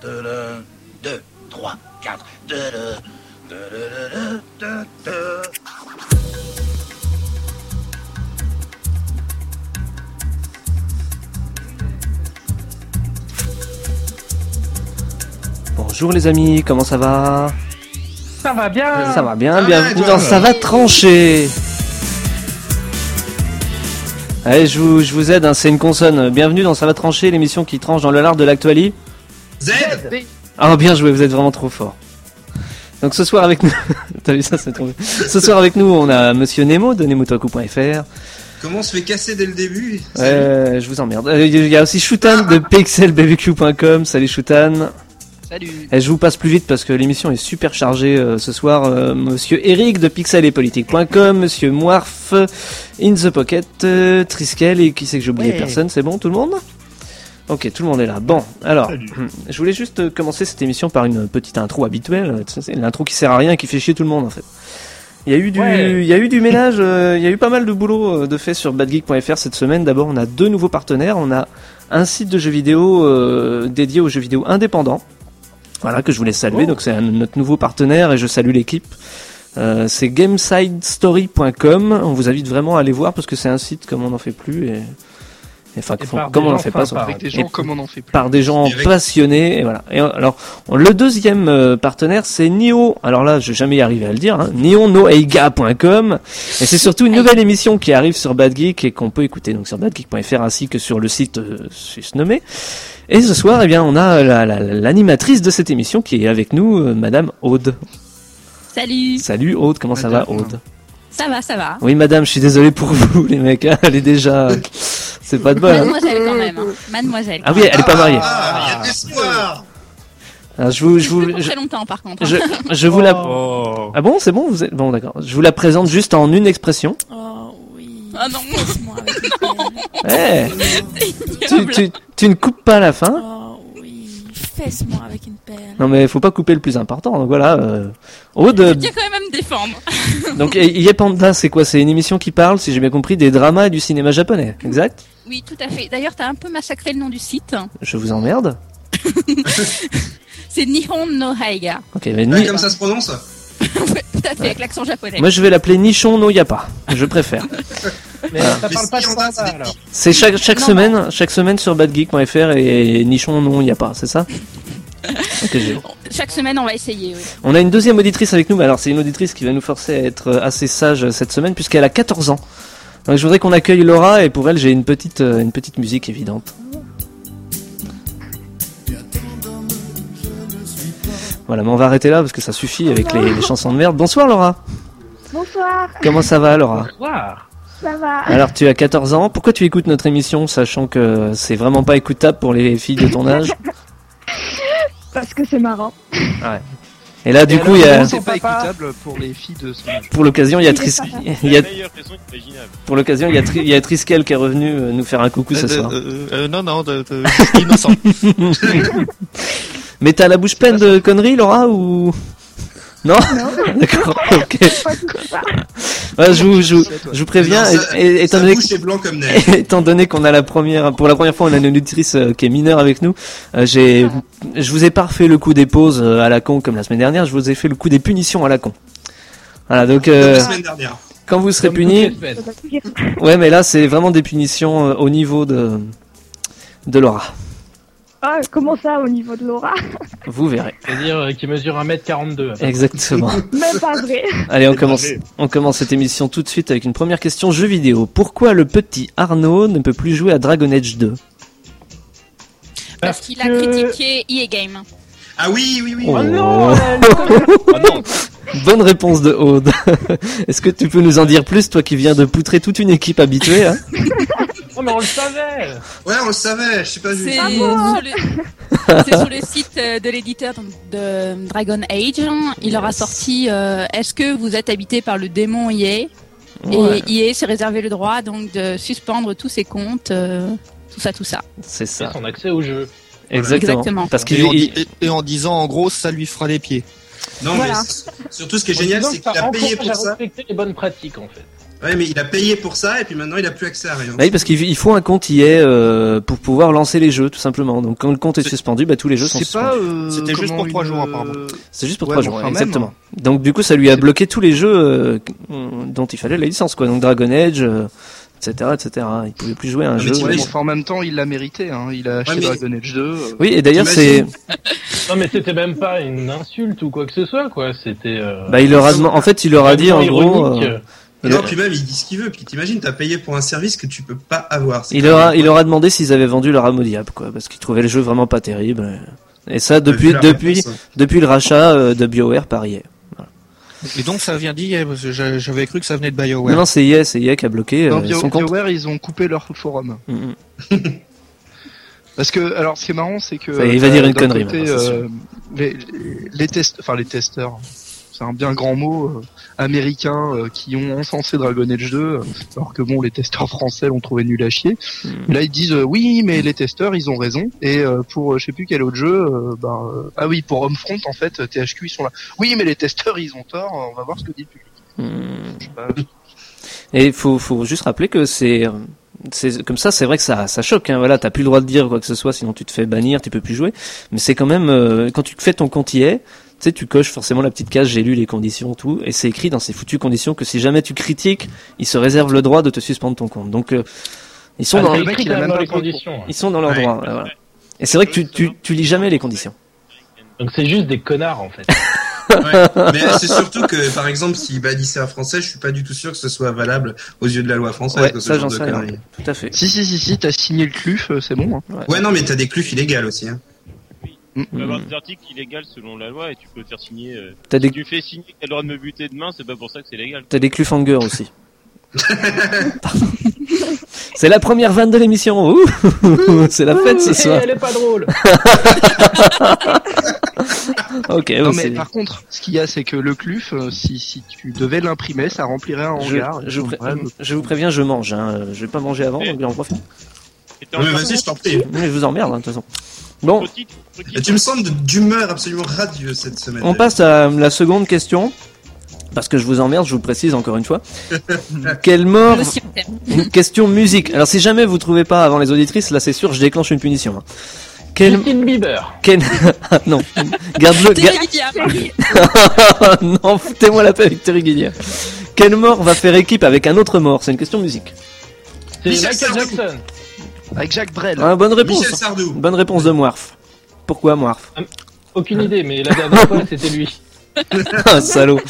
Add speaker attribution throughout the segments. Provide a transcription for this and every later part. Speaker 1: Deux, trois, quatre.
Speaker 2: Bonjour les amis, comment ça va
Speaker 3: Ça va bien
Speaker 2: Euh, Ça va bien, bienvenue dans Ça va trancher Allez, je vous, je vous aide, hein, c'est une consonne. Bienvenue dans Ça va trancher, l'émission qui tranche dans le lard de l'actualité.
Speaker 4: Z
Speaker 2: Ah bien joué, vous êtes vraiment trop fort. Donc ce soir avec nous, t'as vu ça, c'est tombé. Ce soir avec nous, on a Monsieur Nemo de nemotoku.fr.
Speaker 4: Comment on se fait casser dès le début
Speaker 2: Euh, je vous emmerde. Euh, Il y a aussi Shoutan de pixelbbq.com. Salut Shoutan.
Speaker 5: Salut.
Speaker 2: Et Eh, je vous passe plus vite parce que l'émission est super chargée euh, ce soir. Euh, monsieur Eric de pixeletpolitique.com, Monsieur Moirf, In the Pocket, euh, Triskel et qui c'est que j'ai oublié
Speaker 5: Ouais.
Speaker 2: Personne, c'est bon tout le monde Ok, tout le monde est là. Bon, alors, je voulais juste euh, commencer cette émission par une petite intro habituelle. Tu sais, C'est l'intro qui sert à rien et qui fait chier tout le monde en fait. Il y a eu du,
Speaker 3: Ouais.
Speaker 2: il y a eu du ménage, euh, il y a eu pas mal de boulot euh, de fait sur badgeek.fr cette semaine. D'abord, on a deux nouveaux partenaires. On a un site de jeux vidéo euh, dédié aux jeux vidéo indépendants. Voilà, que je voulais
Speaker 3: Oh.
Speaker 2: saluer. Donc, c'est un- notre nouveau partenaire et je salue l'équipe. Euh, c'est gamesidestory.com. On vous invite vraiment à aller voir parce que c'est un site comme on n'en fait plus et, et enfin,
Speaker 3: Et
Speaker 2: comme
Speaker 3: par des
Speaker 2: on n'en
Speaker 3: gens
Speaker 2: fait pas, surtout.
Speaker 3: sympas.
Speaker 5: Avec des
Speaker 2: Et-
Speaker 5: gens comme on n'en fait plus.
Speaker 2: par des gens
Speaker 4: Et avec-
Speaker 2: passionnés. Et voilà. Et euh, alors, on- le deuxième euh, partenaire, c'est Nio. Alors là, je vais jamais y arriver à le dire. Hein. Nionoeiga.com. Et c'est surtout une nouvelle émission qui arrive sur Bad Geek et qu'on peut écouter donc sur badgeek.fr ainsi que sur le site euh, susnommé. Et ce soir, eh bien, on a la- la- l'animatrice de cette émission qui est avec nous, euh, Madame Aude.
Speaker 6: Salut,
Speaker 2: Salut Aude, comment ça va
Speaker 5: Madame.
Speaker 2: Aude
Speaker 6: ça va, ça va.
Speaker 2: Oui, Madame, je suis désolé pour vous, les mecs. hein, Elle est déjà, c'est pas de bol. hein.
Speaker 6: Mademoiselle quand même. hein. Mademoiselle.
Speaker 2: Ah oui, elle est pas mariée.
Speaker 4: Ah, il y a de l'espoir
Speaker 2: Alors, je vous, je vous,
Speaker 6: Plus pour
Speaker 2: je,
Speaker 6: très longtemps par contre. hein.
Speaker 2: je, je vous la,
Speaker 4: Oh.
Speaker 2: Ah bon, c'est bon, vous êtes bon, d'accord. Je vous la présente juste en une expression.
Speaker 7: Oh oui.
Speaker 6: Ah non.
Speaker 7: Laisse-moi avec
Speaker 8: Hein
Speaker 7: elle.
Speaker 2: Eh, tu,
Speaker 6: Ignoble.
Speaker 2: tu, tu ne coupes pas la fin.
Speaker 7: Oh oui. Fesse-moi avec une pelle.
Speaker 2: Non mais faut pas couper le plus important. Donc voilà. Euh... Aude,
Speaker 6: Il y a quand même à me défendre.
Speaker 2: euh, donc Yepanda, c'est quoi C'est une émission qui parle, si j'ai bien compris, des dramas et du cinéma japonais. Exact.
Speaker 6: Oui, tout à fait. D'ailleurs, t'as un peu massacré le nom du site.
Speaker 2: Je vous emmerde.
Speaker 6: C'est Nihon no Haiga.
Speaker 2: Ok, mais
Speaker 4: Ah,
Speaker 2: ni...
Speaker 4: Comme ça se prononce
Speaker 6: Ouais, tout à fait, avec l'accent japonais.
Speaker 2: moi je vais l'appeler Nichon no Yapa. Je préfère.
Speaker 3: Mais
Speaker 2: Ah.
Speaker 3: ça parle pas de
Speaker 4: Mais si,
Speaker 3: ça,
Speaker 4: on a-
Speaker 3: alors.
Speaker 2: C'est chaque chaque
Speaker 6: Non,
Speaker 2: semaine, chaque semaine sur badgeek.fr et Nichon no Yapa, c'est ça Ok, j'ai-
Speaker 6: Chaque semaine, on va essayer. oui.
Speaker 2: On a une deuxième auditrice avec nous, mais alors c'est une auditrice qui va nous forcer à être euh, assez sage euh, cette semaine puisqu'elle a 14 ans. Donc je voudrais qu'on accueille Laura et pour elle j'ai une petite euh, une petite musique évidente. Voilà, mais on va arrêter là parce que ça suffit avec les, les chansons de merde. Bonsoir Laura.
Speaker 9: Bonsoir,
Speaker 2: Comment ça va Laura
Speaker 3: Bonsoir.
Speaker 9: ça va
Speaker 2: Alors tu as 14 ans. Pourquoi tu écoutes notre émission sachant que c'est vraiment pas écoutable pour les filles de ton âge
Speaker 9: Parce que c'est marrant.
Speaker 2: Et là du
Speaker 3: Et
Speaker 2: coup
Speaker 3: alors,
Speaker 2: il y a,
Speaker 3: comment
Speaker 5: C'est pas
Speaker 3: Papa.
Speaker 5: écoutable pour les filles de son âge.
Speaker 2: pour l'occasion il y a
Speaker 9: Il est
Speaker 2: Tris
Speaker 9: pas mal.
Speaker 2: il y a-
Speaker 10: meilleure raison imaginable.
Speaker 2: pour l'occasion il y a Tri- il y a Triskel qui est revenu euh, nous faire un coucou ce soir.
Speaker 10: euh, non, non, de, de- innocent.
Speaker 2: Mais t'as la bouche pleine de conneries, Laura, ou Non, D'accord, ok.
Speaker 9: Pas tout ça.
Speaker 2: Ouais, je, vous, je, vous-
Speaker 5: Tu sais, toi.
Speaker 2: je vous préviens,
Speaker 4: Non, ça-
Speaker 2: et- et- étant
Speaker 4: Sa
Speaker 2: donné,
Speaker 4: bouche est blanc comme neige.
Speaker 2: étant donné qu'on a la première, pour la première fois, on a une auditrice euh, qui est mineure avec nous, euh, j'ai, je vous ai pas refait le coup des pauses euh, à la con comme la semaine dernière, je vous ai fait le coup des punitions à la con. Voilà, donc
Speaker 4: Comme
Speaker 2: euh,
Speaker 4: la semaine dernière.
Speaker 2: quand vous serez
Speaker 3: Comme toutes
Speaker 2: puni,
Speaker 3: les fêtes.
Speaker 2: ouais, mais là c'est vraiment des punitions euh, au niveau de de Laura.
Speaker 9: Ah, comment ça au niveau de Laura
Speaker 2: Vous verrez.
Speaker 3: C'est-à-dire euh, qui mesure 1m42.
Speaker 2: Exactement.
Speaker 9: Même pas vrai.
Speaker 2: Allez, on commence, on commence cette émission tout de suite avec une première question jeu vidéo. Pourquoi le petit Arnaud ne peut plus jouer à Dragon Age 2
Speaker 6: Parce qu'il a
Speaker 3: que-
Speaker 6: critiqué EA Game.
Speaker 4: Ah oui, oui, oui.
Speaker 3: Oh
Speaker 2: Oh.
Speaker 3: non elle-
Speaker 2: Bonne réponse de Aude. Est-ce que tu peux nous en dire plus, toi qui viens de poutrer toute une équipe habituée hein
Speaker 3: Oh, mais on le savait
Speaker 4: Ouais, on le savait, je sais pas
Speaker 6: C'est
Speaker 4: juste.
Speaker 6: sur, le- c'est sur le site euh, de l'éditeur donc, de Dragon Age. hein. Il aura sorti euh, Est-ce que vous êtes habité par le démon E EA
Speaker 2: Ouais,
Speaker 6: Et EA s'est réservé le droit donc de suspendre tous ses comptes, euh, tout ça, tout ça.
Speaker 2: C'est
Speaker 3: C'est
Speaker 2: ça,
Speaker 3: son accès au jeu.
Speaker 2: exactement.
Speaker 6: Exactement.
Speaker 2: Parce
Speaker 10: Et,
Speaker 2: qu'il
Speaker 10: en,
Speaker 2: il-
Speaker 10: et- et en disant, en gros, ça lui fera les pieds.
Speaker 4: Non,
Speaker 9: Voilà.
Speaker 4: mais s- surtout ce qui est
Speaker 3: Oh,
Speaker 4: génial, c'est qu'il a payé pour
Speaker 3: à
Speaker 4: ça.
Speaker 3: respecter les bonnes pratiques en fait.
Speaker 4: Ouais, mais il a payé pour ça et puis maintenant il a plus accès à rien.
Speaker 2: Ah Oui, parce qu'il il faut un compte IA euh, pour pouvoir lancer les jeux, tout simplement. Donc quand le compte est
Speaker 10: C'est-
Speaker 2: suspendu, bah, tous les jeux sont
Speaker 5: C'est
Speaker 2: suspendus.
Speaker 5: pas. euh,
Speaker 10: C'était juste
Speaker 5: comment
Speaker 10: pour trois
Speaker 5: une,
Speaker 10: jours,
Speaker 5: euh,
Speaker 10: apparemment.
Speaker 2: C'est juste pour
Speaker 5: Ouais,
Speaker 2: trois
Speaker 5: bon,
Speaker 2: jours,
Speaker 5: quand même. hein.
Speaker 2: exactement. Donc du coup, ça lui a
Speaker 5: C'est-
Speaker 2: bloqué tous les jeux euh, dont il fallait la licence, quoi. Donc Dragon Age, euh, etc., etc. Il pouvait plus jouer à un
Speaker 4: Non, Ah, mais
Speaker 2: jeu.
Speaker 4: t'imagines- Oui.
Speaker 5: Ouais, bon, enfin, en même temps, il l'a mérité. Hein. Il a acheté
Speaker 4: Ouais, mais-
Speaker 5: Dragon Age 2. euh,
Speaker 2: Oui, et d'ailleurs, c'est,
Speaker 4: T'imagines-
Speaker 3: Non mais c'était même pas une insulte ou quoi que ce soit quoi. C'était. euh,
Speaker 2: bah, il leur a, demand- en fait, il leur a dit en gros,
Speaker 3: ironique.
Speaker 2: euh, il
Speaker 4: non,
Speaker 2: leur-
Speaker 4: puis même il dit ce qu'il veut. Puis t'imagines, t'as payé pour un service que tu peux pas avoir. C'est
Speaker 2: il
Speaker 4: quand
Speaker 2: leur a,
Speaker 4: même-
Speaker 2: il leur a demandé s'ils avaient vendu leur âme au diable, quoi, parce qu'ils trouvaient le jeu vraiment pas terrible. Et ça,
Speaker 4: T'as vu
Speaker 2: depuis,
Speaker 4: la
Speaker 2: depuis,
Speaker 4: réponse, hein.
Speaker 2: depuis le rachat euh, de BioWare par EA.
Speaker 10: Et donc ça vient d'IA, parce que j'a- j'avais cru que ça venait de
Speaker 2: Non,
Speaker 10: BioWare.
Speaker 2: non, c'est EA, c'est EA qui a bloqué
Speaker 5: Dans
Speaker 2: euh,
Speaker 5: Bio-
Speaker 2: son compte.
Speaker 5: BioWare, ils ont coupé leur forum.
Speaker 2: Mm, mm.
Speaker 5: Parce que, alors, ce qui est marrant, c'est que.
Speaker 2: Ça, il va
Speaker 5: euh,
Speaker 2: dire une
Speaker 5: d'un
Speaker 2: connerie,
Speaker 5: côté,
Speaker 2: maintenant, c'est sûr.
Speaker 5: euh, les, les test- enfin, les testeurs, c'est un bien grand mot, euh, américains euh, qui ont encensé Dragon Age 2, euh, alors que bon, les testeurs français l'ont trouvé nul à chier.
Speaker 2: Mm.
Speaker 5: Et là, ils disent, euh, oui, mais les testeurs, ils ont raison. Et euh, pour euh, je sais plus quel autre jeu, euh, ben, euh, ah oui, pour Homefront, en fait, euh, THQ, ils sont là. Oui, mais les testeurs, ils ont tort, euh, on va voir ce que dit le public.
Speaker 2: Mm.
Speaker 5: Je sais pas.
Speaker 2: Et il faut, faut juste rappeler que c'est, c'est comme ça, c'est vrai que ça, ça choque. Hein, voilà, t'as plus le droit de dire quoi que ce soit, sinon tu te fais bannir, tu peux plus jouer. Mais c'est quand même euh, quand tu fais ton compte IA, tu sais, tu coches forcément la petite case. J'ai lu les conditions, tout, et c'est écrit dans ces foutues conditions que si jamais tu critiques, ils se réservent le droit de te suspendre ton compte. Donc euh, ils sont
Speaker 3: Ah,
Speaker 2: dans,
Speaker 3: c'est
Speaker 5: le mec,
Speaker 3: écrit
Speaker 5: il a
Speaker 3: quand
Speaker 5: même
Speaker 3: même
Speaker 5: pas
Speaker 3: les
Speaker 5: pris le
Speaker 3: conditions. hein.
Speaker 2: ils sont dans leur
Speaker 4: Ouais.
Speaker 2: droit. voilà. Et c'est vrai que tu, tu, tu lis jamais les conditions.
Speaker 3: Donc c'est juste des connards en fait.
Speaker 4: Ouais. Mais c'est surtout que, par exemple, s'il bannissait un Français, je suis pas du tout sûr que ce soit valable aux yeux de la loi française.
Speaker 2: Ouais,
Speaker 4: quoi, ce
Speaker 2: ça j'en
Speaker 4: genre de
Speaker 2: sais rien.
Speaker 4: conneries.
Speaker 2: Tout à fait.
Speaker 5: Si, si, si, si, t'as signé le CLUF, euh, c'est bon. hein.
Speaker 4: Ouais, non, mais t'as des clufs illégales aussi. Hein.
Speaker 10: Tu peux avoir des articles illégaux selon la loi et tu peux te faire signer. euh,
Speaker 2: T'as des
Speaker 10: Si tu fais signer que t'as le droit de me buter demain, c'est pas pour ça que c'est légal.
Speaker 2: T'as des cliffhangers aussi. Pardon. C'est la première vanne de l'émission. Ouh C'est la fête ce
Speaker 3: Eh,
Speaker 2: soir.
Speaker 3: elle est pas drôle.
Speaker 2: Ok,
Speaker 5: Non
Speaker 2: bon,
Speaker 5: mais
Speaker 2: c'est-
Speaker 5: par contre, ce qu'il y a, c'est que le CLUF, euh, si, si tu devais l'imprimer, ça remplirait un
Speaker 2: je,
Speaker 5: hangar.
Speaker 2: je,
Speaker 5: Donc,
Speaker 2: pré-
Speaker 5: voilà,
Speaker 2: je vous préviens, je mange. Hein. Je vais pas manger avant, donc j'en profite.
Speaker 10: Et t'es
Speaker 4: Non, mais
Speaker 10: encore-
Speaker 4: vas-y, je t'en prie.
Speaker 2: Mais je vous emmerde, hein, de toute façon. Bon,
Speaker 10: Petite- petite-
Speaker 4: Et tu me sembles d'humeur absolument radieuse cette semaine.
Speaker 2: on passe à la seconde question. Parce que je vous emmerde, je vous précise encore une fois. Quelle mort
Speaker 6: Le cimetière.
Speaker 2: Une question musique. Alors si jamais vous trouvez pas avant les auditrices, là c'est sûr, je déclenche une punition. hein. Quelle...
Speaker 3: Justin Bieber.
Speaker 2: quelle... Ah, non, garde-le.
Speaker 6: Terry
Speaker 2: ga-
Speaker 6: Gilliam.
Speaker 2: Ah, non, foutez-moi la paix avec Terry Gilliam. Quel mort va faire équipe avec un autre mort C'est une question musique.
Speaker 3: C'est
Speaker 4: Michel
Speaker 3: Michael
Speaker 4: Sardou.
Speaker 3: Jackson.
Speaker 5: Avec Jacques Brel.
Speaker 2: Ah, bonne réponse.
Speaker 4: Michel Sardou.
Speaker 2: Bonne réponse de Moirf. Pourquoi Moirf
Speaker 3: Aucune idée, mais la dernière fois c'était lui.
Speaker 2: Ah, salaud.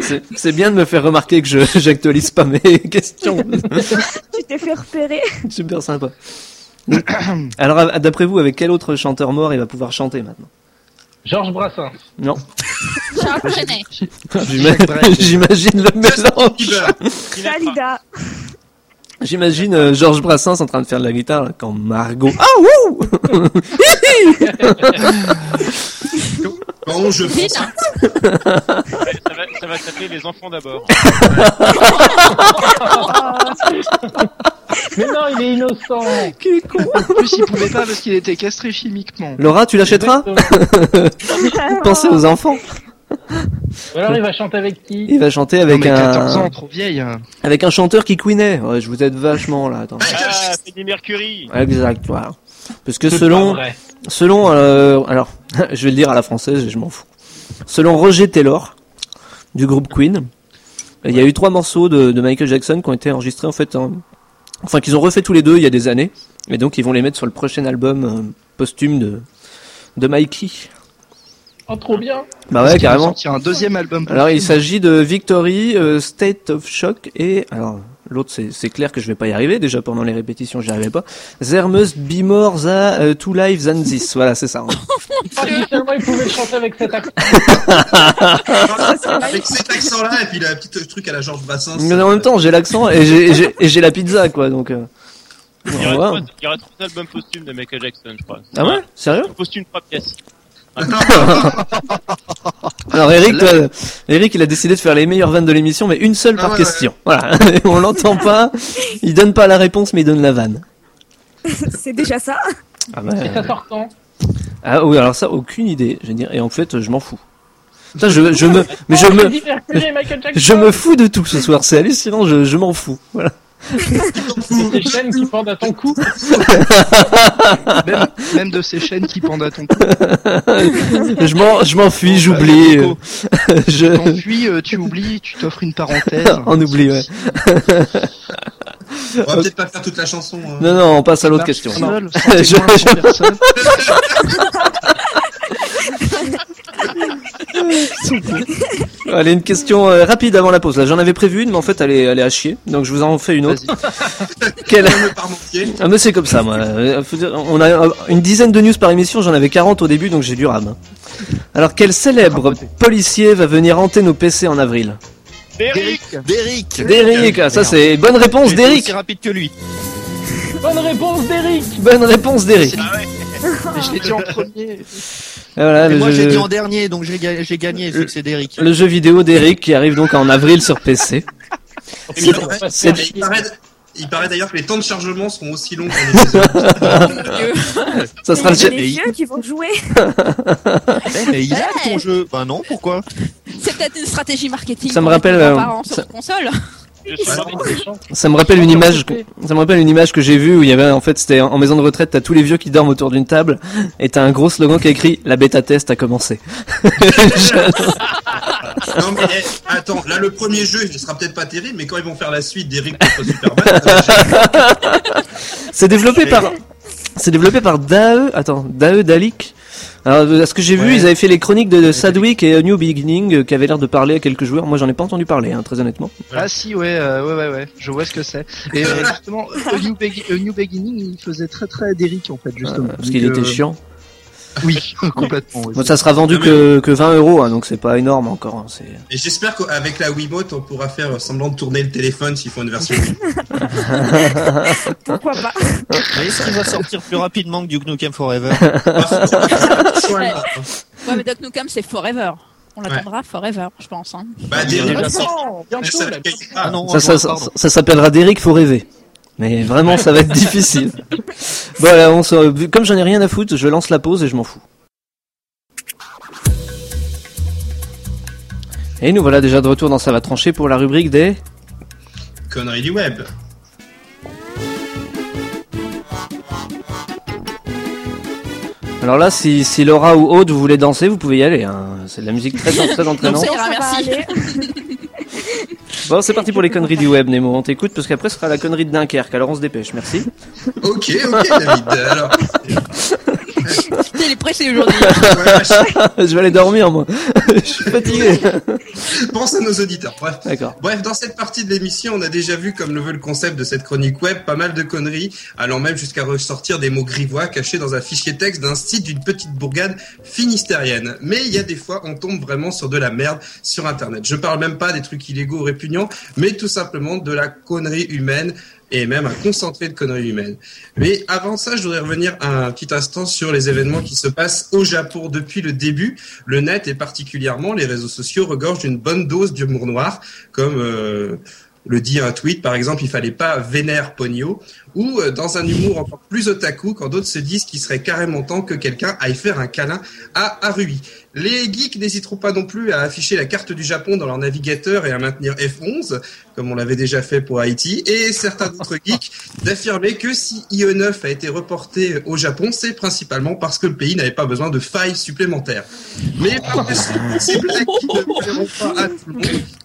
Speaker 2: C'est- C'est bien de me faire remarquer que je j'actualise pas mes questions.
Speaker 9: Tu t'es fait repérer.
Speaker 2: Super sympa. Alors, à- d'après vous, avec quel autre chanteur mort il va pouvoir chanter maintenant
Speaker 3: Georges Brassens.
Speaker 6: Charles Trenet.
Speaker 2: J'ima-
Speaker 5: Brel.
Speaker 2: J'imagine le mélange.
Speaker 4: Bieber.
Speaker 9: Dalida.
Speaker 2: J'imagine euh, Georges Brassens en train de faire de la guitare là, quand Margot. Ah wouh
Speaker 4: Bon, je pense.
Speaker 6: Lina.
Speaker 10: Ça va, ça va taper les enfants d'abord.
Speaker 3: Mais non, il est innocent.
Speaker 2: Quel con
Speaker 5: En plus, il pouvait pas parce qu'il était castré chimiquement.
Speaker 2: Laura, tu l'achèteras
Speaker 3: Exactement.
Speaker 5: Ah.
Speaker 2: Pensez aux enfants.
Speaker 3: Ou Alors il va chanter avec qui
Speaker 2: Il va chanter
Speaker 5: Non,
Speaker 2: avec
Speaker 5: mais
Speaker 2: un
Speaker 5: 14 ans, trop vieille. hein.
Speaker 2: avec un chanteur qui queenait. Ouais, je vous aide vachement là. Attends.
Speaker 10: Ah, c'est des Mercury.
Speaker 2: Exact, voilà. Parce que
Speaker 3: C'est pas
Speaker 2: selon
Speaker 3: vrai.
Speaker 2: selon euh, alors je vais le dire à la française et je m'en fous. Selon Roger Taylor du groupe Queen, il y a eu trois morceaux de, de Michael Jackson qui ont été enregistrés en fait, en- enfin qu'ils ont refait tous les deux il y a des années, et donc ils vont les mettre sur le prochain album euh, posthume de de Mikey.
Speaker 3: Oh trop bien.
Speaker 2: Bah
Speaker 5: Parce
Speaker 2: ouais
Speaker 5: qu'ils vont
Speaker 2: carrément.
Speaker 5: sortir un deuxième album.
Speaker 2: Alors il s'agit de Victory, euh, State of Shock et alors l'autre c'est, c'est clair que je vais pas y arriver déjà pendant les répétitions j'y arrivais pas. There must be more than euh, two lives and this. Voilà c'est ça. hein.
Speaker 3: Ah, si seulement il pouvait le chanter avec cet accent.
Speaker 4: Avec cet accent-là, et puis le petit truc à la Georges Bassins.
Speaker 2: Mais en même temps j'ai l'accent et j'ai, et j'ai, et j'ai la pizza quoi donc. euh,
Speaker 10: Il y, aurait
Speaker 2: voilà.
Speaker 10: trois, il y aurait trois albums posthumes de Michael Jackson, je crois.
Speaker 2: Ah ouais sérieux
Speaker 10: Posthume trois pièces.
Speaker 2: Alors Eric toi, Eric il a décidé de faire les meilleures vannes de l'émission mais une seule
Speaker 4: Ah
Speaker 2: par
Speaker 4: ouais,
Speaker 2: question. Voilà on l'entend pas. Il donne pas la réponse mais il donne la vanne.
Speaker 9: C'est déjà ça.
Speaker 2: Ah bah,
Speaker 3: Et ça sort quand
Speaker 2: Ah oui, alors ça, aucune idée. Je veux dire, et en fait, je m'en fous. Putain, je, je me, mais je me,
Speaker 3: Freddie Mercury et Michael Jackson.
Speaker 2: je me fous de tout ce soir. C'est hallucinant. Je, je m'en fous. Voilà.
Speaker 3: C'est tes chaînes qui pendent à ton cou.
Speaker 5: même, même de ces chaînes qui pendent à ton cou.
Speaker 2: Je m'en, je
Speaker 11: Bah,
Speaker 2: m'enfuis. J'oublie. euh, je,
Speaker 5: T'enfuis, euh, tu oublies, tu t'offres une parenthèse.
Speaker 2: on oublie. Ouais.
Speaker 4: On va peut-être pas faire toute la chanson. hein.
Speaker 2: Non, non, on passe à l'autre
Speaker 5: Marche
Speaker 2: question.
Speaker 5: seul,
Speaker 2: Je-
Speaker 5: sans témoin, sans personne.
Speaker 2: Allez, une question euh, rapide avant la pause. Là, j'en avais prévu une, mais en fait, elle est, elle est à chier. Donc, je vous en fais une autre.
Speaker 5: Vas-y.
Speaker 2: Quelle...
Speaker 4: Le parmentier.
Speaker 2: Ah, mais c'est comme ça, moi. Euh, faut dire, On a euh, une dizaine de news par émission, j'en avais 40 au début, donc j'ai du rame. Alors, quel célèbre policier va venir hanter nos PC en avril
Speaker 10: Derrick
Speaker 5: Eric,
Speaker 11: Derrick
Speaker 2: Derrick, ah, ça c'est bonne réponse,
Speaker 11: J'étais
Speaker 2: Derrick.
Speaker 11: aussi rapide que lui.
Speaker 3: Bonne réponse d'Eric.
Speaker 2: Bonne réponse, Derrick.
Speaker 5: mais je l'ai dit en premier.
Speaker 2: Et voilà,
Speaker 11: Mais
Speaker 2: le,
Speaker 11: moi, j'ai
Speaker 2: jeu,
Speaker 11: dit en dernier, donc j'ai ga- j'ai gagné, vu que c'est Derrick.
Speaker 2: le jeu vidéo d'Eric qui arrive donc en avril sur PC.
Speaker 4: Il
Speaker 3: On va
Speaker 4: paraît-
Speaker 3: passer à
Speaker 4: il
Speaker 3: Eric.
Speaker 4: paraît- Il paraît d'ailleurs que les temps de chargement seront aussi longs qu'en épisode.
Speaker 2: Ça sera le
Speaker 9: Il y a
Speaker 2: jeu. Hein
Speaker 9: des vieux qui vont jouer.
Speaker 11: Eh, mais il a ton
Speaker 6: Ouais.
Speaker 11: jeu. Bah non, pourquoi
Speaker 6: C'est peut-être une stratégie marketing.
Speaker 2: Ça me
Speaker 6: pour
Speaker 2: rappelle,
Speaker 6: les
Speaker 2: euh,
Speaker 6: parents
Speaker 2: ça-
Speaker 6: sur console.
Speaker 10: Je suis
Speaker 3: Eric Deschamps.
Speaker 2: Ça me rappelle une image, que- ça me rappelle une image que j'ai vue où il y avait, en fait, c'était en maison de retraite, t'as tous les vieux qui dorment autour d'une table, et t'as un gros slogan qui est écrit, la bêta test a commencé.
Speaker 4: Non mais eh, attends, là le premier jeu il sera peut-être pas terrible, mais quand ils vont faire la suite d'Eric contre Superman, ça va être-
Speaker 2: C'est développé par, c'est développé par Dae, attends, Dae Dalik. Alors, de- à ce que j'ai vu,
Speaker 11: Ouais.
Speaker 2: ils avaient fait les chroniques de, de Sadwick et euh, New Beginning, euh, qui avaient l'air de parler à quelques joueurs. Moi, j'en ai pas entendu parler, hein, très honnêtement.
Speaker 5: Ah si, ouais, euh, ouais, ouais, ouais, je vois ce que c'est. Et euh, justement, A New, Beg- A New Beginning, il faisait très très Derrick en fait, justement.
Speaker 2: Parce qu'il
Speaker 5: Donc,
Speaker 2: était
Speaker 5: euh,
Speaker 2: chiant.
Speaker 5: Oui, complètement. oui.
Speaker 2: Bon, ça sera vendu
Speaker 4: Ah, mais-
Speaker 2: que, que 20 euros, hein, donc c'est pas énorme encore. hein, c'est-
Speaker 4: Et j'espère qu'avec la Wiimote on pourra faire semblant de tourner le téléphone s'ils font une version.
Speaker 9: Pourquoi pas
Speaker 11: Mais est-ce qu'il va sortir plus rapidement que du Nukem Forever
Speaker 4: Voilà.
Speaker 6: Ouais, mais Doc Nukem, c'est forever. On l'attendra forever, je pense. Hein.
Speaker 4: bah Derrick,
Speaker 11: Déjà sorti.
Speaker 4: ça va être-
Speaker 11: Ah non,
Speaker 2: ça, ça,
Speaker 11: pardon.
Speaker 2: ça, ça s'appellera Derrick, faut rêver. Mais vraiment, ça va être difficile. Voilà, on se... vu- comme j'en ai rien à foutre, je lance la pause et je m'en fous. Et nous voilà déjà de retour dans Ça va trancher pour la rubrique des...
Speaker 4: Conneries du web.
Speaker 2: Alors là, si, si Laura ou Aude, vous voulez danser, vous pouvez y aller. hein. C'est de la musique très, très
Speaker 6: Non,
Speaker 2: entraînante.
Speaker 6: ça ira,
Speaker 9: va
Speaker 6: merci.
Speaker 9: aller.
Speaker 2: Bon, c'est parti pour les conneries du web, Nemo. On t'écoute parce qu'après, ce sera la connerie de Dunkerque. Alors on se dépêche, merci.
Speaker 4: Ok, ok David. Alors,
Speaker 6: T'es les pressé aujourd'hui.
Speaker 4: ouais,
Speaker 2: je vais aller dormir, moi. je suis fatigué.
Speaker 4: je pense à nos auditeurs. Bref.
Speaker 2: D'accord.
Speaker 4: Bref, dans cette partie de l'émission, on a déjà vu, comme le veut le concept de cette chronique web, pas mal de conneries, allant même jusqu'à ressortir des mots grivois cachés dans un fichier texte d'un site d'une petite bourgade finistérienne. Mais il y a des fois, on tombe vraiment sur de la merde sur Internet. Je parle même pas des trucs illégaux ou répugnants, mais tout simplement de la connerie humaine et même un concentré de conneries humaines. Mais avant ça, je voudrais revenir un petit instant sur les événements qui se passent au Japon depuis le début. Le net et particulièrement les réseaux sociaux regorgent d'une bonne dose d'humour noir comme euh, le dit un tweet, par exemple, il fallait pas vénère Pogno, ou euh, dans un humour encore plus otaku, quand d'autres se disent qu'il serait carrément temps que quelqu'un aille faire un câlin à Harui. Les geeks n'hésiteront pas non plus à afficher la carte du Japon dans leur navigateur et à maintenir F11, comme on l'avait déjà fait pour Haïti, et certains d'autres geeks d'affirmer que si IE9 a été reporté au Japon, c'est principalement parce que le pays n'avait pas besoin de failles supplémentaires. Mais par-dessus ces blagues qui ne plairont pas à tout le monde,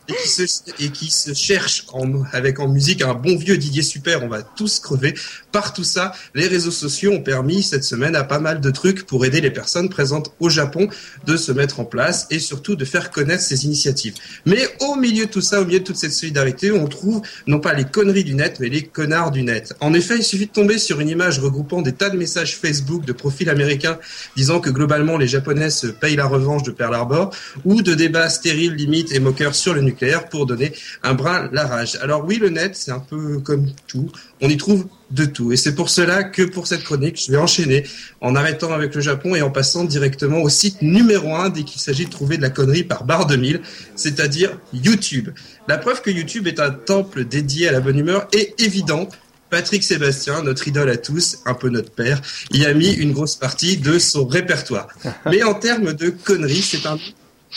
Speaker 4: et qui se, et qui se cherche en, avec en musique un bon vieux Didier Super, on va tous crever. Par tout ça, les réseaux sociaux ont permis cette semaine à pas mal de trucs pour aider les personnes présentes au Japon de se mettre en place et surtout de faire connaître ces initiatives. Mais au milieu de tout ça, au milieu de toute cette solidarité, on trouve non pas les conneries du net, mais les connards du net. En effet, il suffit de tomber sur une image regroupant des tas de messages Facebook de profils américains disant que globalement les Japonais se payent la revanche de Pearl Harbor ou de débats stériles, limites et moqueurs sur le nucléaire pour donner un brin la rage. Alors oui, le net, c'est un peu comme tout. On y trouve de tout. Et c'est pour cela que pour cette chronique, je vais enchaîner en arrêtant avec le Japon et en passant directement au site numéro un dès qu'il s'agit de trouver de la connerie par barre de mille, c'est-à-dire YouTube. La preuve que YouTube est un temple dédié à la bonne humeur est évidente. Patrick Sébastien, notre idole à tous, un peu notre père, y a mis une grosse partie de son répertoire. Mais en termes de conneries, c'est un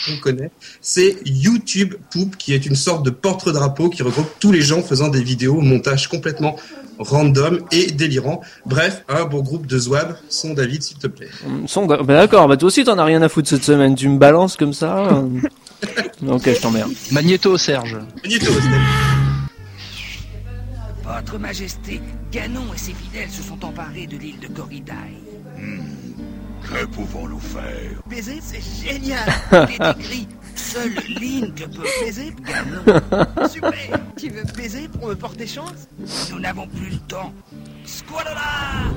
Speaker 4: qu'on connaît, c'est YouTube Poop, qui est une sorte de porte-drapeau qui regroupe tous les gens faisant des vidéos, montages complètement random et délirant. Bref, un beau groupe de zouaves. Son David, s'il te plaît.
Speaker 2: Ils sont d'ac- bah d'accord, bah toi aussi t'en as rien à foutre cette semaine, tu me balances comme ça. euh. ok, je t'emmerde.
Speaker 5: Magneto, Serge.
Speaker 4: Magneto, c'est-
Speaker 8: Votre Majesté, Ganon et ses fidèles se sont emparés de l'île de Corridaï.
Speaker 1: Que pouvons-nous faire
Speaker 8: Baiser, c'est génial Il est écrit Seule Link peut baiser Ganon. Super Tu veux baiser pour me porter chance Nous n'avons plus le temps. Squalola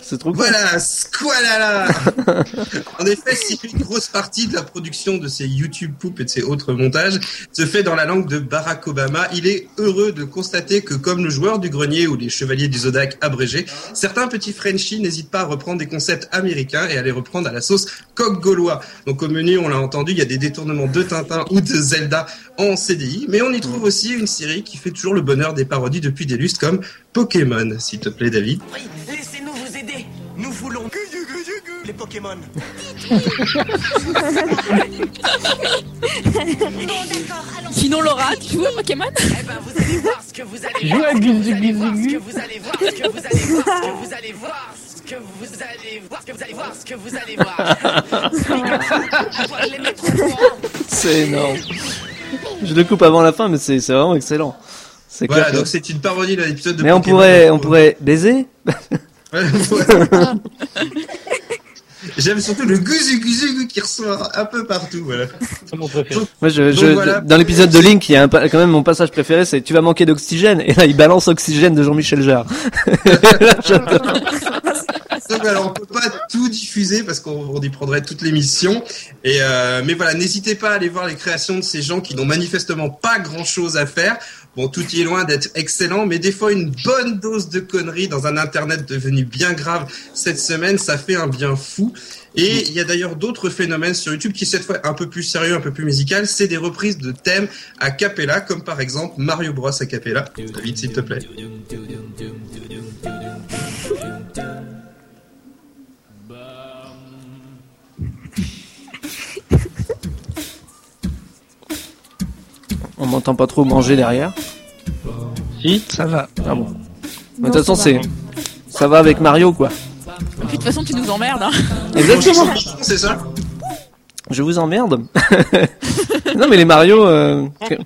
Speaker 2: C'est trop cool.
Speaker 4: Voilà, squalala En effet, si une grosse partie de la production de ces YouTube Poop et de ces autres montages se fait dans la langue de Barack Obama, il est heureux de constater que comme le joueur du grenier ou les chevaliers du Zodac abrégés, certains petits Frenchies n'hésitent pas à reprendre des concepts américains et à les reprendre à la sauce coq gaulois. Donc au menu, on l'a entendu, il y a des détournements de Tintin ou de Zelda en CDI, mais on y trouve aussi une série qui fait toujours le bonheur des parodies depuis des lustres comme Pokémon, s'il te plaît David.
Speaker 8: Laissez-nous vous aider Nous voulons les Pokémon
Speaker 6: Sinon, Laura, tu joues à Pokémon
Speaker 8: Eh ben, vous allez voir ce que vous allez
Speaker 3: Tu joues à
Speaker 8: voir, ce que vous allez
Speaker 3: Guizu,
Speaker 8: voir, ce
Speaker 3: Guizu,
Speaker 8: que vous allez voir, ce que vous allez voir, ce que vous allez voir, ce que vous allez voir, ce que vous allez voir, ce que vous allez voir. Pikachu, on va les mettre au courant.
Speaker 2: C'est énorme. Je le coupe avant la fin, mais c'est c'est vraiment excellent. C'est clair.
Speaker 4: Voilà,
Speaker 2: que-
Speaker 4: donc c'est une parodie d'un épisode de
Speaker 2: Mais on
Speaker 4: Pokémon.
Speaker 2: pourrait, on pourrait baiser.
Speaker 4: J'aime surtout le guzu guzu gu qui ressort un peu partout, voilà.
Speaker 3: C'est mon préféré.
Speaker 2: Moi, je,
Speaker 4: Donc
Speaker 2: je-
Speaker 4: voilà.
Speaker 2: dans l'épisode de Link, il y a un pa- quand même mon passage préféré, c'est tu vas manquer d'oxygène. Et là, il balance oxygène de Jean-Michel Jarre. Là, j'adore.
Speaker 4: Donc voilà, on peut pas tout diffuser parce qu'on on y prendrait toute l'émission. Et euh, mais voilà, n'hésitez pas à aller voir les créations de ces gens qui n'ont manifestement pas grand chose à faire. Bon, tout y est loin d'être excellent, mais des fois une bonne dose de conneries dans un internet devenu bien grave cette semaine, ça fait un bien fou. Et il y a d'ailleurs d'autres phénomènes sur YouTube qui cette fois un peu plus sérieux, un peu plus musical, c'est des reprises de thèmes à cappella, comme par exemple Mario Bros à cappella. David, s'il te plaît.
Speaker 2: on m'entend pas trop manger derrière.
Speaker 3: Si,
Speaker 5: Ça va.
Speaker 2: Ah bon. Mais
Speaker 9: Non,
Speaker 2: De toute façon,
Speaker 9: ça
Speaker 2: c'est ça va avec Mario, quoi.
Speaker 6: Et puis, de toute façon, tu nous emmerdes. Hein.
Speaker 2: Exactement.
Speaker 4: C'est ça
Speaker 2: Je vous emmerde. non, mais les Mario. euh, parce que-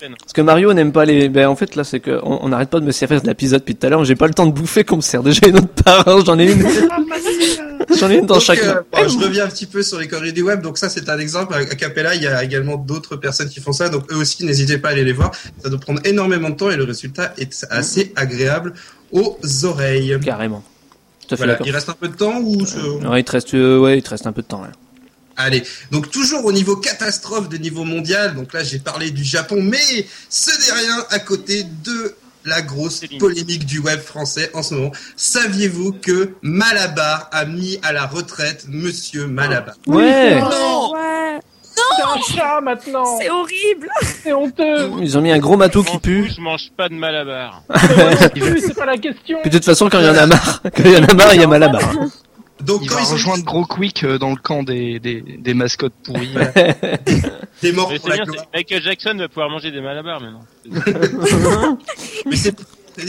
Speaker 2: Parce que Mario n'aime pas les. Ben en fait là c'est que on on n'arrête pas de me servir de la pizza depuis tout à l'heure. J'ai pas le temps de bouffer qu'on me sert déjà une autre par an. J'en ai une. J'en ai une dans
Speaker 4: Donc,
Speaker 2: chaque.
Speaker 4: euh, bon, je reviens un petit peu sur les conneries du web. Donc ça, c'est un exemple. À Capella, il y a également d'autres personnes qui font ça. Donc eux aussi, n'hésitez pas à aller les voir. Ça doit prendre énormément de temps et le résultat est assez agréable aux oreilles.
Speaker 2: Carrément. Tout à fait
Speaker 4: Voilà.
Speaker 2: d'accord.
Speaker 4: Il reste un peu de temps ou je-
Speaker 2: Ouais, il te reste, euh, ouais, il te reste un peu de temps là.
Speaker 4: Allez, donc toujours au niveau catastrophe de niveau mondial, donc là j'ai parlé du Japon, mais ce n'est rien à côté de la grosse polémique du web français en ce moment. Saviez-vous que Malabar a mis à la retraite Monsieur
Speaker 2: Ah.
Speaker 4: Malabar
Speaker 2: Ouais.
Speaker 9: Non ouais.
Speaker 3: C'est un chat maintenant
Speaker 9: C'est horrible
Speaker 3: C'est
Speaker 4: Euh,
Speaker 3: honteux
Speaker 2: Ils ont mis un gros matou
Speaker 10: M'en
Speaker 2: qui pue.
Speaker 10: fous, Je mange pas de malabar.
Speaker 3: Plus, C'est pas la question
Speaker 9: Oh,
Speaker 2: Puis de toute façon quand il y en a marre, quand il y en a marre, il y a mal à barre.
Speaker 4: Donc
Speaker 5: Il
Speaker 4: quand
Speaker 5: va
Speaker 4: ils ont
Speaker 5: rejoindre Gros Quick euh, dans le camp des, des, des mascottes pourries.
Speaker 4: des morts
Speaker 10: Mais
Speaker 4: pour
Speaker 10: c'est
Speaker 4: la
Speaker 10: bien,
Speaker 4: gloire,
Speaker 10: c'est- Michael Jackson va pouvoir manger des malabars maintenant.
Speaker 4: mais c'est-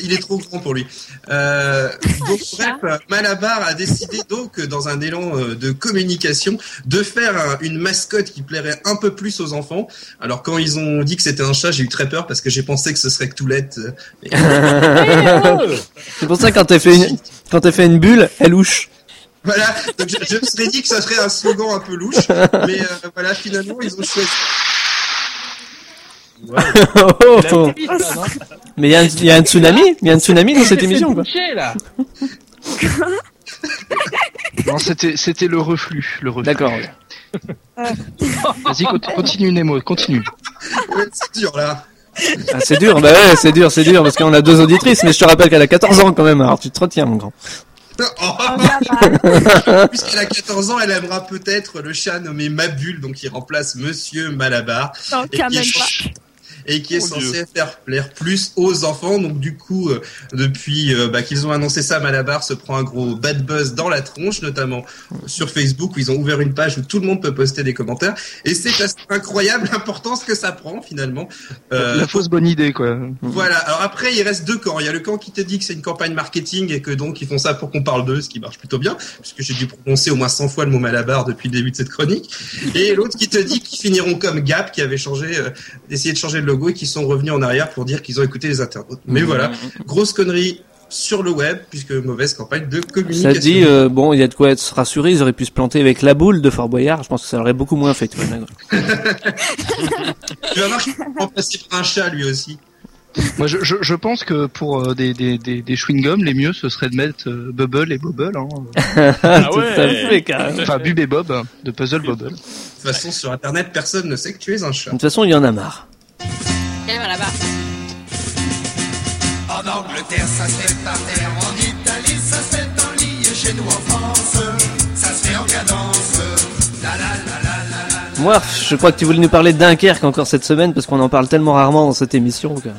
Speaker 4: il est trop grand pour lui. Euh, donc bref, Malabar a décidé donc euh, dans un élan euh, de communication de faire un- une mascotte qui plairait un peu plus aux enfants. Alors quand ils ont dit que c'était un chat, j'ai eu très peur parce que j'ai pensé que ce serait Toulette. euh,
Speaker 3: Eh, oh,
Speaker 2: C'est pour ça quand t'as fait une, quand t'as fait une bulle, elle louche.
Speaker 4: Voilà, donc je, je me serais dit que ça serait un slogan un peu louche, mais euh, voilà, finalement, ils ont choisi.
Speaker 2: Oh, oh,
Speaker 3: La
Speaker 2: oh.
Speaker 3: petite, là, non
Speaker 2: Mais il y, a un- il y a un tsunami, il y a un tsunami dans cette émission quoi.
Speaker 3: Touché, là
Speaker 5: non, c'était c'était le reflux, le reflux.
Speaker 2: D'accord. ouais.
Speaker 8: Euh.
Speaker 5: Vas-y, conti- continue Nemo, continue.
Speaker 4: Ouais, C'est dur là.
Speaker 2: Ah, c'est dur, bah ouais, c'est dur, c'est dur, parce qu'on a deux auditrices, mais je te rappelle qu'elle a 14 ans quand même, alors tu te retiens, mon grand.
Speaker 9: Ah
Speaker 4: Oh,
Speaker 9: Malabar.
Speaker 4: Puisqu'elle a 14 ans, elle aimera peut-être le chat nommé Mabul, donc il remplace Monsieur Malabar.
Speaker 6: Non,
Speaker 4: Et
Speaker 6: quand
Speaker 4: il
Speaker 6: même
Speaker 4: change- et qui est
Speaker 5: Oh,
Speaker 4: censé
Speaker 5: Dieu.
Speaker 4: faire plaire plus aux enfants. Donc du coup, euh, depuis euh, bah, qu'ils ont annoncé ça, Malabar se prend un gros bad buzz dans la tronche, notamment sur Facebook où ils ont ouvert une page où tout le monde peut poster des commentaires. Et c'est assez incroyable l'importance que ça prend finalement.
Speaker 5: La-
Speaker 4: Euh,
Speaker 5: La fausse bonne idée, quoi.
Speaker 2: Mmh.
Speaker 4: voilà. Alors après, il reste deux camps. Il y a le camp qui te dit que c'est une campagne marketing et que donc ils font ça pour qu'on parle d'eux, ce qui marche plutôt bien, puisque j'ai dû prononcer au moins 100 fois le mot Malabar depuis le début de cette chronique. Et l'autre qui te dit qu'ils finiront comme Gap, qui avait changé, euh, essayé de changer le logo et qui sont revenus en arrière pour dire qu'ils ont écouté les internautes. Mais
Speaker 2: Mhm.
Speaker 4: voilà, grosse connerie sur le web, puisque mauvaise campagne de communication.
Speaker 2: Ça dit, euh, bon, il y a de quoi être rassuré, ils auraient pu se planter avec la boule de Fort Boyard, je pense que ça aurait beaucoup moins fait. tu vois, Nagol.
Speaker 4: Tu vas voir qu'il est remplacé par un chat lui aussi.
Speaker 5: Moi, je, je, je pense que pour euh, des, des, des, des chewing-gums, les mieux, ce serait de mettre euh, Bubble et Bobble. Hein.
Speaker 2: Tout à fait, carrément.
Speaker 5: Enfin, Bub et Bob, de Puzzle
Speaker 4: De
Speaker 5: Bobble.
Speaker 4: toute façon, sur Internet, personne ne sait que tu es un chat.
Speaker 2: De toute façon, il y en a marre.
Speaker 6: Et voilà, bah.
Speaker 8: En Angleterre, ça se fait par terre. En Italie, ça se fait en ligne. Chez nous, en France, ça se fait en cadence. La la la la la la.
Speaker 2: Moi, je crois que tu voulais nous parler de Dunkerque encore cette semaine, parce qu'on en parle tellement rarement dans cette émission. que-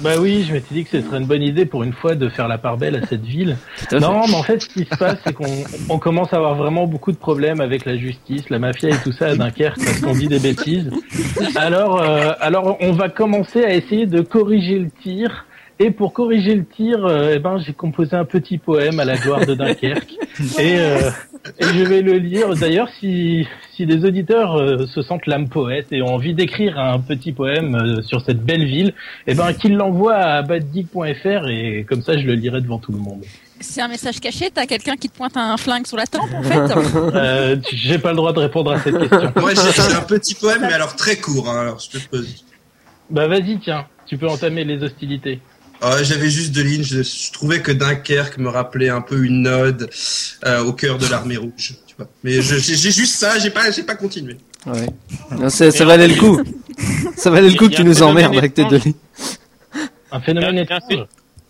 Speaker 3: Bah oui, je m'étais dit que ce serait une bonne idée pour une fois de faire la part belle à cette ville.
Speaker 2: à fait.
Speaker 3: Non, mais en fait, ce qui se passe, c'est qu'on on commence à avoir vraiment beaucoup de problèmes avec la justice, la mafia et tout ça à Dunkerque parce qu'on dit des bêtises. Alors, euh, alors on va commencer à essayer de corriger le tir. Et pour corriger le tir, euh, eh ben, j'ai composé un petit poème à la gloire de Dunkerque. et, euh, et je vais le lire. D'ailleurs, si, si des auditeurs euh, se sentent l'âme poète et ont envie d'écrire un petit poème euh, sur cette belle ville, eh ben, qu'ils l'envoient à badgeek.fr et comme ça, je le lirai devant tout le monde.
Speaker 6: C'est un message caché, t'as quelqu'un qui te pointe un flingue sur la tempe en fait
Speaker 3: Euh, tu- j'ai pas le droit de répondre à cette question.
Speaker 4: Moi, j'ai j'ai un petit poème, mais alors très court. hein. alors, je te pose.
Speaker 3: Bah vas-y, tiens, tu peux entamer les hostilités.
Speaker 4: Ah, J'avais juste deux lignes. Je, je trouvais que Dunkerque me rappelait un peu une ode euh, au cœur de l'armée rouge. Tu vois. Mais je- j'ai j'ai juste ça. J'ai pas, j'ai pas continué.
Speaker 2: Ouais. Non, c'est- ça valait le coup. Ça valait le coup que tu nous emmerdes avec tes deux lits.
Speaker 3: Un phénomène
Speaker 10: étrange. Il y a-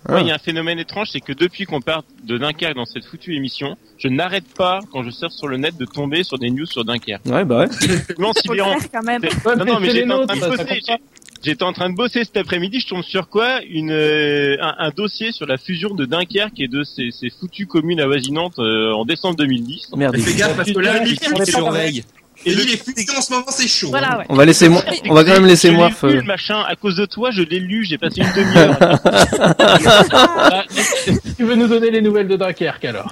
Speaker 2: Ah.
Speaker 10: il y a un phé- Ouais, il y a un phénomène étrange, c'est que depuis qu'on part de Dunkerque dans cette foutue émission, je n'arrête pas, quand je surfe sur le net, de tomber sur des news sur Dunkerque.
Speaker 2: Ouais, bah ouais.
Speaker 10: Non, si
Speaker 9: Faut le
Speaker 10: bien,
Speaker 9: faire quand même.
Speaker 10: c'est- Non, non, mais
Speaker 3: c'est les
Speaker 10: j'étais en train de
Speaker 3: nôtres, ça
Speaker 10: bosser. j'ai- J'étais en train de bosser cet après-midi, je tombe sur quoi Une euh, un, un dossier sur la fusion de Dunkerque et de ses, ses foutues communes avoisinantes euh, en décembre 2010.
Speaker 2: Merde.
Speaker 4: Mais fais gaffe parce que là,
Speaker 3: Putain,
Speaker 4: lui,
Speaker 3: putain, putain,
Speaker 11: surveille.
Speaker 4: Et lui, les fusions en ce moment, c'est chaud. hein.
Speaker 6: Voilà, ouais.
Speaker 2: On va laisser moi, on va quand même laisser euh.
Speaker 10: Je
Speaker 2: moi.
Speaker 10: l'ai lu, le machin, à cause de toi, je l'ai lu, j'ai passé une demi-heure. Ah,
Speaker 3: Tu veux nous donner les nouvelles de Dunkerque alors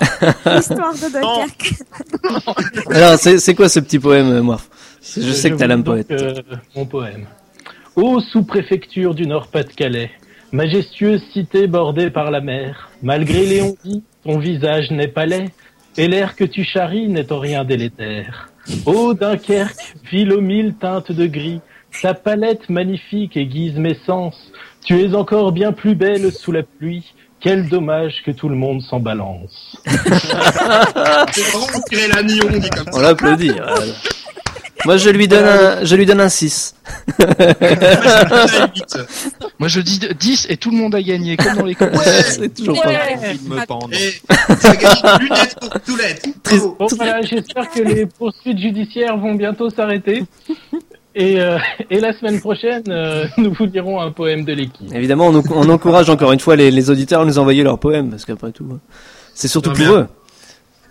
Speaker 9: Histoire de Dunkerque.
Speaker 2: Alors, c'est c'est quoi ce petit poème, euh, Moirf C'est- Je sais que
Speaker 3: vous
Speaker 2: t'as l'âme
Speaker 3: lis donc,
Speaker 2: poète.
Speaker 3: euh, mon poème. Ô sous-préfecture du Nord-Pas-de-Calais, majestueuse cité bordée par la mer, malgré les ondits, ton visage n'est pas laid, et l'air que tu charries n'est en rien délétère. Ô Dunkerque, ville aux mille teintes de gris, ta palette magnifique aiguise mes sens, tu es encore bien plus belle sous la pluie, quel dommage que tout le monde s'en balance.
Speaker 4: C'est hein. vraiment on dirait l'anion, on dit comme
Speaker 2: On l'applaudit. hein, voilà. Moi, je lui donne un, je lui donne un 6.
Speaker 4: ça. Vite.
Speaker 5: Moi, je dis 10 et tout le monde a gagné, comme dans les compétitions.
Speaker 2: C'est toujours pas.
Speaker 11: Il me
Speaker 6: Bah,
Speaker 11: pend.
Speaker 4: Et ça gagne lunettes pour toulettes. Bravo.
Speaker 3: Bon voilà, j'espère que les poursuites judiciaires vont bientôt s'arrêter. Et, euh, et la semaine prochaine, euh, nous vous dirons un poème de l'équipe.
Speaker 2: Évidemment, on, on encourage encore une fois les, les auditeurs à nous envoyer leurs poèmes, parce qu'après tout, hein, c'est surtout
Speaker 4: Non,
Speaker 2: pour
Speaker 4: mais-
Speaker 2: eux.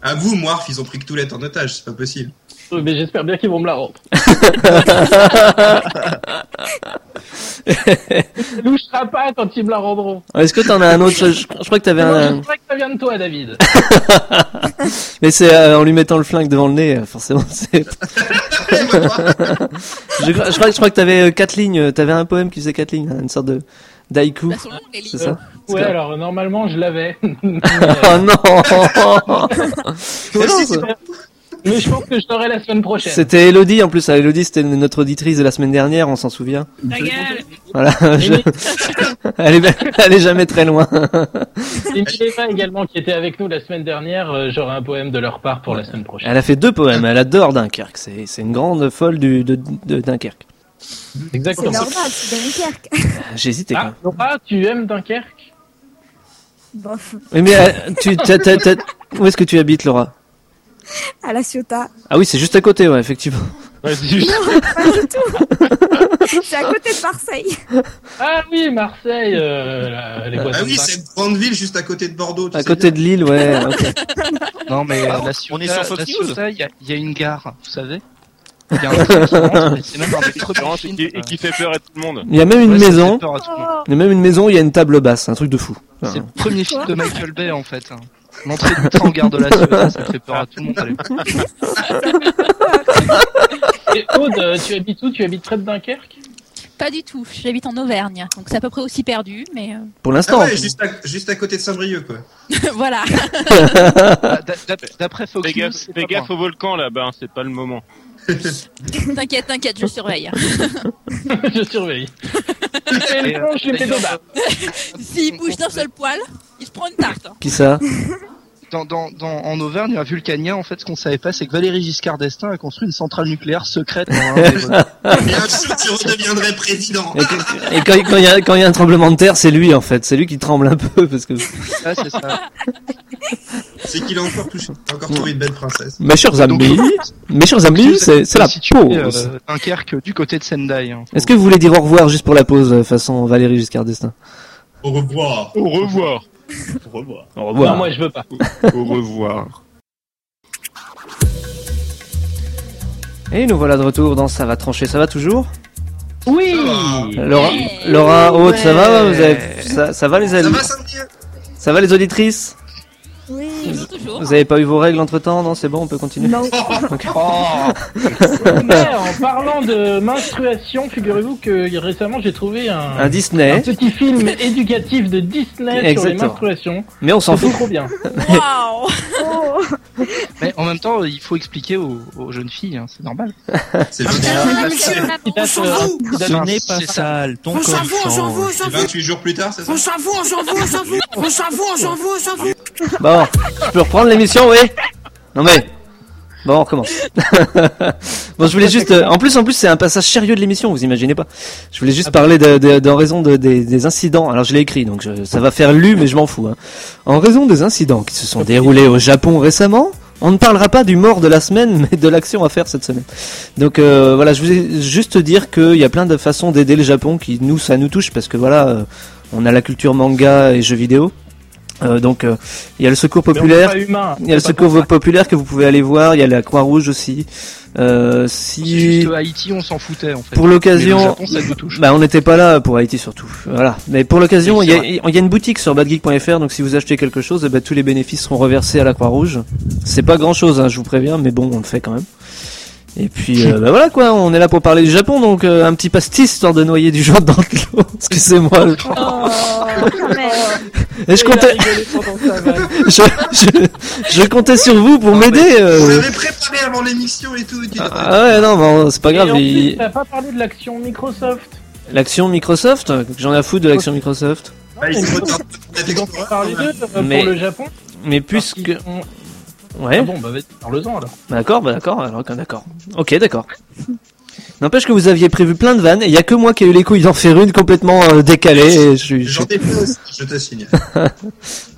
Speaker 4: À vous, Moirf, ils ont pris que Toulette en otage, c'est pas possible.
Speaker 3: Oui, Oh, Mais j'espère bien qu'ils vont me la rendre. Ça louchera pas quand ils me la rendront.
Speaker 2: Est-ce que t'en as un autre je, je- je crois que t'avais
Speaker 3: Moi,
Speaker 2: un.
Speaker 3: Je crois que ça vient de toi, David.
Speaker 2: Mais c'est euh, en lui mettant le flingue devant le nez, euh, forcément. C'est... je, crois, je, crois, je crois que t'avais euh, quatre lignes. euh, T'avais un poème qui faisait quatre lignes, hein, une sorte de d'haïku.
Speaker 6: Bah, sont longues, les
Speaker 2: C'est
Speaker 6: lignes.
Speaker 2: ça
Speaker 3: Ouais,
Speaker 2: clair.
Speaker 3: alors normalement, je l'avais.
Speaker 2: Oh non C'est
Speaker 4: Merci,
Speaker 2: marrant,
Speaker 4: c'est
Speaker 2: ça.
Speaker 3: Mais je pense que je l'aurai la semaine prochaine.
Speaker 2: C'était Elodie en plus. Ah, Elodie, c'était notre auditrice de la semaine dernière, on s'en souvient.
Speaker 6: Ta gueule
Speaker 2: Voilà.
Speaker 4: Eh
Speaker 2: je- Elle, est... Elle est jamais très loin.
Speaker 3: Et Mileva également, qui était avec nous la semaine dernière, euh, j'aurai un poème de leur part pour la semaine prochaine.
Speaker 2: Elle a fait deux poèmes. Elle adore Dunkerque. C'est c'est une grande folle du, de, de Dunkerque.
Speaker 9: C'est
Speaker 3: Exactement.
Speaker 9: normal, c'est Dunkerque.
Speaker 2: J'hésitais quand
Speaker 3: Ah,
Speaker 2: même.
Speaker 3: Nora, tu aimes Dunkerque
Speaker 9: Bof,
Speaker 2: Oui, mais euh, tu, t'as- t'as- t'as- où est-ce que tu habites, Laura
Speaker 9: à la Ciotat.
Speaker 2: Ah oui, c'est juste à côté, ouais, effectivement.
Speaker 10: Ouais, c'est juste-
Speaker 9: Non, pas du tout. C'est à côté de Marseille.
Speaker 3: Ah oui, Marseille, euh, la- les
Speaker 4: Ah
Speaker 3: boissons
Speaker 4: oui,
Speaker 3: de
Speaker 4: c'est une grande ville juste à côté de Bordeaux. tu
Speaker 2: À
Speaker 4: sais
Speaker 2: côté de
Speaker 4: bien.
Speaker 2: Lille, ouais. ok.
Speaker 5: Non, mais euh, la
Speaker 11: on est sur
Speaker 5: Ciotat-
Speaker 11: Fox
Speaker 5: la
Speaker 11: News.
Speaker 5: Ciotat, il y a- il y, a une gare, vous savez. Il y a un truc qui rentre, mais c'est même un euh, des trucs
Speaker 10: qui rentre et qui- et qui fait peur à tout le monde.
Speaker 2: Il y a même une
Speaker 5: Ouais, ça fait
Speaker 2: maison.
Speaker 5: peur à tout le monde.
Speaker 2: Il y a même une maison où il y a une table basse, un truc de fou.
Speaker 5: C'est
Speaker 2: Enfin,
Speaker 5: le premier film de Michael Bay en fait. hein. L'entrée du train en gare de la Ciotat, ça fait peur à tout le monde. à l'époque.
Speaker 3: Et Aude, euh, tu habites où Tu habites près de Dunkerque
Speaker 6: Pas du tout. J'habite en Auvergne, donc c'est à peu près aussi perdu, mais euh,
Speaker 2: Pour
Speaker 4: Ah
Speaker 2: l'instant.
Speaker 4: ouais, juste à, juste à côté de Saint-Brieuc, quoi.
Speaker 6: voilà.
Speaker 5: Ah, D'a- d'a- D'après Fox
Speaker 10: Fais
Speaker 5: News,
Speaker 10: gaffe,
Speaker 5: c'est
Speaker 10: fais
Speaker 5: pas
Speaker 10: gaffe
Speaker 5: loin.
Speaker 10: au volcan là-bas, hein, c'est pas le moment.
Speaker 6: T'inquiète, t'inquiète, je surveille.
Speaker 3: Je surveille. Il fait
Speaker 5: Et,
Speaker 3: le
Speaker 5: euh,
Speaker 3: plonge, je lui mets
Speaker 5: d'ailleurs,
Speaker 3: deux barres.
Speaker 6: S'il bouge d'un seul poil, il se prend une tarte. hein.
Speaker 2: Qui ça
Speaker 5: dans, dans, dans, en Auvergne, à Vulcania, en fait, ce qu'on savait pas, c'est que Valéry Giscard d'Estaing a construit une centrale nucléaire secrète. dans un des-
Speaker 4: Et un jour, tu redeviendrais président.
Speaker 2: Et, et quand quand il y, a- quand il y a un tremblement de terre, c'est lui en fait. C'est lui qui tremble un peu parce que.
Speaker 5: Ah, c'est ça.
Speaker 4: C'est qu'il a encore touché, encore trouvé une belle princesse.
Speaker 2: Mes chers
Speaker 5: Donc,
Speaker 2: amis, mes chers amis, c'est c'est la
Speaker 5: situé,
Speaker 2: pause.
Speaker 5: euh, Dunkerque du côté de Sendai. hein.
Speaker 2: Est-ce que vous voulez dire au revoir juste pour la pause euh, façon Valérie Giscard d'Estaing
Speaker 4: Au revoir.
Speaker 10: Au revoir. Au revoir.
Speaker 2: Au
Speaker 3: Non, moi je veux pas.
Speaker 10: Au revoir.
Speaker 2: Et nous voilà de retour dans Ça va trancher, ça va toujours
Speaker 3: Oui Eh
Speaker 2: Laura,
Speaker 6: Ouais.
Speaker 2: Laura, Aude, ça va
Speaker 5: Ouais.
Speaker 2: vous avez- ça, ça va les
Speaker 4: Ça
Speaker 2: amis
Speaker 4: va, Saint-Brieuc
Speaker 2: Ça va les auditrices
Speaker 9: Oui.
Speaker 6: Toujours, toujours.
Speaker 2: Vous avez pas eu vos règles entre temps Non, c'est bon, on peut continuer.
Speaker 9: Non.
Speaker 5: Oh,
Speaker 3: Mais en parlant de menstruation, figurez-vous que récemment j'ai trouvé un,
Speaker 2: Un Disney,
Speaker 3: un petit film éducatif de Disney sur les
Speaker 2: Exactement.
Speaker 3: menstruations.
Speaker 2: mais on s'en
Speaker 3: C'était
Speaker 2: fout.
Speaker 3: trop bien.
Speaker 6: Waouh
Speaker 9: Oh.
Speaker 5: mais en même temps, il faut expliquer aux, aux jeunes filles, hein, c'est normal.
Speaker 4: C'est le 28
Speaker 3: Il date,
Speaker 8: s'en
Speaker 3: euh,
Speaker 8: fout.
Speaker 3: il date-
Speaker 11: Ce n'est pas
Speaker 5: c'est ça.
Speaker 11: sale, ton
Speaker 8: On s'en
Speaker 11: corps
Speaker 8: fout, on s'en fout, on s'en fout.
Speaker 4: 28 jours plus tard, c'est ça
Speaker 8: On s'en fout, on s'en fout, on s'en fout. On s'en fout, on s'en fout, on s'en fout.
Speaker 2: Bon, Bah, je peux reprendre l'émission, oui Non mais... Bon, on recommence. bon, je voulais juste... euh, en plus, en plus, c'est un passage sérieux de l'émission, vous imaginez pas. Je voulais
Speaker 3: Ah
Speaker 2: juste parler de, de- d'en raison de- des- des incidents. Alors, je l'ai écrit, donc je- ça va faire lu, mais je m'en fous. hein. En raison des incidents qui se sont déroulés au Japon récemment, on ne parlera pas du mort de la semaine, mais de l'action à faire cette semaine. Donc euh, voilà, je voulais juste dire qu'il y a plein de façons d'aider le Japon qui nous, ça nous touche, parce que voilà, euh, on a la culture manga et jeux vidéo. Euh, donc euh, il y a le secours
Speaker 3: mais on est
Speaker 2: populaire.
Speaker 3: pas humain.
Speaker 2: Il y a le
Speaker 3: C'est pas
Speaker 2: secours populaire que vous pouvez aller voir, il y a la Croix-Rouge aussi. Euh,
Speaker 5: C'est juste
Speaker 2: si
Speaker 5: que Haïti, on s'en foutait en fait.
Speaker 2: pour
Speaker 5: Mais le
Speaker 2: l'occasion,
Speaker 5: Japon, ça nous touche.
Speaker 2: bah on n'était pas là pour Haïti surtout. Voilà. Mais pour l'occasion,
Speaker 5: Oui,
Speaker 2: il y, a-
Speaker 5: c'est
Speaker 2: il y a une boutique sur badgeek.fr, donc si vous achetez quelque chose, eh ben, tous les bénéfices seront reversés à la Croix-Rouge. C'est pas grand-chose, hein, je vous préviens, mais bon, on le fait quand même. Et puis euh, bah voilà quoi, on est là pour parler du Japon, donc euh, un petit pastis histoire de noyer du genre dans l'eau. Excusez-moi.
Speaker 9: Quand même.
Speaker 2: Et je
Speaker 3: Il a
Speaker 2: comptais,
Speaker 3: rigolé pendant sa vanne.
Speaker 2: je, je- je comptais sur vous pour m'aider.
Speaker 4: On
Speaker 2: euh.
Speaker 4: l'avait préparé avant l'émission et tout. dis donc.
Speaker 2: Ah ouais, non, bon, c'est pas
Speaker 3: Et
Speaker 2: grave.
Speaker 3: en plus,
Speaker 2: il-
Speaker 3: t'as pas parlé de l'action Microsoft.
Speaker 2: L'action Microsoft J'en ai à foutre de l'action Microsoft.
Speaker 4: Bah, il se retarde avec
Speaker 3: Ils ont
Speaker 4: toi.
Speaker 3: parlé d'eux euh,
Speaker 2: Mais-
Speaker 3: pour le Japon.
Speaker 2: Mais
Speaker 3: parce
Speaker 2: puisque.
Speaker 3: qu'ils ont-
Speaker 2: Ouais,
Speaker 3: Ah bon, bah vas-y, parle-en alors.
Speaker 2: bah d'accord, bah d'accord, alors que- d'accord. Ok, d'accord. N'empêche que vous aviez prévu plein de vannes, et il y a que moi qui ai eu les couilles d'en faire une complètement euh, décalée, et je suis je
Speaker 4: J'en
Speaker 2: suis
Speaker 4: ai fait aussi, je te signe.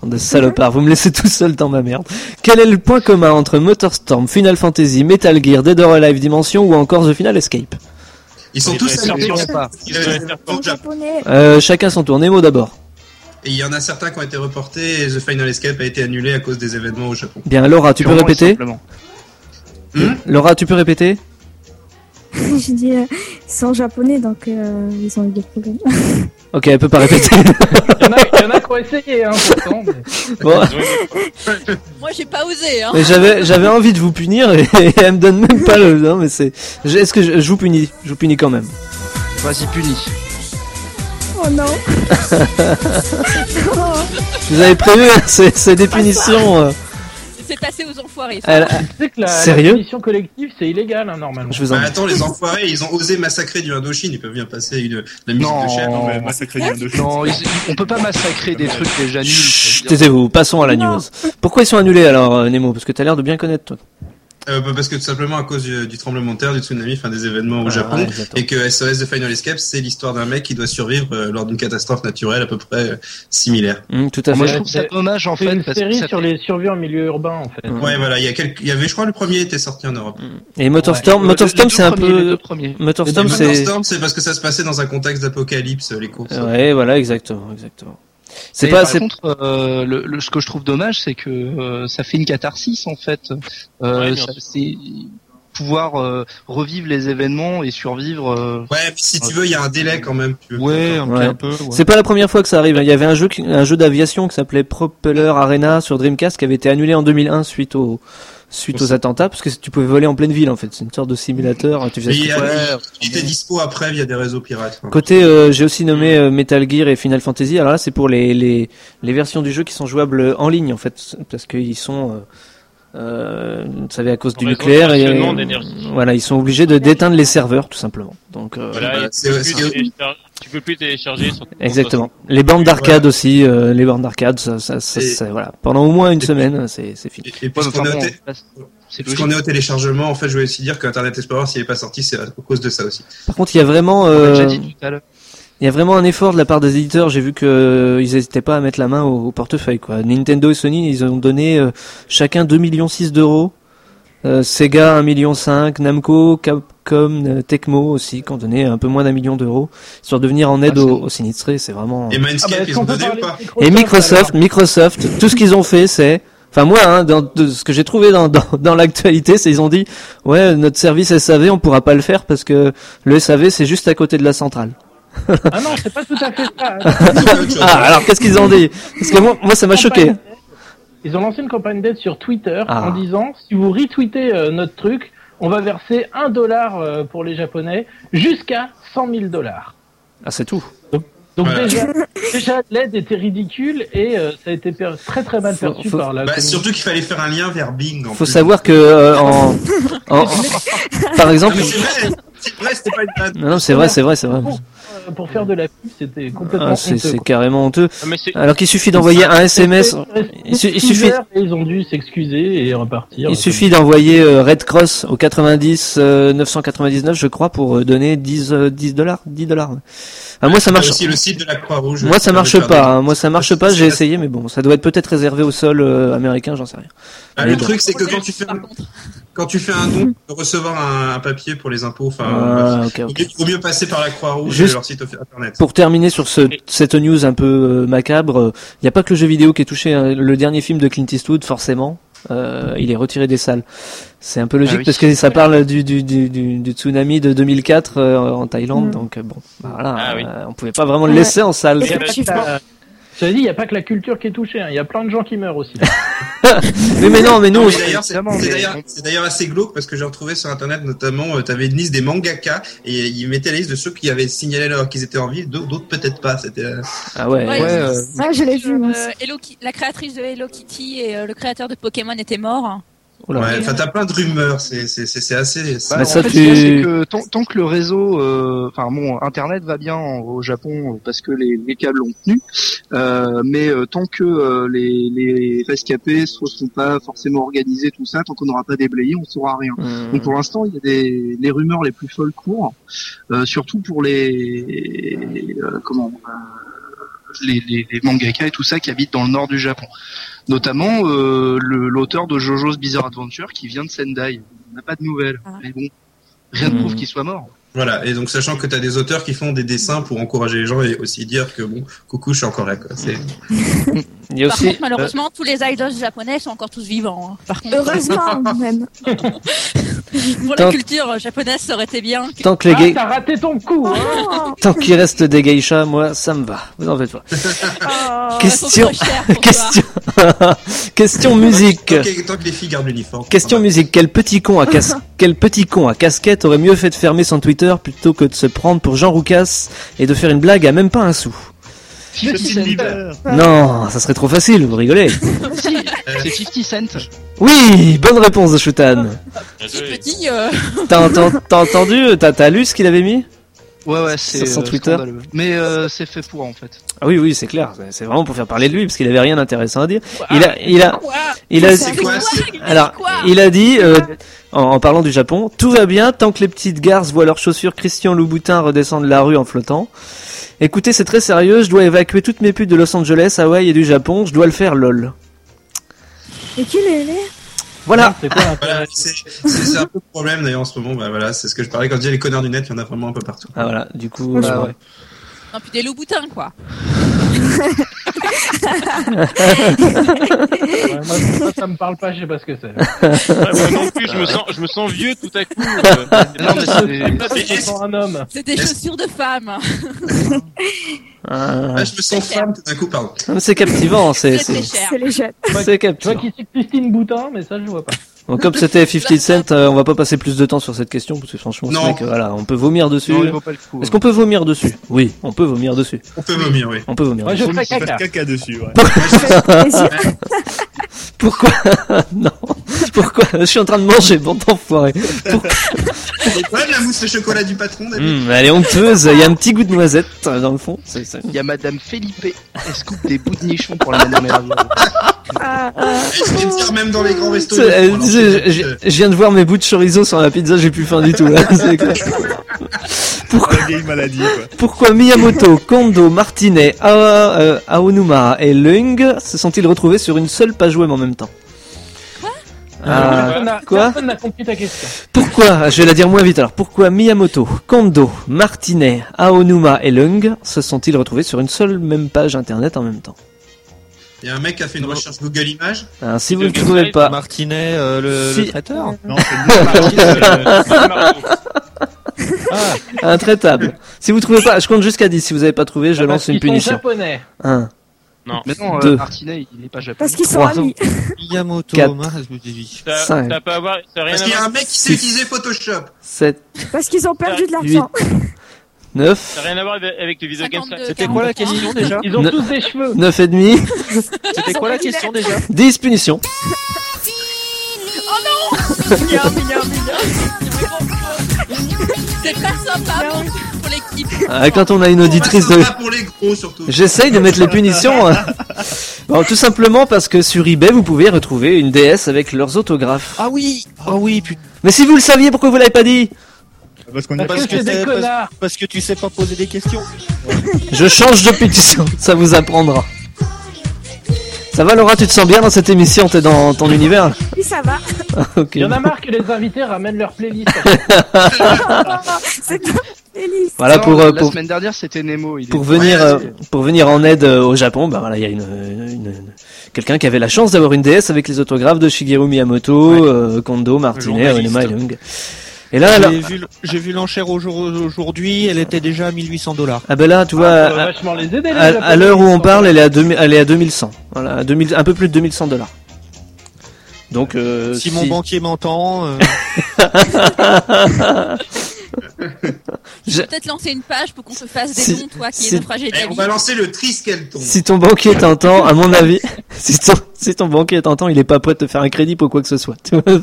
Speaker 2: de salopard, vous me laissez tout seul dans ma merde. Quel est le point commun entre Motor Storm, Final Fantasy, Metal Gear, Dead or Alive Dimension ou encore The Final Escape
Speaker 4: Ils sont
Speaker 10: Ils
Speaker 4: tous
Speaker 10: devraient
Speaker 4: allés
Speaker 10: sortir
Speaker 4: au
Speaker 10: en
Speaker 4: Japon,
Speaker 5: pas.
Speaker 4: parce qu'ils avaient
Speaker 10: Ils
Speaker 4: fait
Speaker 9: En
Speaker 4: au Japon.
Speaker 9: japonais.
Speaker 2: euh, Chacun son tour, Nemo d'abord.
Speaker 4: Et il y en a certains qui ont été reportés et The Final Escape a été annulé à cause des événements au Japon.
Speaker 2: Bien, Laura, tu peux
Speaker 5: Purement et
Speaker 2: répéter
Speaker 5: simplement.
Speaker 2: Laura, tu peux répéter
Speaker 9: J'ai dit, euh, ils sont japonais, donc euh, ils ont eu des problèmes.
Speaker 2: Ok, elle peut pas répéter.
Speaker 3: Il y en a, il y en a qui ont essayé, hein, pourtant. mais-
Speaker 2: Bon.
Speaker 10: Ils ont une-
Speaker 6: Moi, j'ai pas osé, hein.
Speaker 2: Mais j'avais j'avais envie de vous punir et, et elle me donne même pas le non mais c'est je- est-ce que je, je vous punis je vous punis quand même
Speaker 5: Vas-y, punis.
Speaker 9: Oh non.
Speaker 2: je vous avais prévu hein, c'est c'est des punitions euh,
Speaker 6: C'est assez aux enfoirés. ça.
Speaker 2: elle-
Speaker 3: Tu sais que la,
Speaker 2: Sérieux
Speaker 3: la punition collective, c'est illégal, hein, normalement.
Speaker 2: je vous en
Speaker 4: Bah attends, les enfoirés, ils ont osé massacrer du Indochine, ils peuvent bien passer une, la musique
Speaker 5: Non.
Speaker 4: de chef.
Speaker 5: Non, mais
Speaker 1: massacrer du
Speaker 5: Non, ils- on peut pas massacrer des trucs déjà nuls.
Speaker 2: Chut,
Speaker 5: ça veut dire-
Speaker 2: taisez-vous passons à la news pourquoi ils sont annulés alors euh, Nemo parce que t'as l'air de bien connaître toi
Speaker 4: Euh, bah, parce que tout simplement à cause du, du tremblement de terre, du tsunami, enfin des événements au
Speaker 2: Ah,
Speaker 4: Japon,
Speaker 2: ouais, exactement.
Speaker 4: et que SOS de Final Escape, c'est l'histoire d'un mec qui doit survivre euh, lors d'une catastrophe naturelle à peu près euh, similaire.
Speaker 2: Mmh, tout
Speaker 5: Moi, je trouve ça dommage, en
Speaker 3: C'est
Speaker 5: fait,
Speaker 3: une
Speaker 5: parce que
Speaker 3: série
Speaker 5: ça
Speaker 3: sur les survies en milieu urbain, en
Speaker 2: Mm.
Speaker 3: fait.
Speaker 4: Ouais, voilà, il y, a quelques... il y avait, je crois, le premier était sorti en Europe.
Speaker 2: Et Motorstorm,
Speaker 4: Ouais.
Speaker 2: Motorstorm
Speaker 4: Les deux
Speaker 2: c'est un
Speaker 4: premiers, les
Speaker 2: peu.
Speaker 4: deux premiers. Et
Speaker 2: Motorstorm c'est.
Speaker 4: Motorstorm, c'est parce que ça se passait dans un contexte d'apocalypse, euh, les courses.
Speaker 2: Ouais, voilà, exactement, exactement. C'est
Speaker 5: Mais
Speaker 2: pas.
Speaker 5: par
Speaker 2: c'est-
Speaker 5: contre, euh, le, le- ce que je trouve dommage, c'est que euh, ça fait une catharsis en fait. Euh,
Speaker 4: Ouais, bien
Speaker 5: ça-
Speaker 4: sûr.
Speaker 5: c'est pouvoir euh, revivre les événements et survivre. euh,
Speaker 4: Ouais, puis si tu veux, il y a un délai quand même. Tu veux.
Speaker 5: Ouais, un,
Speaker 2: Ouais.
Speaker 5: un peu. ouais.
Speaker 2: C'est pas la première fois que ça arrive. hein. Il y avait un jeu, qui- un jeu d'aviation qui s'appelait Propeller Arena sur Dreamcast qui avait été annulé en 2001 suite aux suite aux attentats parce que tu pouvais voler en pleine ville en fait. C'est une sorte de simulateur. hein, Tu faisais
Speaker 4: Mais
Speaker 2: ce
Speaker 4: il, y
Speaker 2: que
Speaker 4: a-
Speaker 2: tu voulais.
Speaker 4: il était dispo après via des réseaux pirates. hein.
Speaker 2: Côté, euh, j'ai aussi nommé euh, Metal Gear et Final Fantasy. Alors là, c'est pour les, les les versions du jeu qui sont jouables en ligne en fait, parce qu'ils sont, euh, euh, vous savez, à cause du
Speaker 10: En raison
Speaker 2: nucléaire
Speaker 10: du
Speaker 2: et
Speaker 10: rationnement d'énergie.
Speaker 2: voilà, ils sont obligés de d'éteindre les serveurs tout simplement. Donc euh,
Speaker 10: Voilà, et tu, peux plus téléchar- tu peux plus télécharger sur ton
Speaker 2: Exactement.
Speaker 10: 60.
Speaker 2: Les bandes d'arcade aussi, euh, les bandes d'arcade, ça, ça, ça,
Speaker 4: Et-
Speaker 2: ça- voilà. Pendant au moins une semaine, c'est c'est fini.
Speaker 4: Et puisqu'on est, au té- puisqu'on est au téléchargement, en fait, je voulais aussi dire que Internet Explorer, s'il n'est pas sorti, c'est à cause de ça aussi.
Speaker 2: Par contre, il y a vraiment, euh,
Speaker 5: déjà dit tout à l'heure.
Speaker 2: il y a vraiment un effort de la part des éditeurs. J'ai vu que euh, ils n'hésitaient pas à mettre la main au, au portefeuille, quoi. Nintendo et Sony, ils ont donné euh, chacun 2 millions d'euros. Euh, Sega 1 million Namco, Capcom, euh, Tecmo aussi, qui ont donné un peu moins d'un million d'euros, histoire de venir en aide aux, aux sinistrés. C'est vraiment.
Speaker 4: Et Mindscape,
Speaker 3: Ah bah, est-ce
Speaker 4: ils
Speaker 3: qu'on
Speaker 4: ont
Speaker 3: peut
Speaker 4: donné ou
Speaker 3: parler
Speaker 4: pas
Speaker 3: de
Speaker 2: Et Microsoft, Microsoft, tout ce qu'ils ont fait, c'est, enfin moi, hein, dans, de ce que j'ai trouvé dans, dans, dans l'actualité, c'est ils ont dit, ouais, notre service SAV, on pourra pas le faire parce que le SAV, c'est juste à côté de la centrale.
Speaker 3: Ah non, c'est pas tout à fait ça.
Speaker 2: ah, alors qu'est-ce qu'ils ont dit Parce que moi, moi ça m'a choqué.
Speaker 3: Ils ont lancé une campagne d'aide sur Twitter
Speaker 2: Ah.
Speaker 3: en disant si vous retweetez euh, notre truc, on va verser un dollar euh, pour les Japonais jusqu'à 100 000 dollars.
Speaker 2: Ah, c'est tout.
Speaker 3: Donc
Speaker 2: Voilà.
Speaker 3: déjà, déjà, l'aide était ridicule et euh, ça a été per- très très mal
Speaker 2: Faut-
Speaker 3: perçu
Speaker 2: faut-
Speaker 3: par la
Speaker 4: Bah,
Speaker 3: communauté.
Speaker 4: surtout qu'il fallait faire un lien vers Bing. En
Speaker 2: Faut
Speaker 4: plus.
Speaker 2: savoir que, euh, en, en- en- par exemple,
Speaker 4: Non, mais c'est vrai, c'est vrai, c'était pas une blague.
Speaker 2: non, non, c'est vrai, c'est vrai, c'est vrai.
Speaker 3: Euh, pour faire de la pub, c'était complètement
Speaker 2: Ah, c'est
Speaker 3: honteux,
Speaker 2: c'est
Speaker 3: quoi.
Speaker 2: carrément honteux.
Speaker 10: Ah, mais c'est-
Speaker 2: Alors qu'il suffit d'envoyer un SMS. Il, su- il suffit.
Speaker 3: Et ils ont dû s'excuser et repartir.
Speaker 2: Il suffit d'envoyer euh, Red Cross au 90 euh, 999 je crois pour euh, donner 10 euh, 10 dollars 10 dollars. Ah, moi ça marche.
Speaker 4: aussi le site de la Croix-Rouge.
Speaker 2: Moi ça
Speaker 4: Le
Speaker 2: marche
Speaker 4: faire
Speaker 2: pas,
Speaker 4: des-
Speaker 2: hein. moi ça marche pas, j'ai essayé mais bon, ça doit être peut-être réservé au sol euh, américain, j'en sais rien.
Speaker 4: Ah,
Speaker 2: Mais
Speaker 4: le
Speaker 2: bon.
Speaker 4: truc, c'est que quand tu fais un, quand tu fais un don, tu peux recevoir un, un papier pour les impôts. Enfin,
Speaker 2: Ah,
Speaker 4: bref.
Speaker 2: ok, ok.
Speaker 4: Il faut mieux passer par la Croix-Rouge
Speaker 2: Juste
Speaker 4: et leur site internet.
Speaker 2: Pour terminer sur ce, cette news un peu euh, macabre, il n'y a pas que le jeu vidéo qui est touché. hein. Le dernier film de Clint Eastwood, forcément, euh, il est retiré des salles. C'est un peu logique
Speaker 5: Ah oui.
Speaker 2: parce que ça parle du, du, du, du, du tsunami de 2004 euh, en Thaïlande,
Speaker 6: Mm.
Speaker 2: donc euh, bon, bah, voilà,
Speaker 5: Ah
Speaker 2: euh, on pouvait pas vraiment le laisser en salle.
Speaker 3: Il y a pas que la- Cela dit, il n'y a pas que la culture qui est touchée, hein. il y a plein de gens qui meurent aussi.
Speaker 2: mais, mais non, mais nous,
Speaker 4: Non,
Speaker 5: Ah
Speaker 2: on-
Speaker 4: mais d'ailleurs, c'est
Speaker 5: évidemment,
Speaker 4: c'est
Speaker 5: mais-
Speaker 4: d'ailleurs- c'est d'ailleurs assez glauque parce que j'ai retrouvé sur internet notamment, euh, t'avais une liste des mangaka et ils mettaient la liste de ceux qui avaient signalé leur qu'ils étaient en vie, d'au- d'autres peut-être pas. C'était. euh,
Speaker 2: ah ouais,
Speaker 6: Ouais,
Speaker 5: euh,
Speaker 9: Ah, je l'ai vu, moi.
Speaker 6: Euh, Hello Ki- la créatrice de Hello Kitty et euh, le créateur de Pokémon étaient morts.
Speaker 2: Oula.
Speaker 4: ouais, enfin, t'as plein de rumeurs. C'est c'est c'est c'est assez. c'est-
Speaker 5: Bah,
Speaker 2: Mais
Speaker 5: en
Speaker 2: ça,
Speaker 5: fait,
Speaker 2: tu-
Speaker 5: le problème, c'est que tant, tant que le réseau, euh, enfin bon, Internet va bien en- au Japon euh, parce que les, les câbles ont tenu, euh, mais euh, tant que euh, les, les rescapés ne sont pas forcément organisés, tout ça, tant qu'on n'aura pas déblayé, on saura rien.
Speaker 2: Mmh.
Speaker 5: Donc pour l'instant, il y a des les rumeurs les plus folles courent, euh, surtout pour les euh, comment euh, les, les, les mangaka et tout ça qui habitent dans le nord du Japon, notamment euh, le- l'auteur de JoJo's Bizarre Adventure qui vient de Sendai. On n'a pas de nouvelles, mais bon, rien ne prouve qu'il soit mort.
Speaker 4: Voilà. Et donc, sachant que t'as des auteurs qui font des dessins pour encourager les gens et aussi dire que bon, coucou, je suis encore là. Quoi. C'est-
Speaker 2: il y a
Speaker 6: Par
Speaker 2: aussi. euh,
Speaker 6: contre, malheureusement, tous les idols japonais sont encore tous vivants. hein. Par contre,
Speaker 9: Euh, Heureusement, même.
Speaker 6: pour
Speaker 2: Tant-
Speaker 6: la culture japonaise, ça aurait été bien.
Speaker 2: Tant que les
Speaker 6: Ah,
Speaker 2: gays-
Speaker 6: t'as
Speaker 3: raté ton coup. hein.
Speaker 9: Oh.
Speaker 2: Tant qu'il reste des geishas, moi, ça me va. Vous en faites pas. question,
Speaker 6: Oh, elles sont trop chères pour
Speaker 2: question, question musique.
Speaker 4: Tant que, tant que les filles gardent l'uniforme.
Speaker 2: Question musique. Quel petit con à cas- quel petit con à casquette aurait mieux fait de fermer son Twitter plutôt que de se prendre pour Jean Roucas et de faire une blague à même pas un sou.
Speaker 5: C'est 50
Speaker 2: Non, ça serait trop facile. Vous rigolez.
Speaker 5: Cent.
Speaker 2: Oui, bonne réponse de Shutan.
Speaker 6: Petit, euh,
Speaker 2: T'as enten- t'as entendu, t'as t'as lu ce qu'il avait mis
Speaker 5: Ouais, ouais, c'est
Speaker 2: Sur son
Speaker 5: euh,
Speaker 2: Twitter.
Speaker 5: scandaleux. Mais euh, c'est fait pour en fait.
Speaker 2: Ah oui, oui, c'est clair. C'est- C'est vraiment pour faire parler de lui parce qu'il avait rien d'intéressant à dire. Il a, il a, il a,
Speaker 5: C'est quoi, c'est-
Speaker 2: alors, il a dit euh, en, en parlant du Japon, tout va bien tant que les petites garces voient leurs chaussures Christian Louboutin redescendre la rue en flottant. Écoutez, c'est très sérieux. Je dois évacuer toutes mes putes de Los Angeles, Hawaï et du Japon. Je dois le faire, lol.
Speaker 9: Et qui l'a aimé
Speaker 2: Voilà.
Speaker 4: Voilà, c'est c'est- c'est un peu le problème d'ailleurs en ce moment. Bah, voilà, c'est ce que je parlais quand je disais les connards du net, il y en a vraiment un peu partout.
Speaker 2: Ah voilà, du coup.
Speaker 4: Bah,
Speaker 2: euh,
Speaker 4: ouais.
Speaker 6: Non, puis des loups boutins, quoi.
Speaker 3: Ouais, moi, moi, ça me parle pas, je sais pas ce que c'est.
Speaker 10: Ouais, moi non plus, je me sens, je me sens vieux tout à coup. euh.
Speaker 3: Non, mais c'est-
Speaker 10: Je me
Speaker 3: sens un homme.
Speaker 6: C'est des chaussures de femme.
Speaker 2: euh,
Speaker 4: je me sens femme tout d'un coup, pardon.
Speaker 2: non, mais c'est captivant, hein, c'est. c'est-
Speaker 9: les jeunes.
Speaker 2: C'est captivant.
Speaker 3: Je vois qui c'est Christine Boutin, mais ça, je vois pas.
Speaker 2: Donc comme c'était 50 Cent, euh, on va pas passer plus de temps sur cette question parce que franchement, ce
Speaker 3: Non.
Speaker 2: mec, euh, voilà, on peut vomir dessus.
Speaker 3: Non, il vaut pas le coup,
Speaker 2: Est-ce qu'on peut vomir dessus Oui, on peut vomir dessus.
Speaker 4: On peut vomir, oui.
Speaker 2: On peut vomir.
Speaker 3: Moi, je
Speaker 2: dessus.
Speaker 3: ferais caca.
Speaker 12: dessus, ouais.
Speaker 2: Pourquoi Non. Pourquoi Je suis en train de manger, bande d'enfoirés. Pourquoi
Speaker 4: Elle est bonne la mousse au chocolat du patron, David.
Speaker 2: Hum, Elle est onctueuse. Il y a un petit goût de noisette euh, dans le fond. C'est- c'est-
Speaker 5: Il y a Madame Felipe. Elle se coupe des bouts de nichon pour la mener à
Speaker 13: Ah,
Speaker 4: Je vais me dire même dans les grands restos.
Speaker 2: C'est- elle disait, Je je- je viens de voir mes bouts de chorizo sur la pizza, j'ai plus faim du tout. là, c'est clair. Pourquoi
Speaker 12: La vieille maladie, quoi.
Speaker 2: Pourquoi Miyamoto, Kondo, Martinet, A- euh, Aonuma et Leung se sont-ils retrouvés sur une seule page web en même temps Ah,
Speaker 3: Personne n'a-
Speaker 2: Quoi
Speaker 3: Personne n'a compris ta question.
Speaker 2: Pourquoi Je vais la dire moins vite alors. Pourquoi Miyamoto, Kondo, Martinet, Aonuma et Leung se sont-ils retrouvés sur une seule même page internet en même temps
Speaker 4: Il y a un mec qui a fait une recherche Google Images.
Speaker 2: Alors, Hein, Si vous ne trouvez pas.
Speaker 11: Martinet, euh, le,
Speaker 2: Si.
Speaker 11: le traiteur
Speaker 4: Non,
Speaker 2: Ah, intraitable. Si vous trouvez pas, je compte jusqu'à 10. Si vous n'avez pas trouvé, je
Speaker 3: Ah, parce
Speaker 2: lance une
Speaker 3: qu'ils sont
Speaker 2: punition.
Speaker 3: japonais.
Speaker 2: Un.
Speaker 10: Non.
Speaker 5: Mais non, euh,
Speaker 2: Deux.
Speaker 5: Martinet, il n'est pas japonais.
Speaker 9: Parce qu'ils sont
Speaker 2: Trois.
Speaker 9: amis.
Speaker 11: Miyamoto,
Speaker 2: Quatre.
Speaker 11: Mar- je vous ai dit.
Speaker 10: Ça,
Speaker 2: Cinq.
Speaker 10: ça peut avoir, ça a rien
Speaker 4: Parce
Speaker 10: à
Speaker 4: qu'il y a
Speaker 10: voir.
Speaker 4: un mec qui sait utiliser Photoshop.
Speaker 2: 7,
Speaker 9: Parce qu'ils ont perdu de
Speaker 2: 8,
Speaker 9: l'argent.
Speaker 2: 9,
Speaker 10: Ça a rien à voir avec- avec le video game. Slam.
Speaker 11: C'était quoi la question déjà
Speaker 3: Ils ont
Speaker 2: Ne-
Speaker 3: tous des cheveux.
Speaker 2: 9 et demi,
Speaker 11: C'était quoi la question déjà
Speaker 2: 10 punitions.
Speaker 6: Oh non Miam, miam, C'est pas sympa pour, pour l'équipe.
Speaker 2: Ah, quand on a une auditrice de...
Speaker 4: Pas pour les gros surtout.
Speaker 2: J'essaye de mettre les punitions. hein. Bon, tout simplement parce que sur eBay, vous pouvez retrouver une DS avec leurs autographes.
Speaker 11: Ah oui Ah oui, putain.
Speaker 2: Mais si vous le saviez, pourquoi vous l'avez pas dit
Speaker 12: Parce qu'on
Speaker 3: Parce que c'est des
Speaker 11: t'as-
Speaker 3: connards.
Speaker 11: parce, parce que tu sais pas poser des questions.
Speaker 2: Je change de punition, ça vous apprendra. Ça va Laura, tu te sens bien dans cette émission, t'es dans ton univers
Speaker 9: Oui, ça va.
Speaker 2: Ok.
Speaker 3: Il y en a marre que les invités ramènent leur playlist.
Speaker 9: C'est comme Félix.
Speaker 2: Voilà
Speaker 5: Non,
Speaker 2: pour,
Speaker 5: la
Speaker 2: euh, pour,
Speaker 5: semaine dernière, c'était Nemo. Il est-
Speaker 2: pour venir
Speaker 5: Ouais,
Speaker 2: euh,
Speaker 5: c'est-
Speaker 2: pour venir en aide euh, au Japon, bah voilà, il y a une, une- une- quelqu'un qui avait la chance d'avoir une DS avec les autographes de Shigeru Miyamoto, euh, Kondo, Martinet,
Speaker 10: journaliste.
Speaker 2: Onuma et Leung. Et là, Ah, là,
Speaker 11: J'ai vu, le- j'ai vu l'enchère au jour- aujourd'hui, elle était déjà à 1800 dollars.
Speaker 2: ah ben là, tu vois,
Speaker 3: Ça va
Speaker 2: à-
Speaker 3: vachement les aider, les
Speaker 2: à, à
Speaker 3: Japonais.
Speaker 2: l'heure où on parle, elle est à 2000 elle est à 2100. Voilà, à 2000 un peu plus de 2100 dollars. Donc euh,
Speaker 11: Si mon banquier m'entend, euh,
Speaker 6: Je vais peut-être lancer une page pour qu'on se fasse des
Speaker 2: Si-
Speaker 6: noms, toi, qui
Speaker 2: si-
Speaker 6: est naufragé de la
Speaker 4: Eh, on
Speaker 6: vie.
Speaker 4: va lancer le triskeleton.
Speaker 2: Si ton banquier t'entend, à mon avis, si ton, si ton banquier t'entend, il est pas prêt de te faire un crédit pour quoi que ce soit. tu vois.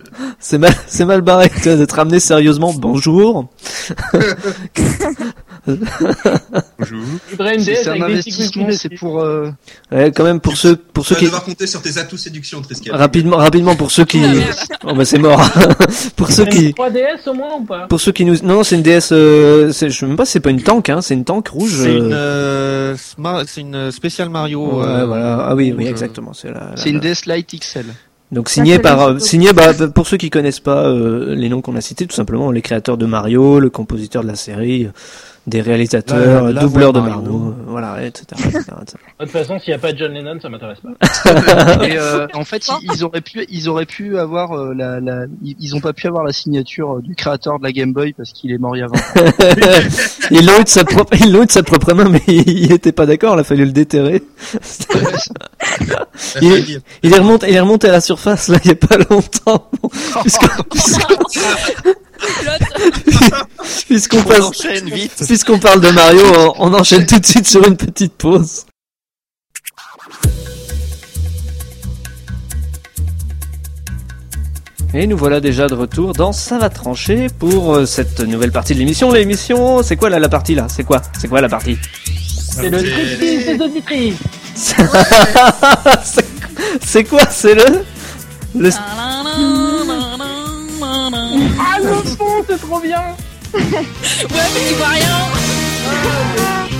Speaker 2: c'est mal, c'est mal barré tu vois, de te ramener sérieusement. Bonjour.
Speaker 3: Je voudrais une
Speaker 5: c'est-
Speaker 3: DS
Speaker 5: C'est un
Speaker 3: avec des petits
Speaker 5: investissement,
Speaker 3: coups
Speaker 5: c'est pour. euh,
Speaker 2: Ouais, quand même pour ceux, pour
Speaker 4: Tu
Speaker 11: Euh,
Speaker 2: ceux
Speaker 4: vas
Speaker 2: qui
Speaker 4: devoir compter sur tes atouts séduction, Triskeleton.
Speaker 2: rapidement, rapidement pour ceux
Speaker 6: Ah,
Speaker 2: qui, oh bah c'est mort. pour ceux
Speaker 3: Une
Speaker 2: qui,
Speaker 3: 3DS au moins ou pas
Speaker 2: pour ceux qui nous, non, non, c'est une DS. Euh, c'est- je sais même pas, si c'est pas une tank, hein, c'est une tank rouge.
Speaker 11: c'est
Speaker 2: euh.
Speaker 11: une, euh, smar- c'est une spéciale Mario.
Speaker 2: Ouais,
Speaker 11: euh,
Speaker 2: voilà. Ah oui, oui,
Speaker 11: rouge, euh.
Speaker 2: exactement. C'est la, la-
Speaker 5: C'est une
Speaker 2: la-
Speaker 5: DS Lite XL.
Speaker 2: Donc signé
Speaker 9: que
Speaker 2: par
Speaker 9: les
Speaker 2: euh,
Speaker 9: photos.
Speaker 2: signé bah, bah, pour ceux qui connaissent pas euh, les noms qu'on a cités tout simplement les créateurs de Mario, le compositeur de la série, euh, des réalisateurs,
Speaker 11: La-
Speaker 2: euh,
Speaker 11: la
Speaker 2: doubleurs de
Speaker 11: voix de
Speaker 2: Mario,
Speaker 11: Mario.
Speaker 2: euh, voilà etc. etc., etc.
Speaker 3: De toute façon, s'il n'y a pas John Lennon, ça m'intéresse pas.
Speaker 2: Ah,
Speaker 5: Et euh, en fait, ils, ils auraient pu, ils auraient pu avoir euh, la, la, ils ils ont pas pu avoir la signature euh, du créateur de la Game Boy parce qu'il est mort il y a 20 ans.
Speaker 2: il l'a eu de sa propre il l'a eu de sa propre main mais il était pas d'accord, il a fallu le déterrer.
Speaker 4: Ça
Speaker 2: Il
Speaker 4: fait
Speaker 2: est-
Speaker 4: dire.
Speaker 2: Il est remonté il est remonté à la surface là il y a pas longtemps Bon, puisqu'on puisqu'on
Speaker 11: On
Speaker 2: passe
Speaker 11: enchaîne vite.
Speaker 2: puisqu'on parle de Mario, hein. on, on enchaîne tout de suite sur une petite pause. Et nous voilà déjà de retour dans Ça va trancher pour euh, cette nouvelle partie de l'émission. L'émission, c'est quoi là la partie là C'est quoi C'est quoi la partie
Speaker 3: C'est le striptease des auditrices.
Speaker 2: C'est- C'est quoi C'est le, le...
Speaker 3: Ah, le son, c'est trop bien. ouais, mais tu vois rien.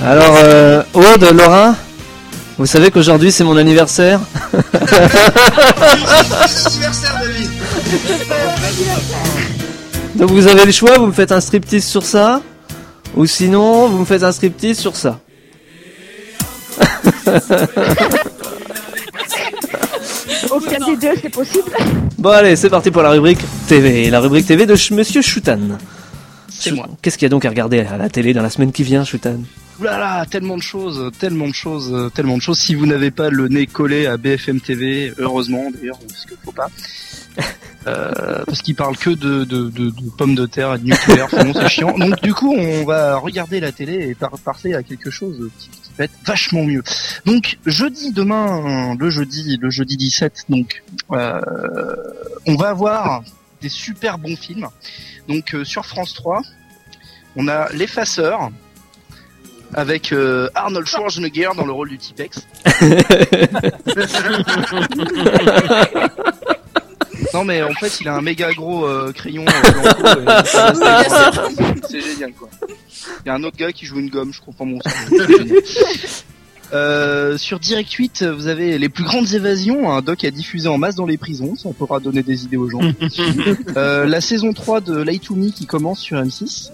Speaker 2: Alors, euh, Aude, Laura, vous savez qu'aujourd'hui c'est mon anniversaire
Speaker 4: Anniversaire de vie.
Speaker 2: Donc vous avez le choix, vous me faites un striptease sur ça, ou sinon vous me faites un striptease sur ça.
Speaker 14: Aucun des deux, c'est possible.
Speaker 2: bon allez, c'est parti pour la rubrique TV, la rubrique TV de Ch- Monsieur Choutan. C'est moi. Qu'est-ce qu'il y a donc à regarder à la télé dans la semaine qui vient, Choutan
Speaker 5: Oulala, là là, tellement de choses, tellement de choses, euh, tellement de choses. Si vous n'avez pas le nez collé à BFM TV, heureusement d'ailleurs, parce qu'il faut pas. Euh, parce qu'ils parlent que de, de, de- de pommes de terre et de nucléaire, sinon c'est chiant. Donc du coup, on va regarder la télé et par- passer à quelque chose qui, qui va être vachement mieux. Donc jeudi demain, le jeudi, le jeudi 17, donc euh, on va avoir des super bons films. Donc euh, sur France 3, on a L'effaceur avec euh, Arnold Schwarzenegger dans le rôle du T-Pex. non mais en fait il a un méga gros euh, crayon. euh, blanco, et- c'est génial quoi. Il y a un autre gars qui joue une gomme, je comprends mon euh, sur Direct 8, vous avez les plus grandes évasions, un doc à diffuser en masse dans les prisons, ça pourra donner des idées aux gens. Euh, la saison 3 de Light to Me qui commence sur M6.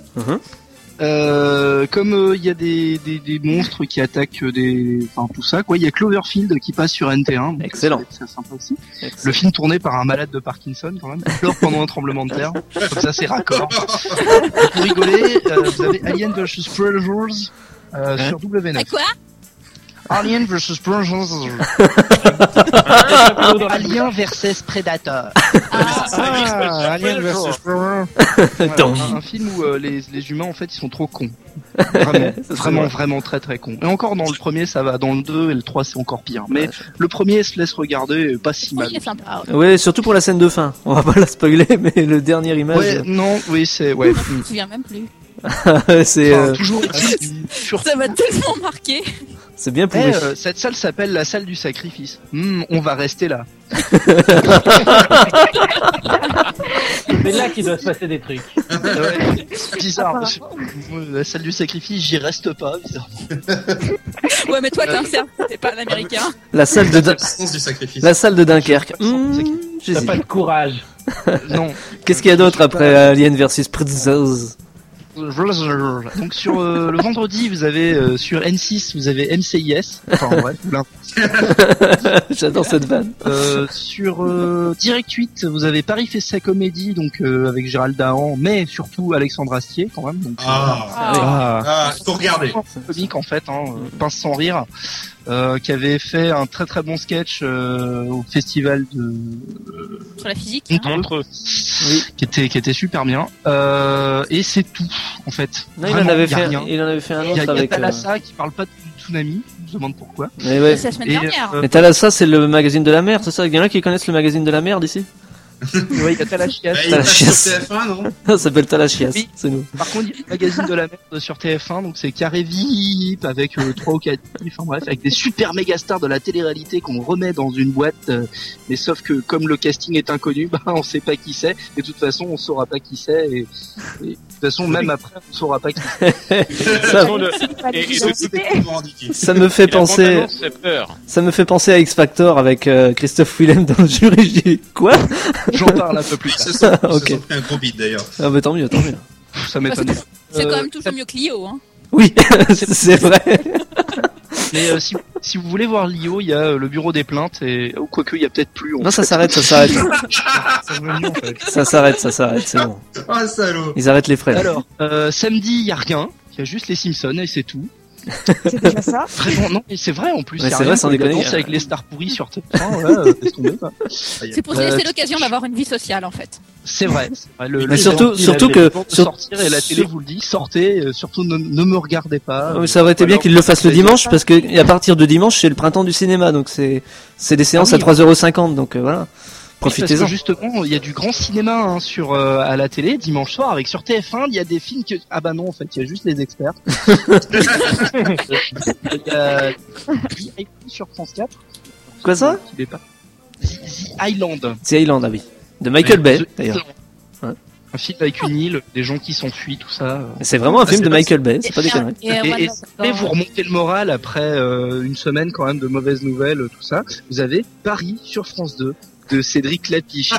Speaker 5: Euh, comme euh, il y a des, des, des monstres qui attaquent euh, des, enfin tout ça quoi, il y a Cloverfield qui passe sur NT1. donc
Speaker 2: Excellent.
Speaker 5: ça, C'est sympa aussi. Le film tourné par un malade de Parkinson quand même, pleure pendant un tremblement de terre. Comme ça c'est raccord. Et pour rigoler, euh, vous avez Alien vs Predators euh, sur W9.
Speaker 6: quoi
Speaker 5: Alien vs Predators.
Speaker 3: Ah,
Speaker 5: Alien vs Predator. Ah, Alien vs Predator. Voilà,
Speaker 2: Dans-
Speaker 5: un, un film où euh, les, les humains en fait ils sont trop cons. Vraiment,
Speaker 2: c'est
Speaker 5: vraiment,
Speaker 2: vrai.
Speaker 5: vraiment très très cons. Et encore dans le premier ça va, dans le 2 et le 3 c'est encore pire. Mais le premier se laisse regarder, euh, pas si mal.
Speaker 6: Oh, Il est sympa. ouais.
Speaker 2: Ouais, surtout pour la scène de fin. On va pas la spoiler, mais le dernier image,
Speaker 5: Ouais, non, oui c'est ouais.
Speaker 6: Je me souviens même plus.
Speaker 2: c'est
Speaker 5: Enfin,
Speaker 2: euh,
Speaker 5: toujours
Speaker 6: Ça m'a tellement marqué.
Speaker 2: c'est bien
Speaker 5: Eh,
Speaker 2: pourri.
Speaker 5: euh, cette salle s'appelle la salle du sacrifice. Hmm, on va rester là.
Speaker 3: C'est là qu'il doit se passer des trucs.
Speaker 2: Ah
Speaker 5: Ouais, c'est bizarre. parce que, euh, La salle du sacrifice, j'y reste pas. bizarrement.
Speaker 6: Ouais, mais toi, t'es
Speaker 5: Euh,
Speaker 6: un serbe, t'es pas un américain.
Speaker 2: La salle de Dun-
Speaker 4: du sacrifice.
Speaker 2: la salle de Dunkerque. Hmm,
Speaker 3: T'as pas de courage.
Speaker 5: non.
Speaker 2: Qu'est-ce qu'il y a d'autre après euh Alien versus Predators
Speaker 5: Donc sur euh, le vendredi, vous avez euh, sur N6, vous avez MCIS. Enfin, ouais, oula.
Speaker 2: J'adore cette vanne.
Speaker 5: Euh, sur euh, Direct 8, vous avez Paris fait sa comédie, donc euh, avec Gérald Dahan, mais surtout Alexandre Astier quand même. Donc,
Speaker 4: Ah.
Speaker 5: euh,
Speaker 4: Ah. Ah, faut regarder.
Speaker 5: Comique en fait, hein, euh, pince sans rire, euh, qui avait fait un très très bon sketch euh, au festival de euh,
Speaker 6: Sur la physique. hein.
Speaker 5: Montreux, qui était qui était super bien. Euh, et c'est tout en fait.
Speaker 2: Non, il
Speaker 5: Vraiment,
Speaker 2: en avait
Speaker 5: y a
Speaker 2: fait-
Speaker 5: rien.
Speaker 2: il en avait fait un
Speaker 5: Y a-
Speaker 2: autre
Speaker 5: y a
Speaker 2: avec, euh,
Speaker 5: Thalassa qui parle pas du tsunami. Je me demande pourquoi.
Speaker 2: Mais ouais.
Speaker 5: C'est la semaine Et,
Speaker 6: hein.
Speaker 5: dernière. euh,
Speaker 2: Mais Thalassa, c'est le magazine de la mer, c'est ça Il y en a qui connaissent le magazine de la mer d'ici
Speaker 5: Ouais, il y a
Speaker 4: Bah,
Speaker 5: Thalassias.
Speaker 2: il passe sur Thalassias.
Speaker 5: TF1 non
Speaker 2: Ça s'appelle Talachias,
Speaker 5: Oui.
Speaker 2: c'est nous.
Speaker 5: Par contre, il y a le magazine de la merde sur TF1, donc c'est Carré VIP avec euh, trois ou quatre, enfin bref, avec des super méga stars de la télé-réalité qu'on remet dans une boîte, euh, mais sauf que comme le casting est inconnu, bah on sait pas qui c'est, et de toute façon on saura pas qui c'est, et, et de toute façon même après on saura pas qui c'est.
Speaker 2: Ça-
Speaker 10: et- et-
Speaker 2: Ça me fait
Speaker 10: Et la
Speaker 2: penser.
Speaker 10: bande-annonce fait peur.
Speaker 2: Ça me fait penser à X Factor avec euh, Christophe Willem dans le jury. Je dis quoi
Speaker 5: J'en parle un peu plus tard.
Speaker 4: Ils se sont, ils se
Speaker 2: Ok.
Speaker 4: sont pris un gros bide d'ailleurs.
Speaker 2: Ah bah tant mieux, tant mieux.
Speaker 5: Ça m'étonne. Euh,
Speaker 6: C'est quand même toujours mieux que Lio, hein.
Speaker 2: Oui, c'est vrai.
Speaker 5: Mais euh, si, si vous voulez voir Lio, il y a euh, le bureau des plaintes, et oh, quoique il y a peut-être plus. en
Speaker 2: Non, ça
Speaker 5: fait.
Speaker 2: s'arrête, ça s'arrête.
Speaker 5: Ça me dit, en fait.
Speaker 2: Ça s'arrête, ça s'arrête, c'est bon.
Speaker 4: Ah, salaud.
Speaker 2: Ils arrêtent les frais. là.
Speaker 5: Alors, euh, samedi, il y a rien. Il y a juste les Simpsons et c'est tout.
Speaker 14: C'est déjà ça.
Speaker 5: Vraiment, non, mais c'est vrai en plus.
Speaker 2: Mais
Speaker 5: il y a
Speaker 2: c'est
Speaker 5: rien
Speaker 2: vrai, sans
Speaker 5: quand il
Speaker 2: déconner,
Speaker 5: annonce
Speaker 2: euh,
Speaker 5: avec les stars pourries sur TF1. ouais, euh, laisse tomber, quoi.
Speaker 6: C'est pour se
Speaker 5: Euh,
Speaker 6: laisser l'occasion d'avoir une vie sociale, en fait.
Speaker 5: C'est vrai. c'est vrai. Le,
Speaker 2: Mais
Speaker 5: le-
Speaker 2: surtout-
Speaker 5: il
Speaker 2: surtout
Speaker 5: avait
Speaker 2: que-
Speaker 5: le vent de
Speaker 2: sur-
Speaker 5: sortir et la télé
Speaker 2: sur-
Speaker 5: vous le dit, sortez. euh, surtout ne, ne me regardez pas.
Speaker 2: Ah, mais ça aurait été bien qu'ils le fassent le dimanche parce que à partir de dimanche c'est le printemps du cinéma donc c'est c'est des séances
Speaker 5: oui.
Speaker 2: à 3,50€ donc euh, voilà.
Speaker 5: Parce
Speaker 2: Profitez-en.
Speaker 5: que justement, il y a du grand cinéma hein, sur euh, à la télé dimanche soir avec sur TF1, il y a des films que ah bah non en fait, il y a juste les experts. Euh, Il y a VIP sur France 4.
Speaker 2: Quoi ça
Speaker 5: Il est pas. The Island.
Speaker 2: C'est Island, ah oui. De Michael
Speaker 5: Oui,
Speaker 2: Bay,
Speaker 5: The
Speaker 2: d'ailleurs.
Speaker 5: Island.
Speaker 2: Ouais.
Speaker 5: Un film avec une île, des gens qui s'enfuient, tout ça. euh.
Speaker 2: Ah, C'est vraiment un film de Michael Bay, c'est pas des conneries.
Speaker 5: Et, et, et vous remontez le moral après euh, une semaine quand même de mauvaises nouvelles, euh, tout ça. Vous avez Paris sur France 2 de Cédric Lapiche.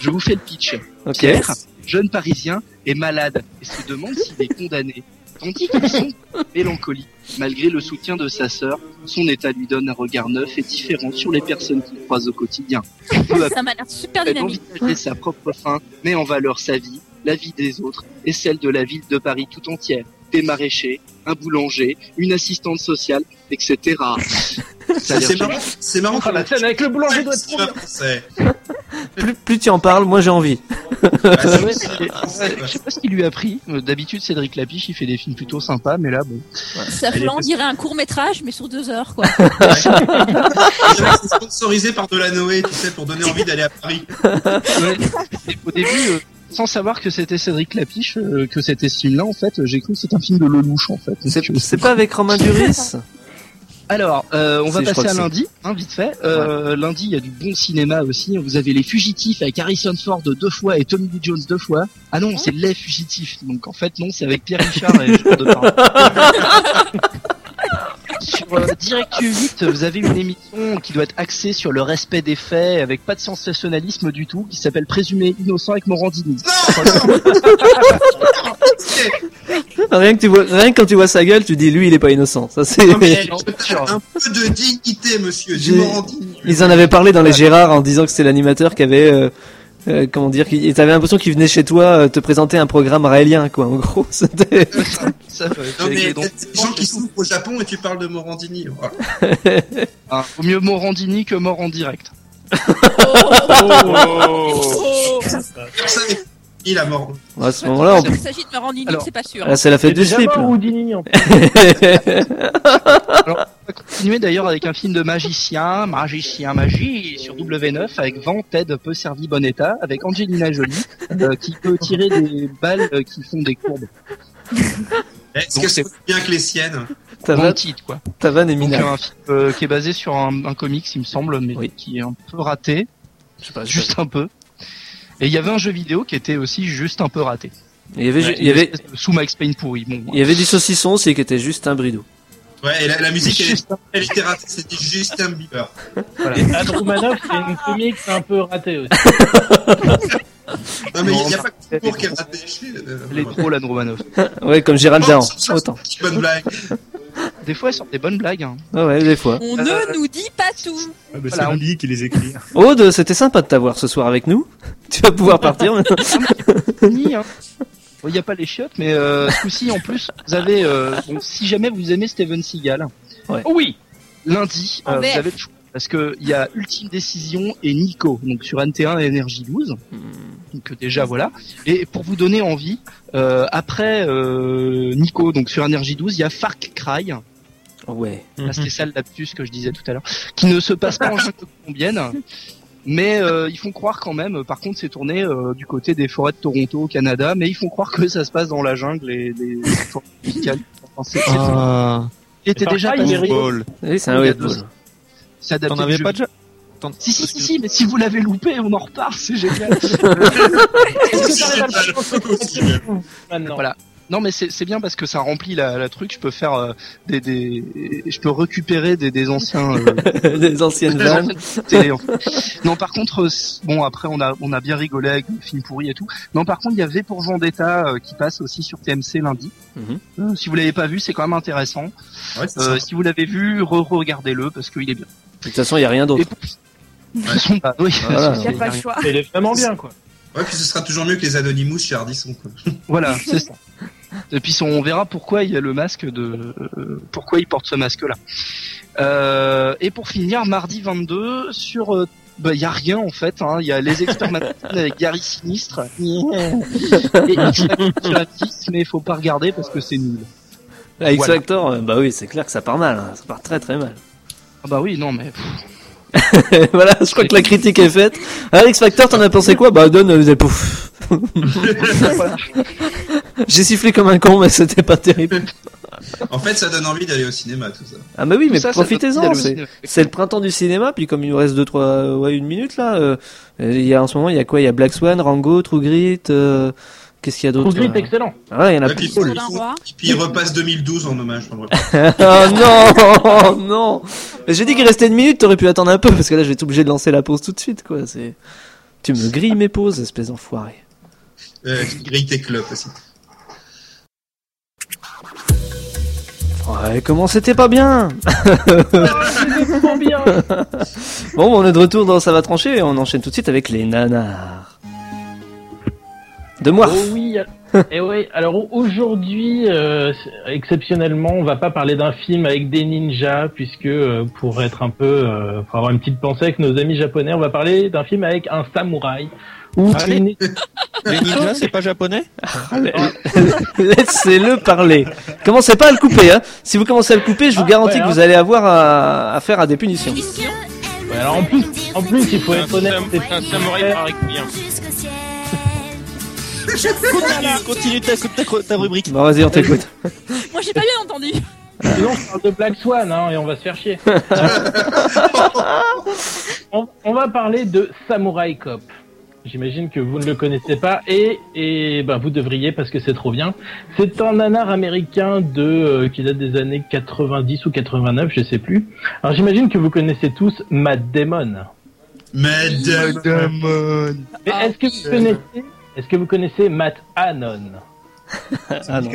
Speaker 5: Je vous fais le pitch.
Speaker 2: Ok.
Speaker 5: Pierre, jeune Parisien, est malade et se demande s'il est condamné. Tandis qu'ils sont mélancoliques, malgré le soutien de sa sœur, son état lui donne un regard neuf et différent sur les personnes qu'il croise au quotidien. Peu à
Speaker 6: Ça m'a l'air super
Speaker 5: elle
Speaker 6: dynamique.
Speaker 5: envisageait sa propre fin, met en valeur sa vie, la vie des autres et celle de la ville de Paris tout entière. Des maraîchers, un boulanger, une assistante sociale, etc. Ça a l'air
Speaker 4: C'est
Speaker 5: génial.
Speaker 4: marrant, c'est marrant
Speaker 3: Enfin, la scène avec le boulanger doit être trop bien.
Speaker 4: français.
Speaker 2: Plus, plus tu en parles, moins j'ai envie.
Speaker 4: Bah,
Speaker 5: Ouais, c'est- Je sais pas ce qu'il lui a pris. Euh, D'habitude, Cédric Lapiche, il fait des films plutôt sympas, mais là, bon.
Speaker 6: Ça
Speaker 5: Elle est
Speaker 6: flan, on dirait un court métrage, mais sur deux heures, quoi.
Speaker 4: C'est sponsorisé par Delanoé, tu sais, pour donner envie d'aller à Paris.
Speaker 5: Ouais. Et Au début, euh, sans savoir que c'était Cédric Lapiche, euh, que c'était ce film-là, en fait, euh, j'ai cru que c'était un film de Lelouch, en fait. Donc, euh,
Speaker 2: C'est pas avec Romain Duris
Speaker 5: Alors, euh, on va
Speaker 2: Si, je crois
Speaker 5: passer à
Speaker 2: que c'est.
Speaker 5: lundi, hein, vite fait. Euh, Lundi, il y a du bon cinéma aussi. Vous avez Les Fugitifs avec Harrison Ford deux fois et Tommy Lee Jones deux fois. Ah non, c'est Les Fugitifs. Donc en fait, non, c'est avec Pierre Richard et Jean Depardieu. Sur euh, Direct 8, vous avez une émission qui doit être axée sur le respect des faits, avec pas de sensationnalisme du tout, qui s'appelle Présumé innocent avec Morandini.
Speaker 2: Rien que tu vois, rien que quand tu vois sa gueule, tu dis lui, il est pas innocent. Ça c'est.
Speaker 4: Non, mais, un peu de dignité, monsieur. Du
Speaker 2: J'ai-
Speaker 4: Morandini.
Speaker 2: Ils en avaient parlé dans les Gérards en disant que c'était l'animateur qui avait, euh, euh, comment dire, qui, t'avais l'impression qu'il venait chez toi euh, te présenter un programme raélien, quoi. En gros, c'était.
Speaker 5: Ça, euh,
Speaker 4: Non,
Speaker 5: avec
Speaker 4: mais
Speaker 5: les
Speaker 4: il y
Speaker 5: dents.
Speaker 4: a des gens qui s'ouvrent au Japon et tu parles de Morandini. voilà.
Speaker 5: Ah, vaut mieux Morandini que mort en direct.
Speaker 6: Oh,
Speaker 3: Oh.
Speaker 4: Personne n'est il a mort.
Speaker 2: à ce moment-là,
Speaker 6: Il
Speaker 2: on...
Speaker 6: s'agit de me rendre unique,
Speaker 5: Alors, euh,
Speaker 6: c'est pas sûr.
Speaker 2: là, c'est la fête du slip. là.
Speaker 5: hein. Alors, on va continuer d'ailleurs avec un film de magicien, magicien, magie, sur W9 avec Vent, Ted peu servi, bon état, avec Angelina Jolie euh, qui peut tirer des balles euh, qui font des courbes.
Speaker 4: Est-ce
Speaker 5: Donc,
Speaker 4: que
Speaker 5: c'est-
Speaker 4: Eh, c'est aussi bien que les siennes
Speaker 2: Ta vanne,
Speaker 5: Wanted, quoi.
Speaker 2: ta vanne est
Speaker 5: Donc
Speaker 2: minable.
Speaker 5: un film euh, qui est basé sur un, un comics, il me semble, mais
Speaker 2: Oui.
Speaker 5: qui est un peu raté,
Speaker 2: Je sais pas, je sais
Speaker 5: juste un peu. Et il y avait un jeu vidéo qui était aussi juste un peu raté.
Speaker 2: pas. Il y avait, ju- il y
Speaker 5: Une
Speaker 2: avait,
Speaker 5: espèce de sous Max Payne pourri. Bon,
Speaker 2: il y avait du saucisson aussi qui était juste un bridou.
Speaker 4: Ouais, et la, la musique, elle,
Speaker 5: Juste un-
Speaker 4: elle était ratée. C'était Justin Bieber.
Speaker 3: Andromanov, Ah, c'est une comique un peu ratée aussi.
Speaker 4: Non, mais il
Speaker 5: Non,
Speaker 4: n'y a pas que
Speaker 5: mais-
Speaker 4: le concours qui est raté. Euh,
Speaker 5: les
Speaker 4: voilà.
Speaker 5: trolls à Romanov.
Speaker 2: Ouais, comme
Speaker 5: Ah,
Speaker 2: Gérald Daran.
Speaker 4: Oh, c'est- c'est-
Speaker 2: Autant.
Speaker 4: c'est une Bonne blague.
Speaker 5: Des fois, elles sortent des bonnes blagues. hein.
Speaker 2: Ah Ouais, ouais, des fois.
Speaker 6: On
Speaker 5: Euh,
Speaker 6: ne nous dit pas tout.
Speaker 12: Ah, bah,
Speaker 5: Voilà,
Speaker 12: c'est lui qui les écrit.
Speaker 2: Aude, c'était sympa de t'avoir ce soir avec nous. Tu vas pouvoir partir maintenant.
Speaker 5: Ni, hein. Bon, Il n'y a pas les chiottes, mais euh, ce coup-ci, en plus, vous avez, euh, bon, si jamais vous aimez Steven Seagal,
Speaker 3: Oui,
Speaker 5: lundi,
Speaker 6: En
Speaker 5: euh, vous
Speaker 6: VF.
Speaker 5: avez le choix. Parce que il y a Ultime Décision et Nico, donc sur NT1 et Energy 12. Donc euh, déjà voilà. Et pour vous donner envie, euh, après euh, Nico, donc sur Energy 12, il y a Far Cry,
Speaker 2: Ouais.
Speaker 5: Là, c'était ça le lapsus que je disais tout à l'heure, qui ne se passe pas en jungle colombienne, mais euh, ils font croire quand même, par contre c'est tourné euh, du côté des forêts de Toronto au Canada, mais ils font croire que ça se passe dans la jungle et les forêts tropicales. Enfin, c'est- c'est-
Speaker 11: Ah,
Speaker 5: il était déjà
Speaker 3: Far Cry, il
Speaker 5: passé,
Speaker 3: est-
Speaker 11: ball.
Speaker 2: Oui, c'est un
Speaker 5: Il y a
Speaker 2: web.
Speaker 5: deux- c'est adapté
Speaker 11: T'en
Speaker 5: du
Speaker 11: avais
Speaker 5: jeu
Speaker 11: pas déjà T'en-
Speaker 5: si, si, si, si, mais si vous l'avez loupé, on en repart, c'est génial.
Speaker 3: est-ce que t'arrives à le faire
Speaker 4: Impossible.
Speaker 3: maintenant
Speaker 5: Voilà. Non, mais c'est c'est bien parce que ça remplit la, la truc. Je peux faire euh, des, des, je peux récupérer des, des anciens. euh,
Speaker 2: Des anciennes
Speaker 5: des
Speaker 2: vannes.
Speaker 5: anciennes télé, en fait. Non, par contre, euh, c- bon après on a on a bien rigolé avec le film pourri et tout. Non, par contre, il y a V pour Vendetta euh, qui passe aussi sur TMC lundi.
Speaker 2: Mhm.
Speaker 5: Euh, si vous l'avez pas vu, c'est quand même intéressant.
Speaker 4: Ouais, c'est
Speaker 5: Euh,
Speaker 4: ça.
Speaker 5: si vous l'avez vu, re-regardez-le parce qu'il est bien.
Speaker 2: De toute façon, il y a rien d'autre.
Speaker 5: Et pour- Ils sont pas- oui,
Speaker 2: Voilà.
Speaker 5: c'est-
Speaker 14: Il n'y a pas le choix.
Speaker 3: Elle est vraiment bien, quoi.
Speaker 4: Ouais, puis ce sera toujours mieux que les Anonymous chez Ardisson. Quoi.
Speaker 5: Voilà, c'est ça. Et puis on verra pourquoi il y a le masque de euh, pourquoi il porte ce masque là. Euh, et pour finir, mardi 22 sur euh, bah, il y a rien en fait, hein. il y a les experts matins avec Gary Sinistre et X-Factor sur la 6, mais faut pas regarder parce que c'est nul.
Speaker 2: Avec
Speaker 5: Voilà.
Speaker 2: X-Factor, euh, bah oui, c'est clair que ça part mal. hein. Ça part très très mal.
Speaker 5: Ah bah oui, non mais pff,
Speaker 2: voilà, je crois que la critique est faite. Alex Factor, t'en as pensé quoi Bah donne, euh, pouf. J'ai sifflé comme un con, mais c'était pas terrible.
Speaker 4: En fait, ça donne envie d'aller au cinéma, tout ça.
Speaker 2: Ah bah oui,
Speaker 4: Tout
Speaker 2: mais
Speaker 4: ça, ça donne
Speaker 2: profitez-en.
Speaker 4: envie d'aller au
Speaker 2: C'est
Speaker 4: cinéma.
Speaker 2: c'est le printemps du cinéma. Puis comme il nous reste deux trois euh, ouais, une minute là, euh, euh, il y a en ce moment il y a quoi Il y a Black Swan, Rango, True Grit. euh, Qu'est-ce qu'il y a d'autre
Speaker 4: True Grit,
Speaker 2: là
Speaker 4: excellent.
Speaker 2: Ah ouais, il y en a
Speaker 4: Et puis,
Speaker 2: plus.
Speaker 4: ils font- puis ils repassent 2012 en hommage. enfin, bref.
Speaker 2: oh non, oh non. Mais j'ai dit qu'il restait une minute. T'aurais pu attendre un peu parce que là je vais être obligé de lancer la pause tout de suite quoi. C'est tu me grilles mes pauses, espèce d'enfoiré.
Speaker 4: Euh, grille tes clopes aussi.
Speaker 2: Ouais, comment c'était pas bien
Speaker 3: trop bien
Speaker 2: Bon, on est de retour dans Ça va trancher et on enchaîne tout de suite avec les nanars. De moi.
Speaker 3: Oh oui. Et oui. Alors aujourd'hui, euh, exceptionnellement, on va pas parler d'un film avec des ninjas, puisque euh, pour être un peu, euh, pour avoir une petite pensée avec nos amis japonais, on va parler d'un film avec un samouraï. Ou
Speaker 11: Allez.
Speaker 3: une-
Speaker 11: Les ninjas, c'est pas japonais
Speaker 2: Laissez-le parler. Commencez pas à le couper. Hein. Si vous commencez à le couper,
Speaker 11: Ah,
Speaker 2: je vous garantis
Speaker 3: ouais,
Speaker 2: que
Speaker 3: hein.
Speaker 2: vous allez avoir à, à faire à des punitions.
Speaker 3: Ouais, alors en plus, en plus, il faut être honnête.
Speaker 10: Un samouraï par
Speaker 3: hein.
Speaker 10: bien.
Speaker 11: Continue, continue ta, ta- ta rubrique.
Speaker 2: Bon, vas-y, on t'écoute.
Speaker 6: Moi, j'ai pas bien entendu.
Speaker 3: Sinon, on parle de Black Swan, hein, et on va se faire chier. on, on va parler de Samurai Cop. J'imagine que vous ne le connaissez pas et, et ben vous devriez parce que c'est trop bien. C'est un nanar américain de euh, qui date des années 90 ou 89, je sais plus. Alors j'imagine que vous connaissez tous Matt Damon.
Speaker 4: Matt
Speaker 5: Damon.
Speaker 3: Mais est-ce que vous connaissez est-ce que vous connaissez Matt Hannon
Speaker 2: Ah non.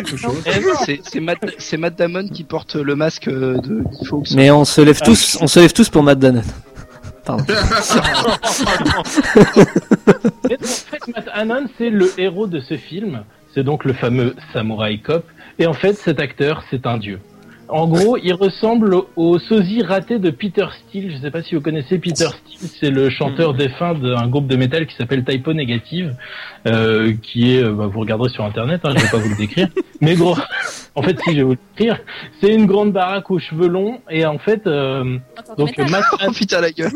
Speaker 5: C'est- C'est Matt, c'est Matt Damon qui porte le masque euh, de Guy Fawkes.
Speaker 2: Mais on se lève
Speaker 5: Ah.
Speaker 2: tous, on se lève tous pour Matt Dannon. Pardon.
Speaker 3: Mais en fait, Matt Hannon, c'est le héros de ce film. C'est donc le fameux Samurai Cop. Et en fait, cet acteur, c'est un dieu. En gros, il ressemble au- au sosie raté de Peter Steele. Je ne sais pas si vous connaissez Peter Steele. C'est le chanteur défunt d'un groupe de métal qui s'appelle Typo Negative, euh, qui est, euh, bah, vous regarderez sur Internet. hein, je ne vais pas vous le décrire. Mais gros, en fait, si je vais vous le décrire, c'est une grande baraque aux cheveux longs. Et en fait, euh, donc Matt
Speaker 5: Oh putain la gueule.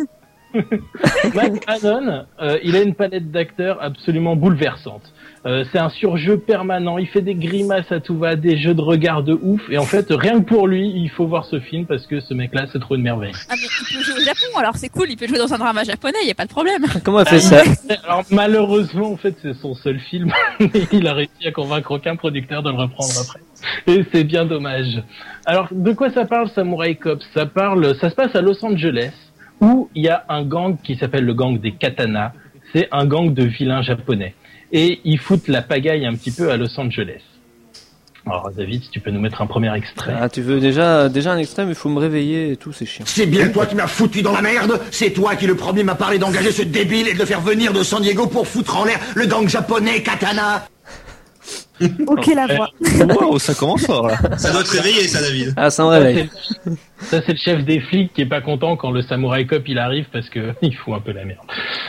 Speaker 3: Matt Hannon, euh, il a une palette d'acteurs absolument bouleversante. Euh, c'est un surjeu permanent, il fait des grimaces à tout va, des jeux de regard de ouf, et en fait, rien que pour lui, il faut voir ce film parce que ce mec-là, c'est trop une merveille.
Speaker 6: Ah, mais il peut jouer au Japon, alors c'est cool, il peut jouer dans un drama japonais, il n'y a pas de problème.
Speaker 2: Comment elle
Speaker 3: Ah,
Speaker 2: fait ça
Speaker 3: il- Alors, malheureusement, en fait, c'est son seul film, mais il a réussi à convaincre aucun producteur de le reprendre après. Et c'est bien dommage. Alors, de quoi ça parle Samurai Cop Ça parle, ça se passe à Los Angeles, où il y a un gang qui s'appelle le gang des katanas. C'est un gang de vilains japonais. Et ils foutent la pagaille un petit peu à Los Angeles. Alors, David, si tu peux nous mettre un premier extrait.
Speaker 2: Ah, tu veux déjà, déjà un extrême, il faut me réveiller et tout, c'est chiant.
Speaker 15: C'est bien toi qui m'as foutu dans la merde C'est toi qui le premier m'a parlé d'engager ce débile et de le faire venir de San Diego pour foutre en l'air le gang japonais Katana
Speaker 14: Ok, la
Speaker 9: Oh.
Speaker 14: voix.
Speaker 11: Wow, ça commence fort là.
Speaker 4: Ça doit te réveiller, ça, David.
Speaker 2: Ah, ça me
Speaker 3: réveille. Ça, c'est le chef des flics qui est pas content quand le samouraï cop il arrive parce que il fout un peu la merde.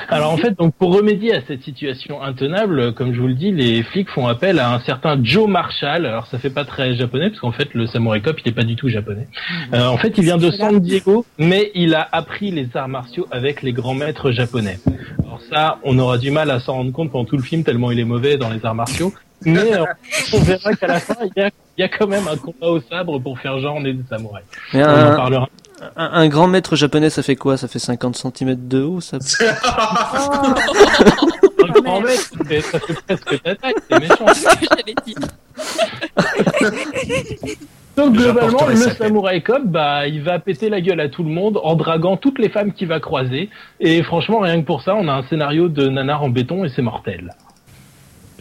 Speaker 3: Alors en fait, donc pour remédier à cette situation intenable, euh, comme je vous le dis, les flics font appel à un certain Joe Marshall. Alors ça fait pas très japonais parce qu'en fait le samouraï cop il est pas du tout japonais. Euh, en fait, il vient de San Diego, mais il a appris les arts martiaux avec les grands maîtres japonais. Alors ça, on aura du mal à s'en rendre compte pendant tout le film tellement il est mauvais dans les arts martiaux. Mais euh, on verra qu'à la fin, il y a, il y a quand même un combat au sabre pour faire genre on est des samouraïs.
Speaker 2: Mais
Speaker 3: On
Speaker 2: un,
Speaker 3: en parlera.
Speaker 2: un- un grand maître japonais, ça fait quoi Ça fait 50 cm de haut ça
Speaker 3: Un grand mec, ça fait- ça fait presque ta taille, c'est méchant. Donc globalement, le samouraï cop, bah, il va péter la gueule à tout le monde en draguant toutes les femmes qu'il va croiser. Et franchement, rien que pour ça, on a un scénario de nanar en béton et c'est mortel.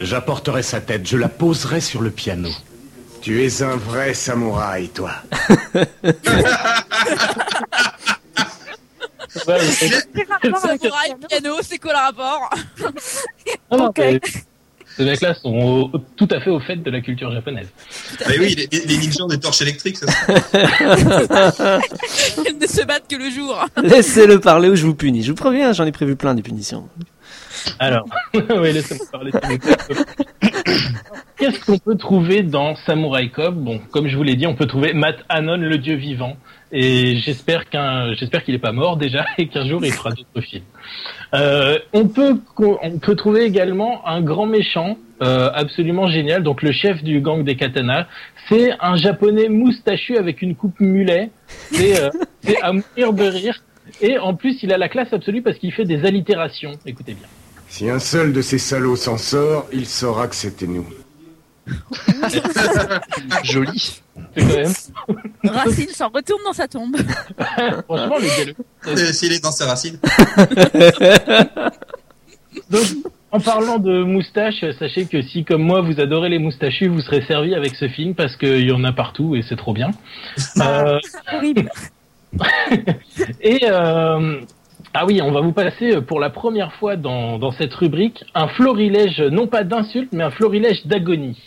Speaker 15: J'apporterai sa tête, je la poserai sur le piano. Tu es un vrai samouraï, toi.
Speaker 6: Samurai, piano, c'est quoi le rapport
Speaker 3: Non, non, mais Ces mecs-là sont au- tout à fait au fait de la culture japonaise.
Speaker 4: Bah oui, les, les ninjas ont des torches électriques, ça.
Speaker 6: Ils ne se battent que le jour.
Speaker 2: Laissez-le parler ou je vous punis. Je vous préviens, j'en ai prévu plein des punitions.
Speaker 3: Alors, oui, laissez-moi parler. s'il vous plaît. Qu'est-ce qu'on peut trouver dans Samurai Cop Bon, comme je vous l'ai dit, on peut trouver Matt Hannon, le dieu vivant. Et j'espère qu'un, j'espère qu'il est pas mort déjà et qu'un jour il fera d'autres films. Euh, on peut, co- on peut trouver également un grand méchant euh, absolument génial. Donc le chef du gang des katanas, c'est un japonais moustachu avec une coupe mulet. C'est, euh, c'est à mourir de rire. Et en plus, il a la classe absolue parce qu'il fait des allitérations. Écoutez bien.
Speaker 16: Si un seul de ces salauds s'en sort, il saura que c'était nous.
Speaker 5: Joli.
Speaker 3: C'est quand même.
Speaker 6: Racine s'en retourne dans sa tombe.
Speaker 3: Franchement, le
Speaker 4: Euh, S'il est dans ses racines.
Speaker 3: Donc, en parlant de moustache, sachez que si, comme moi, vous adorez les moustachus, vous serez servi avec ce film parce qu'il y en a partout et c'est trop bien. Euh,
Speaker 14: Horrible.
Speaker 3: et euh, ah oui, on va vous passer euh, pour la première fois dans, dans cette rubrique un florilège, non pas d'insultes, mais un florilège d'agonie.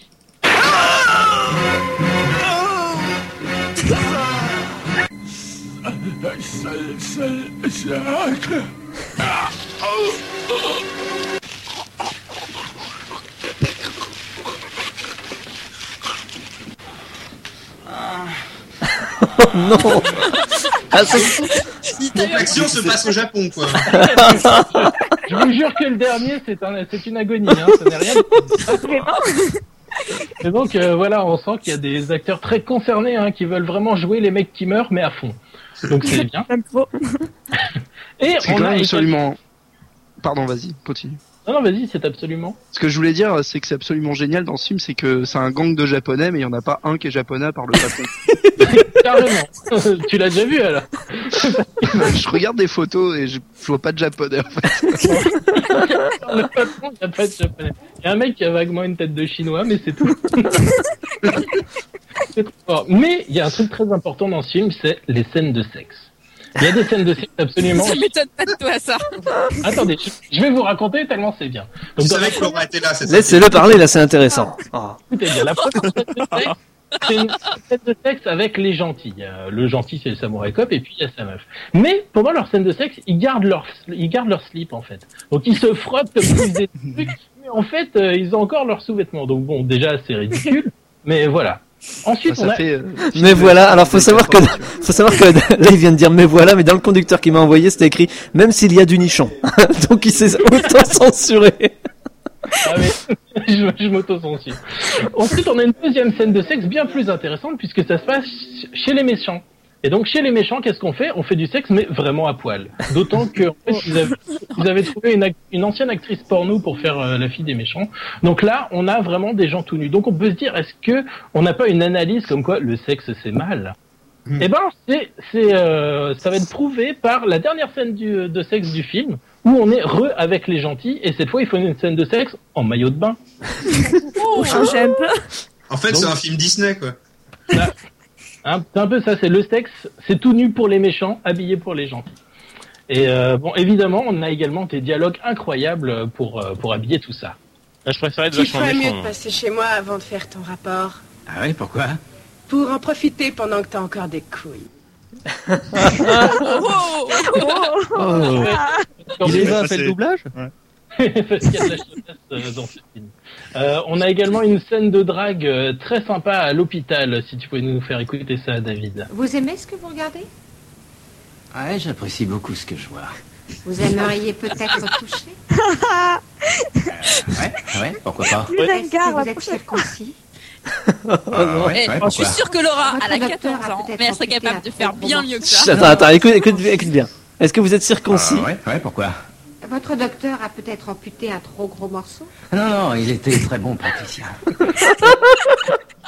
Speaker 1: Seul, seul, cercle. Ah, oh, oh.
Speaker 2: non Ah, c'est-
Speaker 4: Donc l'action se passe au Japon, quoi.
Speaker 3: Je vous jure que le dernier, c'est un, c'est une agonie. Hein, ça n'est rien. Et donc euh, voilà, on sent qu'il y a des acteurs très concernés hein, qui veulent vraiment jouer les mecs qui meurent, mais à fond. Donc c'est bien. Et
Speaker 5: C'est
Speaker 3: on
Speaker 5: quand
Speaker 3: a
Speaker 5: même absolument. Pardon, vas-y, continue.
Speaker 3: Non, non, vas-y, c'est absolument.
Speaker 5: Ce que je voulais dire, c'est que c'est absolument génial dans ce film, c'est que c'est un gang de japonais, mais il n'y en a pas un qui est japonais par le Japon.
Speaker 3: Carrément. tu l'as déjà vu alors
Speaker 5: Je regarde des photos et je, je vois pas de japonais en fait.
Speaker 3: Le patron, il y a pas de japonais. Il y a un mec qui a vaguement une tête de chinois, mais c'est tout. C'est trop fort. Mais il y a un truc très important dans ce film, c'est les scènes de sexe. Il y a des scènes de sexe absolument.
Speaker 6: Ça m'étonne pas de toi, ça.
Speaker 3: Attendez, je- je vais vous raconter tellement c'est bien.
Speaker 4: Je
Speaker 3: dans
Speaker 4: savais
Speaker 3: la
Speaker 4: que Laura était là, c'est ça.
Speaker 2: Laissez-le parler, là, c'est intéressant. Ah.
Speaker 3: Écoutez bien, la première scène de sexe, c'est une scène de sexe avec les gentils. Il y a Le gentil, c'est le samouraï cop, et puis il y a sa meuf. Mais pendant leur scène de sexe, ils gardent leur, ils gardent leur slip, en fait. Donc ils se frottent comme s'ils faisaient des trucs, mais en fait, euh, ils ont encore leurs sous-vêtements. Donc bon, déjà, c'est ridicule, mais voilà. Ensuite,
Speaker 5: Ça
Speaker 3: on a...
Speaker 5: fait, euh,
Speaker 2: Mais voilà, alors faut savoir que faut savoir que là il vient de dire mais voilà, mais dans le conducteur qui m'a envoyé c'était écrit même s'il y a du nichon, donc il s'est auto censuré.
Speaker 3: Ah, mais je, je m'auto-censure. Ensuite, on a une deuxième scène de sexe bien plus intéressante puisque ça se passe chez les méchants. Et donc, chez les méchants, qu'est-ce qu'on fait On fait du sexe, mais vraiment à poil. D'autant que, en fait, ils avaient, ils avaient trouvé une, ac- une ancienne actrice porno pour faire euh, la fille des méchants. Donc là, on a vraiment des gens tout nus. Donc, on peut se dire, est-ce que on n'a pas une analyse comme quoi le sexe c'est mal Eh ben, c'est, c'est, euh, ça va être prouvé par la dernière scène du- de sexe du film où on est re avec les gentils et cette fois, il faut une scène de sexe en maillot de bain.
Speaker 14: Oh, j'aime pas.
Speaker 4: En fait, c'est un film Disney, quoi.
Speaker 3: Hein, c'est un peu ça, c'est le sexe, c'est tout nu pour les méchants, habillé pour les gentils. Et euh, bon, évidemment, on a également des dialogues incroyables pour, euh, pour habiller tout ça.
Speaker 10: je préfère être
Speaker 17: Tu ferais mieux de passer chez moi avant de faire ton rapport.
Speaker 10: Ah ouais, pourquoi
Speaker 17: Pour en profiter pendant que t'as encore des couilles.
Speaker 6: oh,
Speaker 14: Oh.
Speaker 11: Il est là,
Speaker 3: Ça,
Speaker 11: fait le
Speaker 3: c'est-
Speaker 11: doublage
Speaker 3: Parce qu'il y a de la chaudasse, euh, dans ce film. Euh, on a également une scène de drague euh, très sympa à l'hôpital, si tu pouvais nous faire écouter ça, David.
Speaker 13: Vous aimez ce que vous regardez
Speaker 8: Ah Ouais, j'apprécie beaucoup ce que je vois.
Speaker 13: Vous aimeriez peut-être toucher
Speaker 8: Ouais, ouais, pourquoi pas
Speaker 13: Plus ringard, la prochaine circoncis
Speaker 8: Ah ouais,
Speaker 6: Eh,
Speaker 8: ouais,
Speaker 6: je suis
Speaker 8: pourquoi
Speaker 6: sûre que Laura, elle a 14 ans, mais elle serait capable de faire bien mieux que ça.
Speaker 2: Attends, attends, écoute, écoute, écoute bien. Est-ce que vous êtes circoncis
Speaker 8: Ouais, ouais, pourquoi
Speaker 13: Votre docteur a peut-être amputé un trop gros morceau
Speaker 8: Non, non, il était très bon praticien.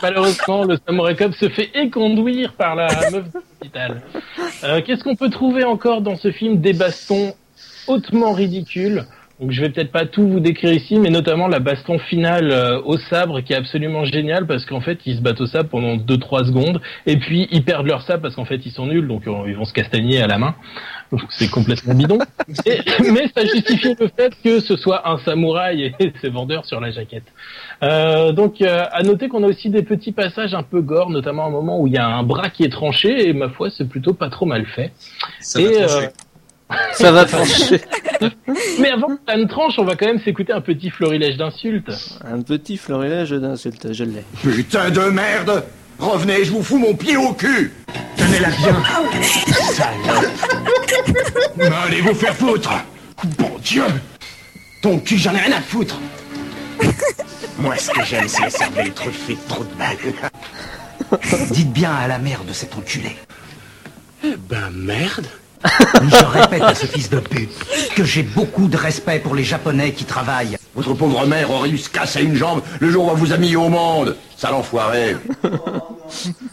Speaker 3: Malheureusement, le Samurai Cop se fait éconduire par la meuf de l'hôpital. Euh, Qu'est-ce qu'on peut trouver encore dans ce film Des bastons hautement ridicules. Donc je vais peut-être pas tout vous décrire ici, mais notamment la baston finale euh, au sabre qui est absolument géniale parce qu'en fait ils se battent au sabre pendant 2-3 secondes et puis ils perdent leur sabre parce qu'en fait ils sont nuls donc euh, ils vont se castagner à la main. Donc, C'est complètement bidon. Et- mais ça justifie le fait que ce soit un samouraï et ses vendeurs sur la jaquette. Euh, donc, euh, à noter qu'on a aussi des petits passages un peu gore, notamment un moment où il y a un bras qui est tranché, et ma foi, c'est plutôt pas trop mal fait.
Speaker 4: Ça
Speaker 3: et,
Speaker 4: va trancher.
Speaker 2: Ça va trancher.
Speaker 3: Mais avant que ça ne tranche, on va quand même s'écouter un petit florilège d'insultes.
Speaker 2: Un petit florilège d'insultes, je l'ai.
Speaker 15: Putain de merde Revenez, je vous fous mon pied au cul Tenez-la bien Salope Allez vous faire foutre Bon Dieu Ton cul, j'en ai rien à foutre Moi, ce que j'aime, c'est les cervelles truffées de trop de balles. Dites bien à la merde de cet enculé. Eh ben merde Je répète à ce fils de pute que j'ai beaucoup de respect pour les Japonais qui travaillent. Votre pauvre mère Orius casse à une jambe le jour où elle vous a mis au monde Sale enfoiré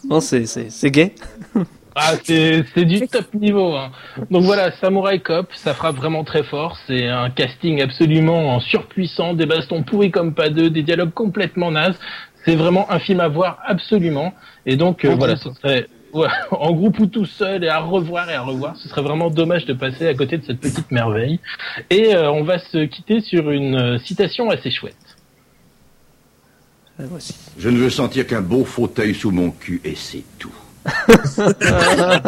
Speaker 2: Non, c'est, c'est, c'est gay.
Speaker 3: Ah, c'est c'est du top niveau. hein. Donc voilà, Samurai Cop, ça frappe vraiment très fort. C'est un casting absolument en surpuissant, des bastons pourris comme pas deux, des dialogues complètement nazes. C'est vraiment un film à voir absolument. Et donc euh,
Speaker 10: En
Speaker 3: voilà, ce
Speaker 10: groupe.
Speaker 3: serait ouais, en groupe ou tout seul et à revoir et à revoir. Ce serait vraiment dommage de passer à côté de cette petite merveille. Et euh, on va se quitter sur une euh, citation assez chouette.
Speaker 2: Ah,
Speaker 15: Je ne veux sentir qu'un beau fauteuil sous mon cul et c'est tout.
Speaker 3: Ah,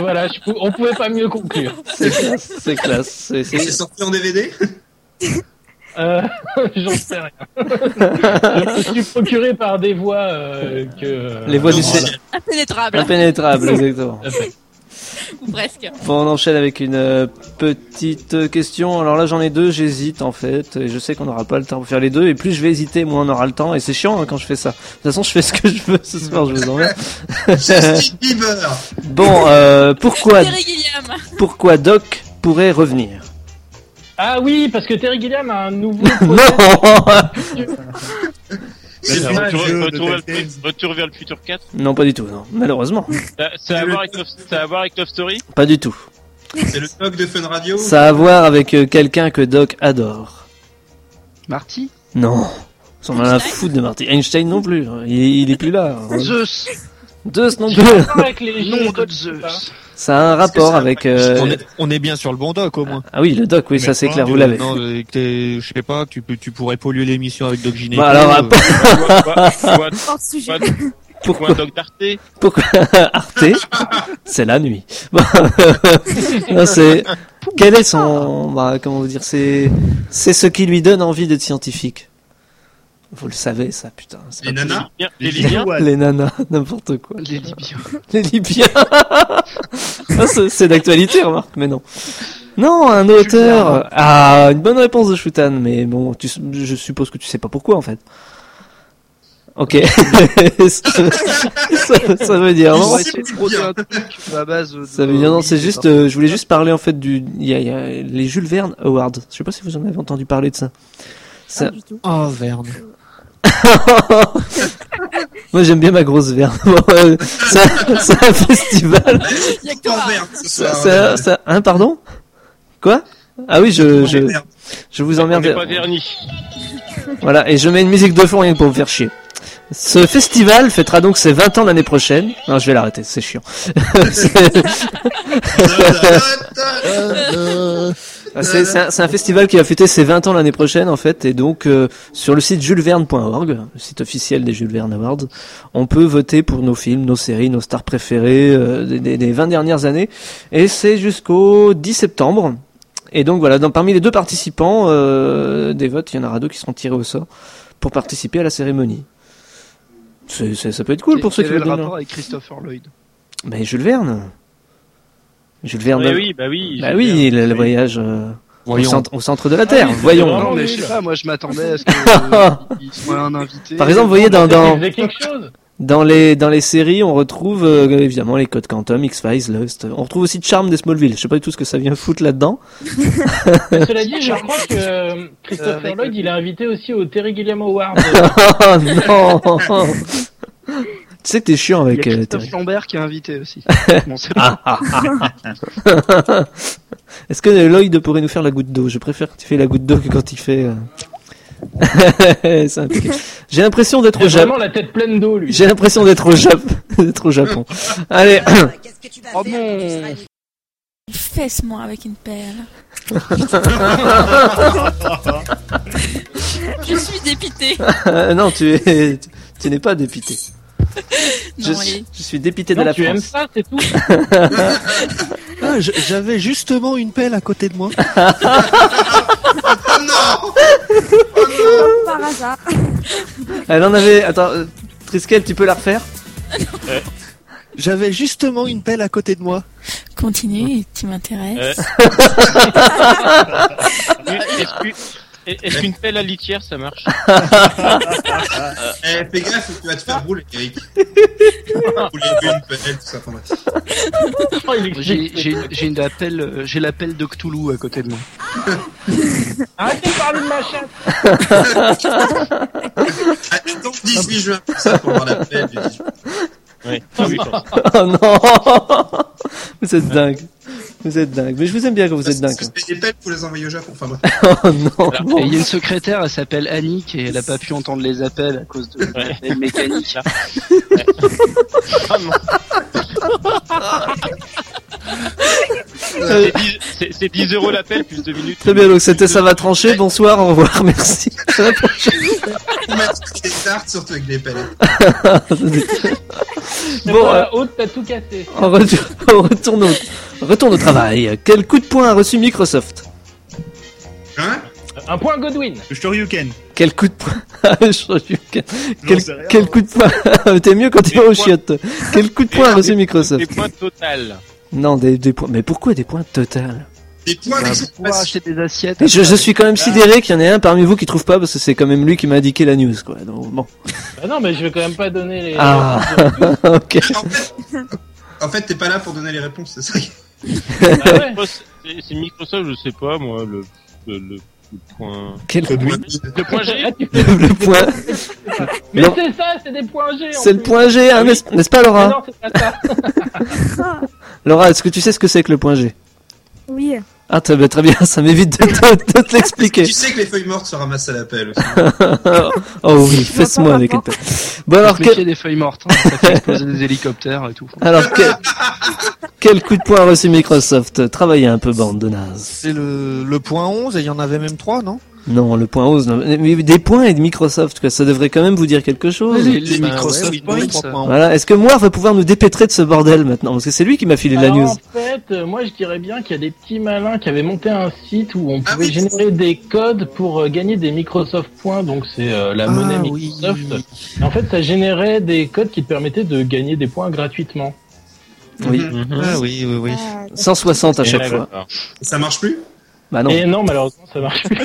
Speaker 3: voilà, je pou- on pouvait pas mieux conclure.
Speaker 2: C'est classe, c'est classe. C'est, c'est-
Speaker 4: sorti en DVD
Speaker 3: Euh, J'en sais rien. je me suis procuré par des voix euh, que. euh,
Speaker 2: Les voix du ciel.
Speaker 6: Impénétrable.
Speaker 2: Impénétrable, exactement.
Speaker 6: Ou presque.
Speaker 2: Bon, on enchaîne avec une euh, petite euh, question. Alors là, j'en ai deux, j'hésite en fait. Et je sais qu'on n'aura pas le temps pour faire les deux. Et plus je vais hésiter, moins on aura le temps. Et c'est chiant hein, quand je fais ça. De toute façon, je fais ce que je veux ce soir, je vous emmerde.
Speaker 4: Justin Bieber
Speaker 2: bon, euh, pourquoi,
Speaker 6: Terry Gilliam.
Speaker 2: pourquoi Doc pourrait revenir
Speaker 3: Ah oui, parce que Terry Gilliam a un nouveau.
Speaker 2: Non
Speaker 10: C'est
Speaker 2: un
Speaker 10: Retour
Speaker 2: jeu de
Speaker 10: Retour vers le
Speaker 2: Telltale.
Speaker 10: fu- Retour vers le futur 4
Speaker 2: Non, pas du tout, non. Malheureusement.
Speaker 3: Bah,
Speaker 10: Ça ça a à voir avec Love- ça a à voir avec Love Story
Speaker 2: Pas du tout.
Speaker 4: C'est le talk de Fun Radio
Speaker 2: Ça a à voir avec euh, quelqu'un que Doc adore.
Speaker 11: Marty
Speaker 2: Non. On en a la foutre de Marty. Einstein non plus. Il, il est plus là. hein.
Speaker 11: Zeus
Speaker 2: Zeus non
Speaker 11: Pas
Speaker 2: plus.
Speaker 11: avec les
Speaker 3: Nom
Speaker 11: de Zeus
Speaker 2: Ça a un rapport avec. euh,
Speaker 11: on, est, on est bien sur le bon doc au moins.
Speaker 2: Ah oui, le doc, oui, ça, c'est
Speaker 11: pas
Speaker 2: clair,
Speaker 11: du-
Speaker 2: vous l'avez.
Speaker 11: Non, euh, que t'es- je sais pas, tu, peux, tu pourrais polluer l'émission avec Doc Gineco.
Speaker 2: Bah alors,
Speaker 11: euh,
Speaker 2: après-
Speaker 11: Hors sujet.
Speaker 10: Pourquoi
Speaker 2: Pourquoi-
Speaker 10: Pourquoi
Speaker 2: Hein
Speaker 10: Doc d'Arte
Speaker 2: Pourquoi Arte C'est la nuit. Bon. Non, c'est quel est son bah, comment vous dire c'est c'est ce qui lui donne envie d'être scientifique. Vous le savez ça putain. c'est
Speaker 4: Les
Speaker 2: pas possible.
Speaker 4: nanas
Speaker 10: Les Libyens
Speaker 2: Les nanas, n'importe quoi.
Speaker 5: Les Libyens.
Speaker 2: Les Libyens. Ah, c'est- c'est d'actualité remarque mais non. Non, un auteur. Ah, une bonne réponse de Shutan, mais bon, tu, je suppose que tu sais pas pourquoi en fait. Ok. ça, ça veut dire
Speaker 11: on
Speaker 2: non.
Speaker 11: va essayer de broder un truc à base de-
Speaker 2: Ça veut dire non, c'est
Speaker 11: oui,
Speaker 2: juste,
Speaker 11: d'accord.
Speaker 2: euh, je voulais juste parler en fait du, il y a, il y a les Jules Verne Awards. Je sais pas si vous en avez entendu parler de ça. Ça-
Speaker 11: Oh, Verne.
Speaker 2: Moi j'aime bien ma grosse Verne. Bon, euh, ça- c'est un festival.
Speaker 6: Il y a que toi.
Speaker 2: Ça, ça, ça- hein, pardon Quoi Ah oui, je, je, je vous
Speaker 10: On n'est
Speaker 2: emmerde.
Speaker 10: pas vernis.
Speaker 2: Voilà, et je mets une musique de fond rien que pour me faire chier. Ce festival fêtera donc ses 20 ans l'année prochaine. Non, je vais l'arrêter, c'est chiant. C'est- Ah, c'est c'est un, c'est un festival qui va fêter ses 20 ans l'année prochaine en fait et donc euh, sur le site julesverne.org, le site officiel des Jules Verne Awards, on peut voter pour nos films, nos séries, nos stars préférées euh, des, des- des 20 dernières années et c'est jusqu'au 10 septembre. Et donc voilà, dans, parmi les deux participants euh, des votes, il y en aura deux qui seront tirés au sort pour participer à la cérémonie. C'est- c'est- ça peut être cool pour ceux qui
Speaker 5: Quel est
Speaker 2: veulent
Speaker 5: le
Speaker 2: donner hein. leur-
Speaker 5: rapport avec Christopher Lloyd
Speaker 2: Mais Jules Verne. Jules Verne.
Speaker 10: Ouais, oui, bah oui,
Speaker 2: Bah
Speaker 10: Jules
Speaker 2: oui, le, le voyage euh, au,
Speaker 11: Voyons.
Speaker 2: centre, au centre de la Terre. Voyons.
Speaker 5: Non, mais je sais pas, moi je m'attendais à ce qu'il soit un invité.
Speaker 2: Par exemple, vous voyez dans dans
Speaker 3: quelque chose
Speaker 2: dans les dans les séries, on retrouve euh, évidemment les codes Quantum, X Files, Lost. On retrouve aussi Charm des Smallville. Je sais pas du tout ce que ça vient foutre là-dedans.
Speaker 3: Mais Cela dit, je crois que euh,
Speaker 11: Euh,
Speaker 3: Christopher
Speaker 11: avec-
Speaker 3: Lloyd, il est invité aussi au Terry Gilliam Award.
Speaker 2: oh non. tu sais que t'es chiant
Speaker 5: Il y a
Speaker 2: avec. euh,
Speaker 5: Christophe
Speaker 2: Terry.
Speaker 5: Lambert qui est invité aussi. Bon, c'est
Speaker 2: Ah, ah, ah, ah. Est-ce que Lloyd pourrait nous faire la goutte d'eau Je préfère quand il fait la goutte d'eau que quand il fait. euh, c'est impliqué. J'ai l'impression d'être
Speaker 3: Il a
Speaker 2: au
Speaker 3: vraiment
Speaker 2: Japon.
Speaker 3: la tête pleine d'eau, lui.
Speaker 2: J'ai l'impression d'être au, Jap... d'être au Japon. Allez.
Speaker 7: Oh mon Fesse-moi avec une perle.
Speaker 6: Je suis dépité.
Speaker 2: Euh, non, tu es, tu, tu n'es pas dépité.
Speaker 6: Non,
Speaker 2: je,
Speaker 6: oui.
Speaker 2: suis, je suis dépité
Speaker 3: Non,
Speaker 2: de la
Speaker 3: tu
Speaker 2: France.
Speaker 3: aimes ça, c'est tout.
Speaker 11: Ah, je- j'avais justement une pelle à côté de moi.
Speaker 14: Par hasard.
Speaker 2: Elle en avait. Attends, euh, Triskel, tu peux la refaire
Speaker 11: Euh, J'avais justement une pelle à côté de moi.
Speaker 7: Continue, tu m'intéresses.
Speaker 10: Est-ce que- est-ce qu'une pelle à litière ça marche
Speaker 4: Eh, fais gaffe, tu vas te faire rouler, Eric. Rouler une pelle, tout ça, enfin, bref.
Speaker 5: J'ai j'ai- j'ai une appel, euh, j'ai l'appel de Cthulhu à côté de moi.
Speaker 3: Arrêtez de parler de ma chatte
Speaker 4: Ah, Attends, 18 juin, tout ça, pour avoir la paix.
Speaker 10: Ouais.
Speaker 2: Oh non Vous êtes dingue. Vous êtes dingue. Mais je vous aime bien quand vous êtes dingue.
Speaker 11: hein.
Speaker 4: Et des pelles, faut les envoyer au Japon, enfin bref.
Speaker 2: Oh non
Speaker 5: Et Il y a une secrétaire, elle s'appelle Annick et elle a pas pu entendre les appels à cause de l'appel mécanique.
Speaker 10: C'est 10 c'est- C'est 10 euros l'appel plus 2 minutes.
Speaker 2: Très bien, donc c'était ça va trancher. Bonsoir, au revoir, merci. À la prochaine.
Speaker 4: On m'a pris des tartes, surtout avec des pelles.
Speaker 2: bon, euh,
Speaker 3: la haute, t'as tout cassé.
Speaker 2: on, retourne, on retourne au, retourne au travail. Quel coup de poing a reçu Microsoft
Speaker 4: Hein
Speaker 3: Un point Godwin.
Speaker 12: Le Shoryuken.
Speaker 2: Quel coup de poing Ah, Je- Quel, quel-
Speaker 12: sais rien,
Speaker 2: quel
Speaker 12: hein.
Speaker 2: coup de poing T'es mieux quand t'es
Speaker 10: Des
Speaker 2: aux
Speaker 10: points.
Speaker 2: chiottes. Quel coup de poing a reçu
Speaker 10: Des
Speaker 2: Microsoft
Speaker 10: points total.
Speaker 2: Non, des, des points. Mais pourquoi des points total
Speaker 4: Des points
Speaker 10: Ah
Speaker 5: Pouvoir acheter des assiettes.
Speaker 2: je, je suis quand même sidéré qu'il y en ait un parmi vous qui trouve pas parce que c'est quand même lui qui m'a indiqué la news quoi. Donc bon.
Speaker 3: Bah non, mais je vais quand même pas donner les.
Speaker 2: Ah ok.
Speaker 4: En fait, t'es pas là pour donner les réponses, c'est ça
Speaker 10: Ah ouais, moi, c'est- c'est- C'est Microsoft, je sais pas moi, le, le, le- le point.
Speaker 2: Quel-
Speaker 10: le point, le point G
Speaker 2: Le point.
Speaker 3: Ah, Mais
Speaker 2: Non.
Speaker 3: c'est ça, c'est des points G. en
Speaker 2: C'est le
Speaker 3: plus.
Speaker 2: point G, hein,
Speaker 3: Ah oui.
Speaker 2: n'est-ce n'est-ce pas, Laura
Speaker 3: Mais Non, c'est pas ça.
Speaker 2: Laura, est-ce que tu sais ce que c'est que le point G
Speaker 9: Oui.
Speaker 2: Ah très bien, très bien, ça m'évite de, te- de te l'expliquer.
Speaker 4: Tu sais que les feuilles mortes se ramassent à la pelle. aussi.
Speaker 2: oh oui, fesse-moi avec une pelle. Bon alors,
Speaker 5: Faut se
Speaker 2: quel-
Speaker 5: méfier des feuilles mortes, hein, ça fait exploser des hélicoptères et tout.
Speaker 10: Ah,
Speaker 2: alors quel... quel coup de poing a reçu Microsoft Travaillez un peu, bande de nazes.
Speaker 11: C'est le, le point 11 et il y en avait même 3, non
Speaker 2: Non, le point 11, non. Mais des points et de Microsoft, quoi, ça devrait quand même vous dire quelque chose.
Speaker 5: Les,
Speaker 10: Ah
Speaker 5: les Microsoft Points.
Speaker 2: Voilà, est-ce que moi va pouvoir nous dépêtrer de ce bordel maintenant Parce que c'est lui qui m'a filé la
Speaker 3: Alors,
Speaker 2: news.
Speaker 3: En fait, euh, moi je dirais bien qu'il y a des petits malins qui avaient monté un site où on pouvait générer des codes pour euh, gagner des Microsoft points, donc c'est euh, la monnaie Microsoft. Et en fait, ça générait des codes qui te permettaient de gagner des points gratuitement.
Speaker 2: Oui.
Speaker 5: Mm.
Speaker 11: Ah oui, oui, oui.
Speaker 14: Euh,
Speaker 2: 160 à chaque fois.
Speaker 4: Ça marche plus
Speaker 2: Bah non.
Speaker 3: Et non, malheureusement, ça marche plus.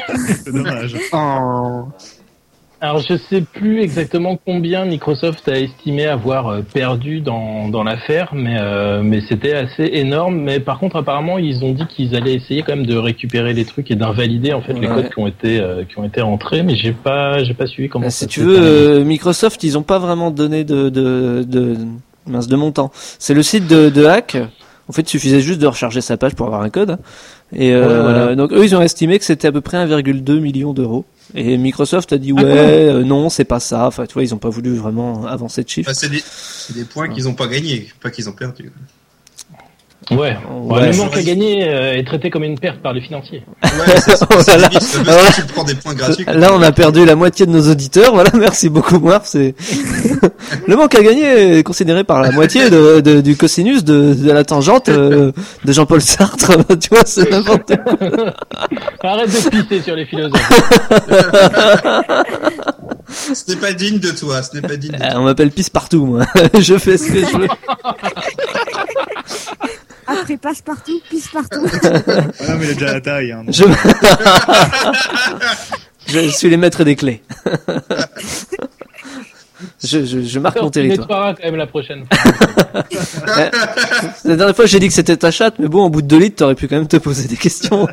Speaker 12: C'est dommage.
Speaker 10: Ah,
Speaker 3: Alors, je sais plus exactement combien Microsoft a estimé avoir euh, perdu dans, dans l'affaire, mais, euh, mais c'était assez énorme. Mais par contre, apparemment, ils ont dit qu'ils allaient essayer quand même de récupérer les trucs et d'invalider en fait les
Speaker 2: Ouais.
Speaker 3: codes qui ont été euh, qui ont été rentrés. Mais j'ai pas j'ai pas suivi comment.
Speaker 2: Bah, Si tu veux, euh, Microsoft, ils ont pas vraiment donné de, de, de, mince, de montant. C'est le site de, de Hack. En fait, il suffisait juste de recharger sa page pour avoir un code. Et euh,
Speaker 3: Ouais, voilà.
Speaker 2: donc eux, ils ont estimé que c'était à peu près 1,2 million d'euros. Et Microsoft a dit ouais,
Speaker 3: quand même.
Speaker 2: euh, non, c'est pas ça. Enfin, tu vois, ils ont pas voulu vraiment avancer de chiffre.
Speaker 4: Bah, c'est des, c'est des points qu'ils ont pas gagnés, pas qu'ils ont perdu.
Speaker 3: Ouais.
Speaker 2: euh,
Speaker 3: Bah,
Speaker 2: Ouais.
Speaker 3: le manque à gagner euh, est traité comme une perte par les financiers.
Speaker 4: Ouais, c'est ça. c'est
Speaker 2: Voilà.
Speaker 4: limite, le
Speaker 2: Voilà.
Speaker 4: mec, tu prends des points gratuits.
Speaker 2: Là, on a perdu la moitié de nos auditeurs. Voilà, merci beaucoup, Marc. C'est le manque à gagner est considéré par la moitié de, de- du cosinus de, de la tangente euh, de Jean-Paul Sartre. tu vois, c'est n'importe quoi.
Speaker 3: Arrête de pisser sur les philosophes.
Speaker 4: Ce n'est pas digne de toi, ce n'est pas digne de
Speaker 2: Euh, on m'appelle pisse partout, moi. je fais ce que je veux.
Speaker 14: Après, passe partout, pisse partout.
Speaker 12: Ah non, mais il a déjà la taille. Hein, donc.
Speaker 2: Je... je suis les maîtres des clés. je, je, je marque mon
Speaker 3: Tu
Speaker 2: territoire.
Speaker 3: nettoieras quand même la prochaine fois.
Speaker 2: Euh, La dernière fois, j'ai dit que c'était ta chatte, mais bon, au bout de deux litres, t'aurais pu quand même te poser des questions.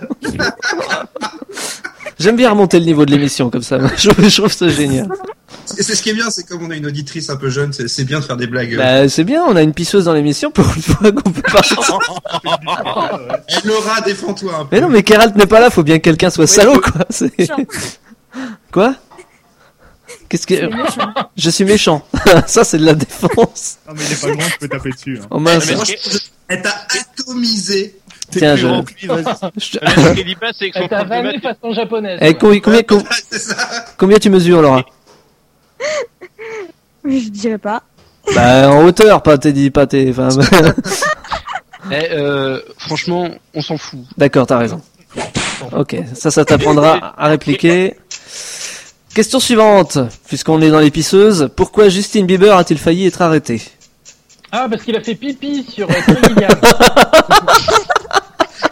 Speaker 2: J'aime bien remonter le niveau de l'émission comme ça. Je, je trouve ça génial.
Speaker 4: C'est c'est ce qui est bien, c'est comme on a une auditrice un peu jeune, c'est c'est bien de faire des blagues.
Speaker 2: Bah, c'est bien, on a une pisseuse dans l'émission pour une fois qu'on peut parler. de ça.
Speaker 4: Elle Laura, défends-toi un peu.
Speaker 2: Mais non, mais Keralt n'est pas là, faut bien que quelqu'un soit salaud, quoi. C'est- Quoi Qu'est-ce que Je suis méchant. ça, c'est de la défense.
Speaker 12: Non, mais il est pas loin, je peux taper dessus. Hein.
Speaker 2: Oh mince.
Speaker 4: Franchement, Elle t'a atomisé.
Speaker 2: T'es Tiens, plus je- grand
Speaker 4: que
Speaker 10: lui, vas-y.
Speaker 2: Je-
Speaker 10: dit pas, c'est
Speaker 2: Ah,
Speaker 10: que
Speaker 3: Elle
Speaker 10: son
Speaker 3: t'a
Speaker 10: prof de
Speaker 3: Eh, vanné
Speaker 10: maths.
Speaker 3: façon japonaise.
Speaker 2: Eh, com- combien, com- combien tu mesures, Laura
Speaker 9: Je dirais pas.
Speaker 2: Bah, en hauteur, pas t'es dit, pas t'es. Enfin,
Speaker 5: Eh, euh, franchement, on s'en fout.
Speaker 2: D'accord, t'as raison. Ok, ça, ça t'apprendra à répliquer. Question suivante, puisqu'on est dans les pisseuses. Pourquoi Justin Bieber a-t-il failli être arrêté
Speaker 3: Ah, parce qu'il a fait pipi sur euh, Tony Gall.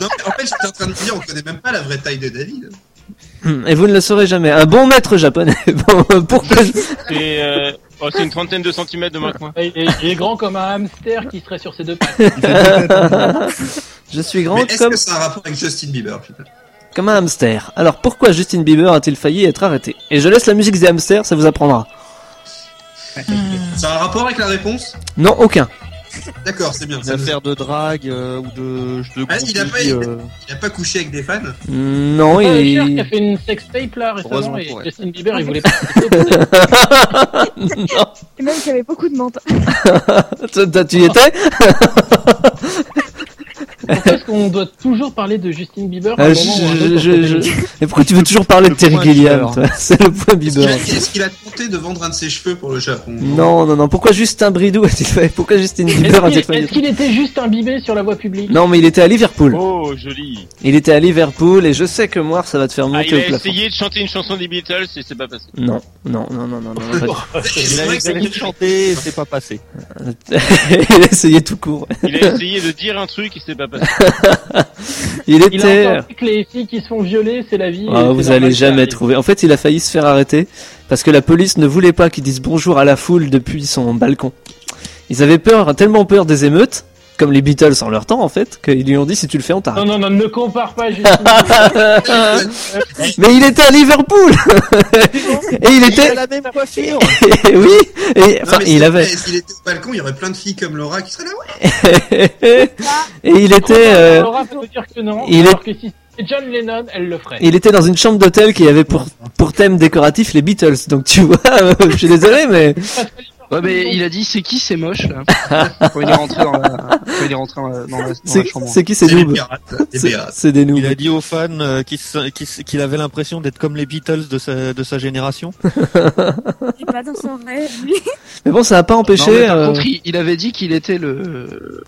Speaker 4: Non, mais en fait, j'étais en train de dire, on connaît même pas la vraie taille de David.
Speaker 2: Hmm, Et vous ne le saurez jamais. Un bon maître japonais. Bon, Pourquoi
Speaker 10: C'est euh, oh, c'est une trentaine de centimètres de ma coin.
Speaker 3: Et- et- Il est grand comme un hamster qui serait sur ses deux pattes.
Speaker 2: Je suis
Speaker 4: Mais
Speaker 2: grand
Speaker 4: est-ce
Speaker 2: comme,
Speaker 4: que ça a un rapport avec Justin Bieber putain
Speaker 2: comme un hamster. Alors pourquoi Justin Bieber a-t-il failli être arrêté Et je laisse la musique des hamsters, ça vous apprendra.
Speaker 4: Ça a un rapport avec la réponse
Speaker 2: Non, aucun.
Speaker 4: D'accord, c'est bien.
Speaker 11: Des affaires de drague euh, ou de. de
Speaker 4: Ah, il, a pas,
Speaker 11: groupie, euh,
Speaker 4: il a pas couché avec des fans
Speaker 2: Non,
Speaker 3: Paul Escher Ah, qui a
Speaker 2: il...
Speaker 3: fait une sextape là récemment
Speaker 11: Heureusement
Speaker 3: et
Speaker 11: pour elle.
Speaker 3: Justin Bieber il voulait
Speaker 2: Non.
Speaker 14: Et même qu'il y avait beaucoup de menthe.
Speaker 2: Toi, toi, tu y étais
Speaker 3: Pourquoi est-ce qu'on doit toujours parler de Justin Bieber à
Speaker 2: Euh,
Speaker 3: un
Speaker 2: je-
Speaker 3: moment ou à un
Speaker 2: je-
Speaker 3: autre,
Speaker 2: je-
Speaker 3: on fait
Speaker 2: je-
Speaker 3: des-
Speaker 2: Et pourquoi tu veux toujours parler de Terry
Speaker 3: point
Speaker 2: Gilliam
Speaker 3: Bieber.
Speaker 2: toi C'est le point
Speaker 4: Est-ce qu'il a-
Speaker 2: Bieber.
Speaker 4: est-ce qu'il a tenté de vendre un de ses cheveux pour le Japon
Speaker 2: Non, non, non. Pourquoi Justin Bridou a-t-il failli Pourquoi Justin Bieber
Speaker 3: Est-ce
Speaker 2: a-t-il
Speaker 3: qu'il-
Speaker 2: failli
Speaker 3: est-ce qu'il était juste imbibé sur la voie publique
Speaker 2: Non, mais il était à Liverpool.
Speaker 10: Oh, joli.
Speaker 2: Il était à Liverpool et je sais que moi ça va te faire
Speaker 10: Ah,
Speaker 2: monter
Speaker 10: il
Speaker 2: au
Speaker 10: a
Speaker 2: plafond.
Speaker 10: essayé de chanter une chanson des Beatles et c'est pas passé.
Speaker 2: Non, non, non, non, non, non. en fait,
Speaker 11: Il a essayé de chanter, c'est pas passé.
Speaker 2: il a essayé tout court.
Speaker 10: Il a essayé de dire un truc et c'est pas passé.
Speaker 2: Il
Speaker 3: Il
Speaker 2: était.
Speaker 3: a entendu que les filles qui se font violer c'est la vie.
Speaker 2: Ah,
Speaker 3: et c'est
Speaker 2: vous
Speaker 3: normal
Speaker 2: allez
Speaker 3: que ça
Speaker 2: jamais
Speaker 3: arrive.
Speaker 2: trouver. En fait, il a failli se faire arrêter parce que la police ne voulait pas qu'il dise bonjour à la foule depuis son balcon. Ils avaient peur, tellement peur des émeutes, comme les Beatles en leur temps en fait, qu'ils lui ont dit si tu le fais, on
Speaker 3: Non
Speaker 2: t'arrête.
Speaker 3: non non ne compare pas Justin.
Speaker 2: Mais il était à Liverpool et il était.
Speaker 11: la même coiffure.
Speaker 2: Et oui, et enfin,
Speaker 4: Non, mais
Speaker 2: il
Speaker 4: c'est
Speaker 2: avait.
Speaker 4: vrai, S'il était au balcon, il y aurait plein de filles comme Laura qui seraient là. Ouais.
Speaker 2: et il était. euh,
Speaker 3: Laura peut dire que non.
Speaker 2: il est-
Speaker 3: alors que si c'était John Lennon elle le ferait.
Speaker 2: Il était dans une chambre d'hôtel qui avait pour, pour thème décoratif les Beatles. Donc tu vois, je suis désolé, mais
Speaker 5: Ouais, mais il a dit c'est qui c'est moche là Quand il est rentré dans la, quand il est rentré dans la, dans la- dans
Speaker 2: c'est
Speaker 5: la chambre.
Speaker 2: c'est qui ces
Speaker 4: les
Speaker 2: noobs
Speaker 4: pirates, les
Speaker 2: C'est-
Speaker 4: pirates.
Speaker 2: C'est des noobs.
Speaker 11: Il a dit aux fans euh, qu'il se- qu'il se- qu'il avait l'impression d'être comme les Beatles de sa, de sa génération.
Speaker 14: Il est pas dans son rêve, lui.
Speaker 2: Mais bon, ça n'a pas
Speaker 5: Non, mais
Speaker 2: empêché.
Speaker 5: par
Speaker 2: euh,
Speaker 5: contre, il, il avait dit qu'il était le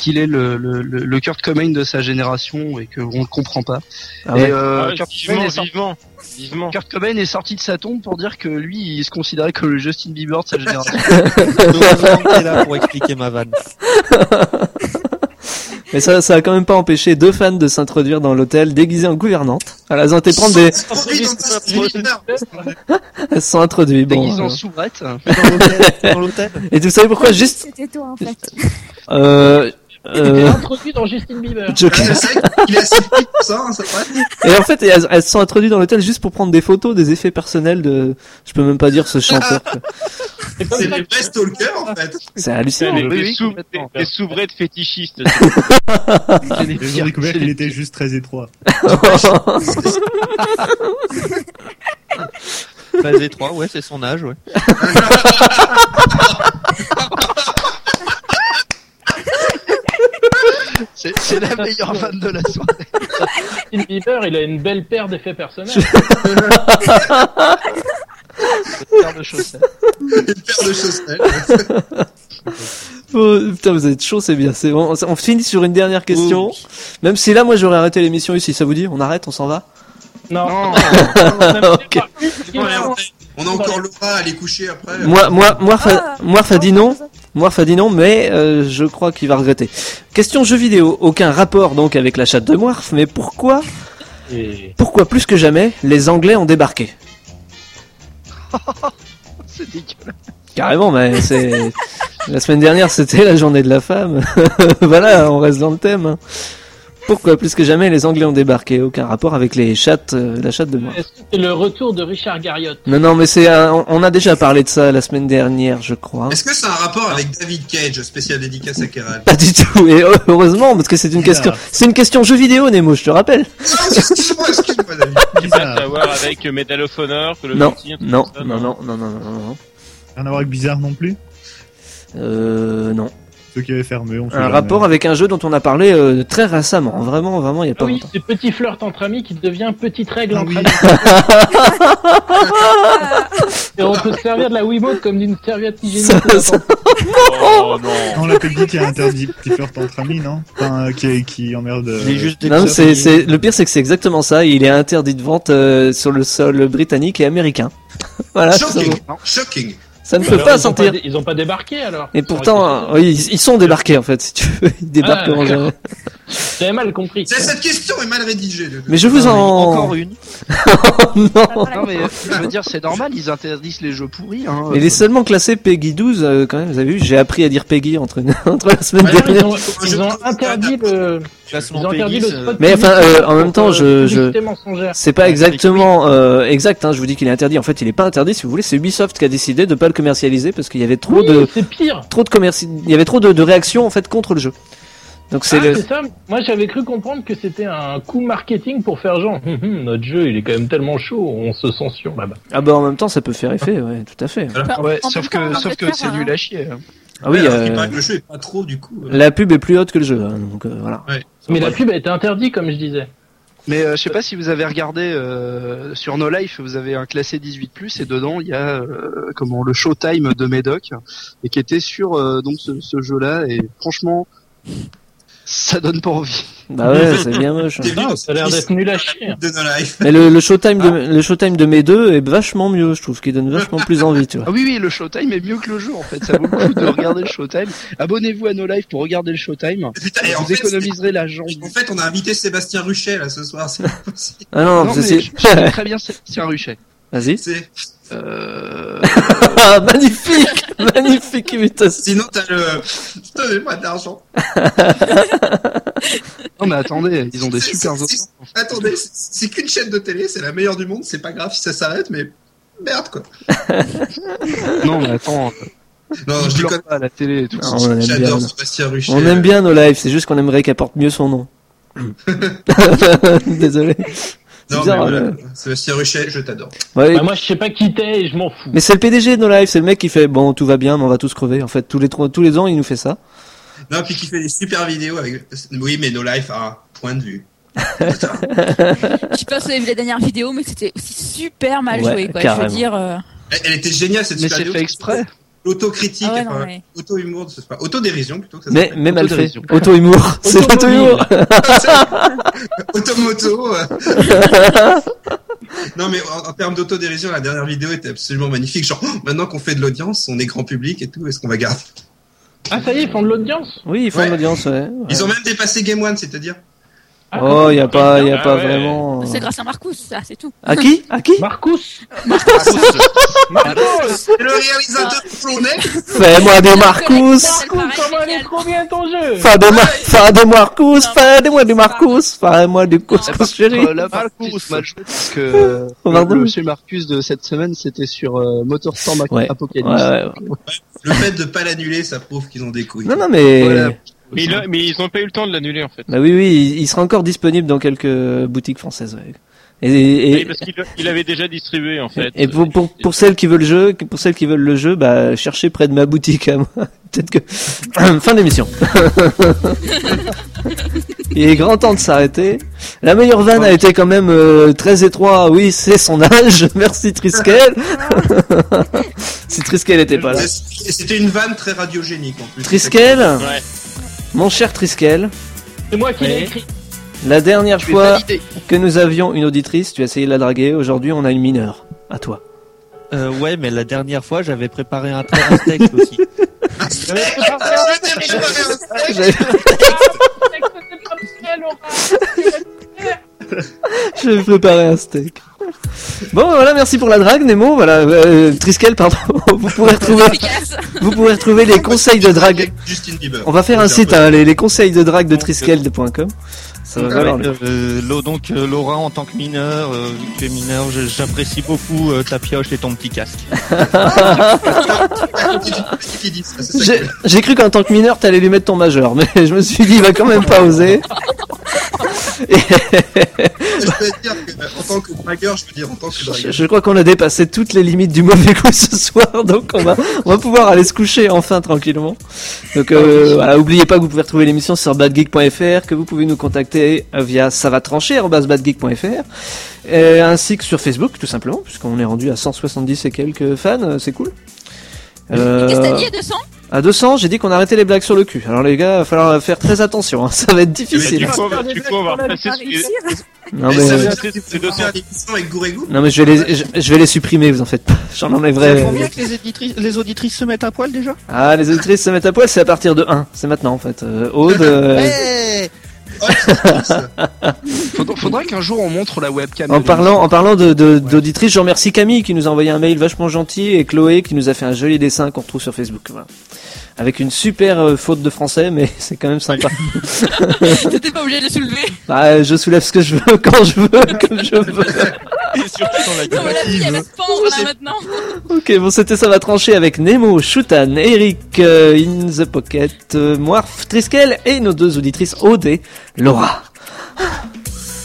Speaker 5: qu'il est le, le, le, le Kurt Cobain de sa génération et qu'on le comprend pas.
Speaker 2: Ah
Speaker 5: et
Speaker 2: ouais.
Speaker 5: euh,
Speaker 10: Ah,
Speaker 5: Kurt, Cobain
Speaker 10: vivement,
Speaker 5: est sorti,
Speaker 10: vivement, vivement.
Speaker 5: Kurt Cobain est sorti de sa tombe pour dire que lui, il se considérait comme le Justin Bieber de sa génération.
Speaker 11: Donc, on est là pour expliquer ma vanne.
Speaker 2: Mais ça, ça a quand même pas empêché deux fans de s'introduire dans l'hôtel déguisés en gouvernante. Alors elles ont été prendre des,
Speaker 4: Sorti dans ta sphère.
Speaker 2: elles se sont introduites. Bon,
Speaker 5: Déguisé en
Speaker 2: euh.
Speaker 5: soubrette.
Speaker 11: Dans l'hôtel.
Speaker 2: Et vous savez pourquoi juste
Speaker 14: C'était toi, en fait.
Speaker 2: euh,
Speaker 3: Il était
Speaker 2: euh,
Speaker 3: introduit dans Justin Bieber.
Speaker 4: Ah,
Speaker 2: Joker.
Speaker 4: je sais qu'il a assez de filles pour ça, hein, c'est vrai.
Speaker 2: Et en fait, elles, elles se sont introduites dans l'hôtel juste pour prendre des photos, des effets personnels de, je peux même pas dire ce chanteur. quoi.
Speaker 3: C'est comme
Speaker 4: C'est
Speaker 3: ça
Speaker 4: les vrais stalkers en fait.
Speaker 2: C'est
Speaker 10: Putain,
Speaker 2: hallucinant.
Speaker 10: les-
Speaker 5: oui,
Speaker 10: les
Speaker 5: oui,
Speaker 10: sous-
Speaker 5: complètement.
Speaker 10: les soubrettes fétichistes.
Speaker 5: C'est des
Speaker 12: Ils ont
Speaker 5: pires-
Speaker 12: découvert
Speaker 5: c'est
Speaker 12: qu'il
Speaker 5: des-
Speaker 12: était juste très étroit.
Speaker 11: Phase 3, ouais, c'est son âge, ouais.
Speaker 5: C'est c'est la meilleure vanne de la soirée.
Speaker 3: Justin Bieber il a une belle paire d'effets personnels.
Speaker 5: Une paire de chaussettes.
Speaker 4: Une paire de chaussettes.
Speaker 2: Oh, putain, vous êtes chaud, c'est bien. C'est bon. On finit sur une dernière question. Même si là, moi, j'aurais arrêté l'émission ici. Ça vous dit On arrête On s'en va
Speaker 3: Non.
Speaker 5: Non.
Speaker 2: Ah,
Speaker 3: Ok.
Speaker 4: On a- On a encore Laura à aller coucher après.
Speaker 2: Moi, moi, moi,
Speaker 14: Ah,
Speaker 2: Fa- moi, Fadi non. Moi, Fadi non, mais euh, je crois qu'il va regretter. Question jeu vidéo. Aucun rapport donc avec la chatte de Moirf, mais pourquoi,
Speaker 3: Et-
Speaker 2: pourquoi plus que jamais les Anglais ont débarqué
Speaker 5: C'est dégueulasse.
Speaker 2: Carrément, mais c'est la semaine dernière, c'était la journée de la femme. voilà, on reste dans le thème. hein. Pourquoi plus que jamais les Anglais ont débarqué Aucun rapport avec les chattes, euh, la chatte de Moirf.
Speaker 3: Est-ce que c'est le retour de Richard Garriott
Speaker 2: Non, non, mais c'est, un- on a déjà parlé de ça la semaine dernière, je crois.
Speaker 4: Est-ce que c'est un rapport avec David Cage, spécial dédicace à Keral
Speaker 2: Pas du tout, et heureusement, parce que c'est une question, c'est une question jeu vidéo, Nemo, je te rappelle.
Speaker 4: Ah, Excuse-moi, excuse-moi David.
Speaker 10: Qui passe à voir avec Medal of Honor, que le
Speaker 2: Non,
Speaker 10: petit, un truc
Speaker 2: non,
Speaker 10: comme ça,
Speaker 2: non, non, non, non, non, non, non.
Speaker 12: Rien à voir avec Bizarre non plus.
Speaker 2: Euh, non.
Speaker 12: Ceux qui avaient fermé, on sait
Speaker 2: Un
Speaker 12: jamais.
Speaker 2: rapport avec un jeu dont on a parlé euh, très récemment, vraiment, vraiment, il y a
Speaker 3: Ah
Speaker 2: pas
Speaker 3: oui,
Speaker 2: longtemps.
Speaker 3: c'est petit flirt entre amis qui devient petite règle
Speaker 12: Ah
Speaker 3: entre
Speaker 12: oui.
Speaker 3: amis. Et on on peut se servir de la Wiimote comme d'une serviette hygiénique.
Speaker 12: Ça-
Speaker 3: pour
Speaker 12: ça-
Speaker 3: attendre.
Speaker 12: Oh non On l'a pas dit qu'il y a interdit qui flirte entre amis, non Enfin, euh, qui, qui emmerde. euh,
Speaker 2: Non, mais c'est, c'est- le pire, c'est que c'est exactement ça. Il est interdit de vente euh, sur le sol britannique et américain. voilà. c'est
Speaker 4: Shocking.
Speaker 2: bon.
Speaker 4: Shocking.
Speaker 2: Ça ne
Speaker 3: Mais
Speaker 2: peut
Speaker 3: alors,
Speaker 2: pas
Speaker 3: ils ont
Speaker 2: sentir.
Speaker 3: dé- Ils ont pas débarqué alors.
Speaker 2: Et
Speaker 3: Ça aurait été-
Speaker 2: pourtant, euh, oui, ils, ils sont débarqués en fait. Si tu veux, ils débarquent
Speaker 3: Ah,
Speaker 2: en
Speaker 3: d'accord.
Speaker 2: général.
Speaker 3: J'avais mal compris.
Speaker 4: C'est- Cette question est mal rédigée. le-
Speaker 2: Mais je vous
Speaker 4: Ah,
Speaker 2: en
Speaker 4: encore
Speaker 2: une. non.
Speaker 5: Non, mais euh, je veux dire, c'est normal, ils interdisent les jeux pourris. Hein.
Speaker 2: Il est seulement classé Peggy 12 euh, quand même. Vous avez vu, j'ai appris à dire Peggy entre entre la semaine
Speaker 3: Ah non, ils
Speaker 2: dernière.
Speaker 3: ont, ils ont interdit le. Ils ont interdit le spot.
Speaker 2: Mais enfin,
Speaker 3: publicitaire
Speaker 2: euh, en même
Speaker 3: pour,
Speaker 2: temps,
Speaker 3: euh,
Speaker 2: je, je
Speaker 3: publicité mensongère.
Speaker 2: c'est pas exactement euh, exact. Hein, je vous dis qu'il est interdit. En fait, il est pas interdit. Si vous voulez, c'est Ubisoft qui a décidé de pas le commercialiser parce qu'il y avait trop
Speaker 3: Oui,
Speaker 2: de
Speaker 3: c'est pire.
Speaker 2: trop de commerci... Il y avait trop de, de réactions en fait contre le jeu. Donc c'est
Speaker 3: Ah,
Speaker 2: le.
Speaker 3: c'est ça. Moi, j'avais cru comprendre que c'était un coup marketing pour faire genre, Hum, hum, notre jeu, il est quand même tellement chaud, on se censure là-bas.
Speaker 2: Ah bah en même temps, ça peut faire effet. Ouais, tout à fait.
Speaker 6: Ah,
Speaker 5: Ouais, sauf que, sauf que c'est nul à chier. hein.
Speaker 2: Ah oui.
Speaker 4: alors,
Speaker 2: euh,
Speaker 4: il paraît que le jeu est pas trop du coup. euh.
Speaker 2: La pub est plus haute que le jeu. hein, donc euh, voilà.
Speaker 3: Mais la pub a été interdite, comme je disais.
Speaker 5: Mais euh, je sais pas si vous avez regardé euh, sur No Life, vous avez un classé 18 et dedans il y a euh, comment le Showtime de Médoc et qui était sur euh, donc ce, ce jeu-là et franchement ça donne pas envie.
Speaker 2: Bah ouais, c'est bien moche. hein.
Speaker 3: Non, ça a l'air d'être nul à chier.
Speaker 4: De No Life.
Speaker 2: Mais le, le showtime de le showtime de mes deux est vachement mieux, je trouve, qui donne vachement plus envie, tu vois.
Speaker 5: Ah oui oui, le Showtime est mieux que le jeu en fait, ça vaut le coup de regarder le Showtime. Abonnez-vous à No Life pour regarder le Showtime.
Speaker 4: et en
Speaker 5: vous
Speaker 4: fait,
Speaker 5: économiserez l'argent.
Speaker 4: En fait, on a invité Sébastien Ruchet là ce soir. C'est pas possible.
Speaker 2: Ah non,
Speaker 5: Non,
Speaker 2: parce que
Speaker 5: mais
Speaker 2: c'est
Speaker 5: je- je connais très bien Sébastien Ruchet. Euh,
Speaker 2: Vas-y.
Speaker 4: C'est-
Speaker 2: Ah, magnifique, magnifique imitation.
Speaker 4: Sinon, t'as le. Donnez-moi de l'argent.
Speaker 5: Non mais attendez, ils ont des
Speaker 4: C'est-
Speaker 5: super
Speaker 4: c'est- c'est- Attendez, c'est- c'est qu'une chaîne de télé, c'est la meilleure du monde, c'est pas grave si ça s'arrête, mais merde quoi.
Speaker 5: Non mais attends. euh,
Speaker 4: Non,
Speaker 5: je déconne pas à la télé et tout.
Speaker 2: Ah, on aime bien.
Speaker 4: J'adore Sébastien Ruchet.
Speaker 2: On aime bien nos lives, c'est juste qu'on aimerait qu'elle porte mieux son nom. Désolé. C'est
Speaker 4: Non,
Speaker 2: bizarre,
Speaker 4: mais voilà,
Speaker 2: euh.
Speaker 4: Sébastien Ruchet, je t'adore.
Speaker 2: Ouais,
Speaker 3: Bah, moi, je sais pas qui t'es et je m'en fous.
Speaker 2: Mais c'est le PDG de nos lives, c'est le mec qui fait bon, tout va bien, mais on va tous crever. En fait, tous les trois, tous les ans, il nous fait ça.
Speaker 4: Non, puis qui fait des super vidéos avec. Oui, mais No Life a un point de vue.
Speaker 6: Je sais pas si vous avez vu la dernière vidéo, mais c'était aussi super mal
Speaker 4: Ouais,
Speaker 6: joué, quoi. Je
Speaker 4: carrément.
Speaker 6: veux dire. euh,
Speaker 4: Elle, elle était géniale cette
Speaker 5: Mais
Speaker 4: super
Speaker 5: c'est
Speaker 4: vidéo.
Speaker 5: fait exprès.
Speaker 4: Autocritique,
Speaker 6: Ah ouais, non,
Speaker 4: enfin,
Speaker 6: mais-
Speaker 4: auto-humour, c'est pas- auto-dérision plutôt. Que ça
Speaker 2: Mais
Speaker 4: s'appelle.
Speaker 2: mais mal fait. Auto-humour, c'est l'auto-humour.
Speaker 4: Automoto. euh. non, mais en, en termes d'autodérision, la dernière vidéo était absolument magnifique. Genre, oh, maintenant qu'on fait de l'audience, on est grand public et tout, est-ce qu'on va garder
Speaker 3: Ah, ça y est, ils font de l'audience.
Speaker 2: Oui, ils font
Speaker 4: Ouais.
Speaker 2: de l'audience. Ouais.
Speaker 4: Ils ont même dépassé Game One, c'est-à-dire
Speaker 2: Oh, y a pas, y a
Speaker 3: Ah
Speaker 2: pas
Speaker 3: ouais. Bah,
Speaker 2: vraiment.
Speaker 6: C'est grâce à Marcus, ça, c'est tout.
Speaker 2: À qui À qui
Speaker 3: Marcus
Speaker 5: Ah,
Speaker 4: Le réalisateur de Flonnet
Speaker 2: Fais-moi des Marcus.
Speaker 3: comment elle est trop bien ton jeu
Speaker 2: Fin de, mar fin de Marcus, fin de moi de Marcus, fin de
Speaker 3: Ah,
Speaker 2: moi de couscous chéri.
Speaker 5: Euh, là, par contre, c'est mal joué parce que euh,
Speaker 2: Pardon
Speaker 5: le, le chez Marcus de cette semaine, c'était sur euh, Motorstorm Ac-
Speaker 2: Ouais.
Speaker 5: Apocalypse.
Speaker 2: Ouais, ouais,
Speaker 4: Le fait de pas l'annuler, ça prouve qu'ils ont des couilles.
Speaker 2: Non, non, mais.
Speaker 5: Voilà.
Speaker 10: Mais, il a- mais ils ont pas eu le temps de l'annuler en fait.
Speaker 2: Bah oui, oui, il- il sera encore disponible dans quelques boutiques françaises. ouais. Et,
Speaker 10: Oui,
Speaker 2: et,
Speaker 10: parce qu'il il avait déjà distribué en fait.
Speaker 2: et pour, pour, pour celles qui veulent le jeu, pour celles qui veulent le jeu, bah, cherchez près de ma boutique à moi. Peut-être que. fin d'émission. Il est grand temps de s'arrêter. La meilleure vanne a été quand même euh, très étroit. Oui, c'est son âge. Merci Triskel. si Triskel était pas là.
Speaker 4: C'est- C'était une vanne très radiogénique en plus.
Speaker 2: Triskel Mon cher Triskel,
Speaker 3: C'est moi qui l'ai écrit.
Speaker 2: la dernière
Speaker 5: Tu es
Speaker 2: fois
Speaker 5: validé.
Speaker 2: que nous avions une auditrice, tu as essayé de la draguer. Aujourd'hui, on a une mineure. À toi.
Speaker 11: Euh, ouais, mais la dernière fois, j'avais préparé un, tra- un texte aussi.
Speaker 4: Ah,
Speaker 2: Je vais préparer un steak. Bon, voilà, merci pour la drague, Nemo. Voilà, euh, Triskel, pardon. Vous pourrez retrouver, vous pourrez retrouver les conseils de drague.
Speaker 4: Justin Bieber.
Speaker 2: On va faire un
Speaker 4: C'est
Speaker 2: site, hein, les, les conseils de drague de Triskel.com. Ah, Ça va
Speaker 11: Donc,
Speaker 2: valoir le
Speaker 11: avec, euh, Lo- donc euh, Laura en tant que mineur, euh, vu que tu es mineur, je- j'apprécie beaucoup euh, ta pioche et ton petit casque.
Speaker 2: J'ai- J'ai cru qu'en tant que mineur, t'allais lui mettre ton majeur, mais je me suis dit, il va quand même pas oser.
Speaker 4: C'est-à-dire que, euh, en tant que dragueur, je veux dire en tant que
Speaker 2: Je,
Speaker 4: dragueur.
Speaker 2: je crois qu'on a dépassé toutes les limites du mauvais coup ce soir, donc on va, on va pouvoir aller se coucher enfin tranquillement. Donc
Speaker 6: Ah,
Speaker 2: euh, voilà, oubliez pas que vous pouvez retrouver l'émission sur badgeek.fr, que vous pouvez nous contacter euh, via savatrancher@badgeek.fr, euh, ainsi que sur Facebook tout simplement, puisqu'on est rendu à 170 et quelques fans, euh, c'est cool. Euh,
Speaker 6: Qu'est-ce que t'as dit à 200
Speaker 2: à 200, j'ai dit qu'on arrêtait les blagues sur le cul. Alors les gars, va falloir faire très attention, hein, ça va être difficile.
Speaker 10: Du coup, on va- du coup, on va repasser sur-
Speaker 2: Non,
Speaker 4: Et
Speaker 2: mais- euh,
Speaker 4: ça veut dire que tu peux faire l'émission avec Gourégou
Speaker 2: Non mais je vais les, je, je vais les supprimer, vous en faites pas. J'en enlèverai.
Speaker 11: bien que les auditrices, les auditrices se mettent à poil déjà
Speaker 2: Ah, les auditrices se mettent à poil, c'est à partir de 1. C'est maintenant, en fait. Euh, Aude. euh,
Speaker 11: Hey
Speaker 2: Bah.
Speaker 5: Faudra, faudra qu'un jour on montre la webcam.
Speaker 2: En
Speaker 5: de
Speaker 2: parlant, en parlant de, de- d'auditrices, je remercie Camille qui nous a envoyé un mail vachement gentil et Chloé qui nous a fait un joli dessin qu'on retrouve sur Facebook. Voilà. Avec une super euh, faute de français, mais c'est quand même sympa.
Speaker 6: T'étais pas obligé de le soulever.
Speaker 2: Bah, je soulève ce que je veux, quand je veux, comme je veux.
Speaker 10: Et surtout dans la
Speaker 6: Non, mais la fille, elle va se pendre là maintenant.
Speaker 2: Ok, bon, c'était ça va trancher avec Nemo, Shutan, Eric, euh, In the Pocket, euh, Moirf, Triskel et nos deux auditrices Aude et Laura.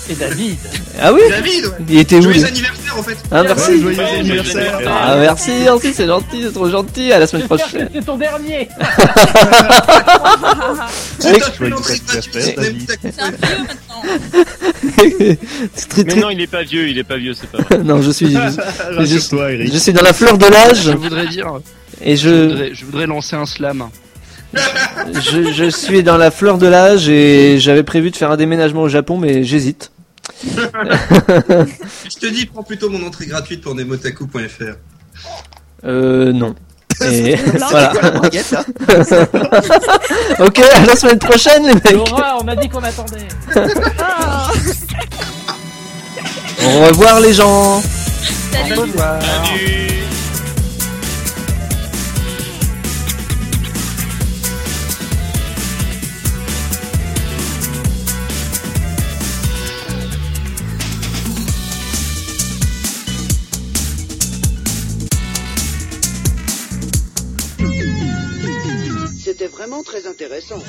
Speaker 3: Et David.
Speaker 2: Ah oui
Speaker 4: David, ouais.
Speaker 2: Il était où
Speaker 4: Joyeux
Speaker 2: lui
Speaker 4: anniversaire, en fait.
Speaker 2: Ah merci
Speaker 4: Ouais, joyeux Ouais, anniversaire. joyeux anniversaire.
Speaker 2: Ah merci, merci, c'est gentil, c'est trop gentil, à la semaine
Speaker 3: J'espère
Speaker 2: prochaine
Speaker 3: que c'est ton dernier.
Speaker 2: Avec- C'est très-
Speaker 10: Mais
Speaker 2: très-
Speaker 10: non, il est pas vieux, il est pas vieux, c'est pas vrai.
Speaker 2: Non, je suis... Je, je-
Speaker 12: Rassure-toi, Eric.
Speaker 2: je suis dans la fleur de l'âge,
Speaker 5: Je voudrais dire.
Speaker 2: Et je-
Speaker 5: voudrais, je voudrais lancer un slam.
Speaker 2: je, je suis dans la fleur de l'âge et j'avais prévu de faire un déménagement au Japon, mais j'hésite.
Speaker 4: Je te dis, prends plutôt mon entrée gratuite pour nemotaku.fr.
Speaker 2: Euh, non. Et
Speaker 4: Non,
Speaker 2: voilà.
Speaker 4: c'est quoi la braguette, là
Speaker 2: ok, à la semaine prochaine, les mecs.
Speaker 3: Laura, on a dit qu'on attendait.
Speaker 2: Au revoir, les gens.
Speaker 6: Salut.
Speaker 2: Au revoir.
Speaker 8: C'était vraiment très intéressant.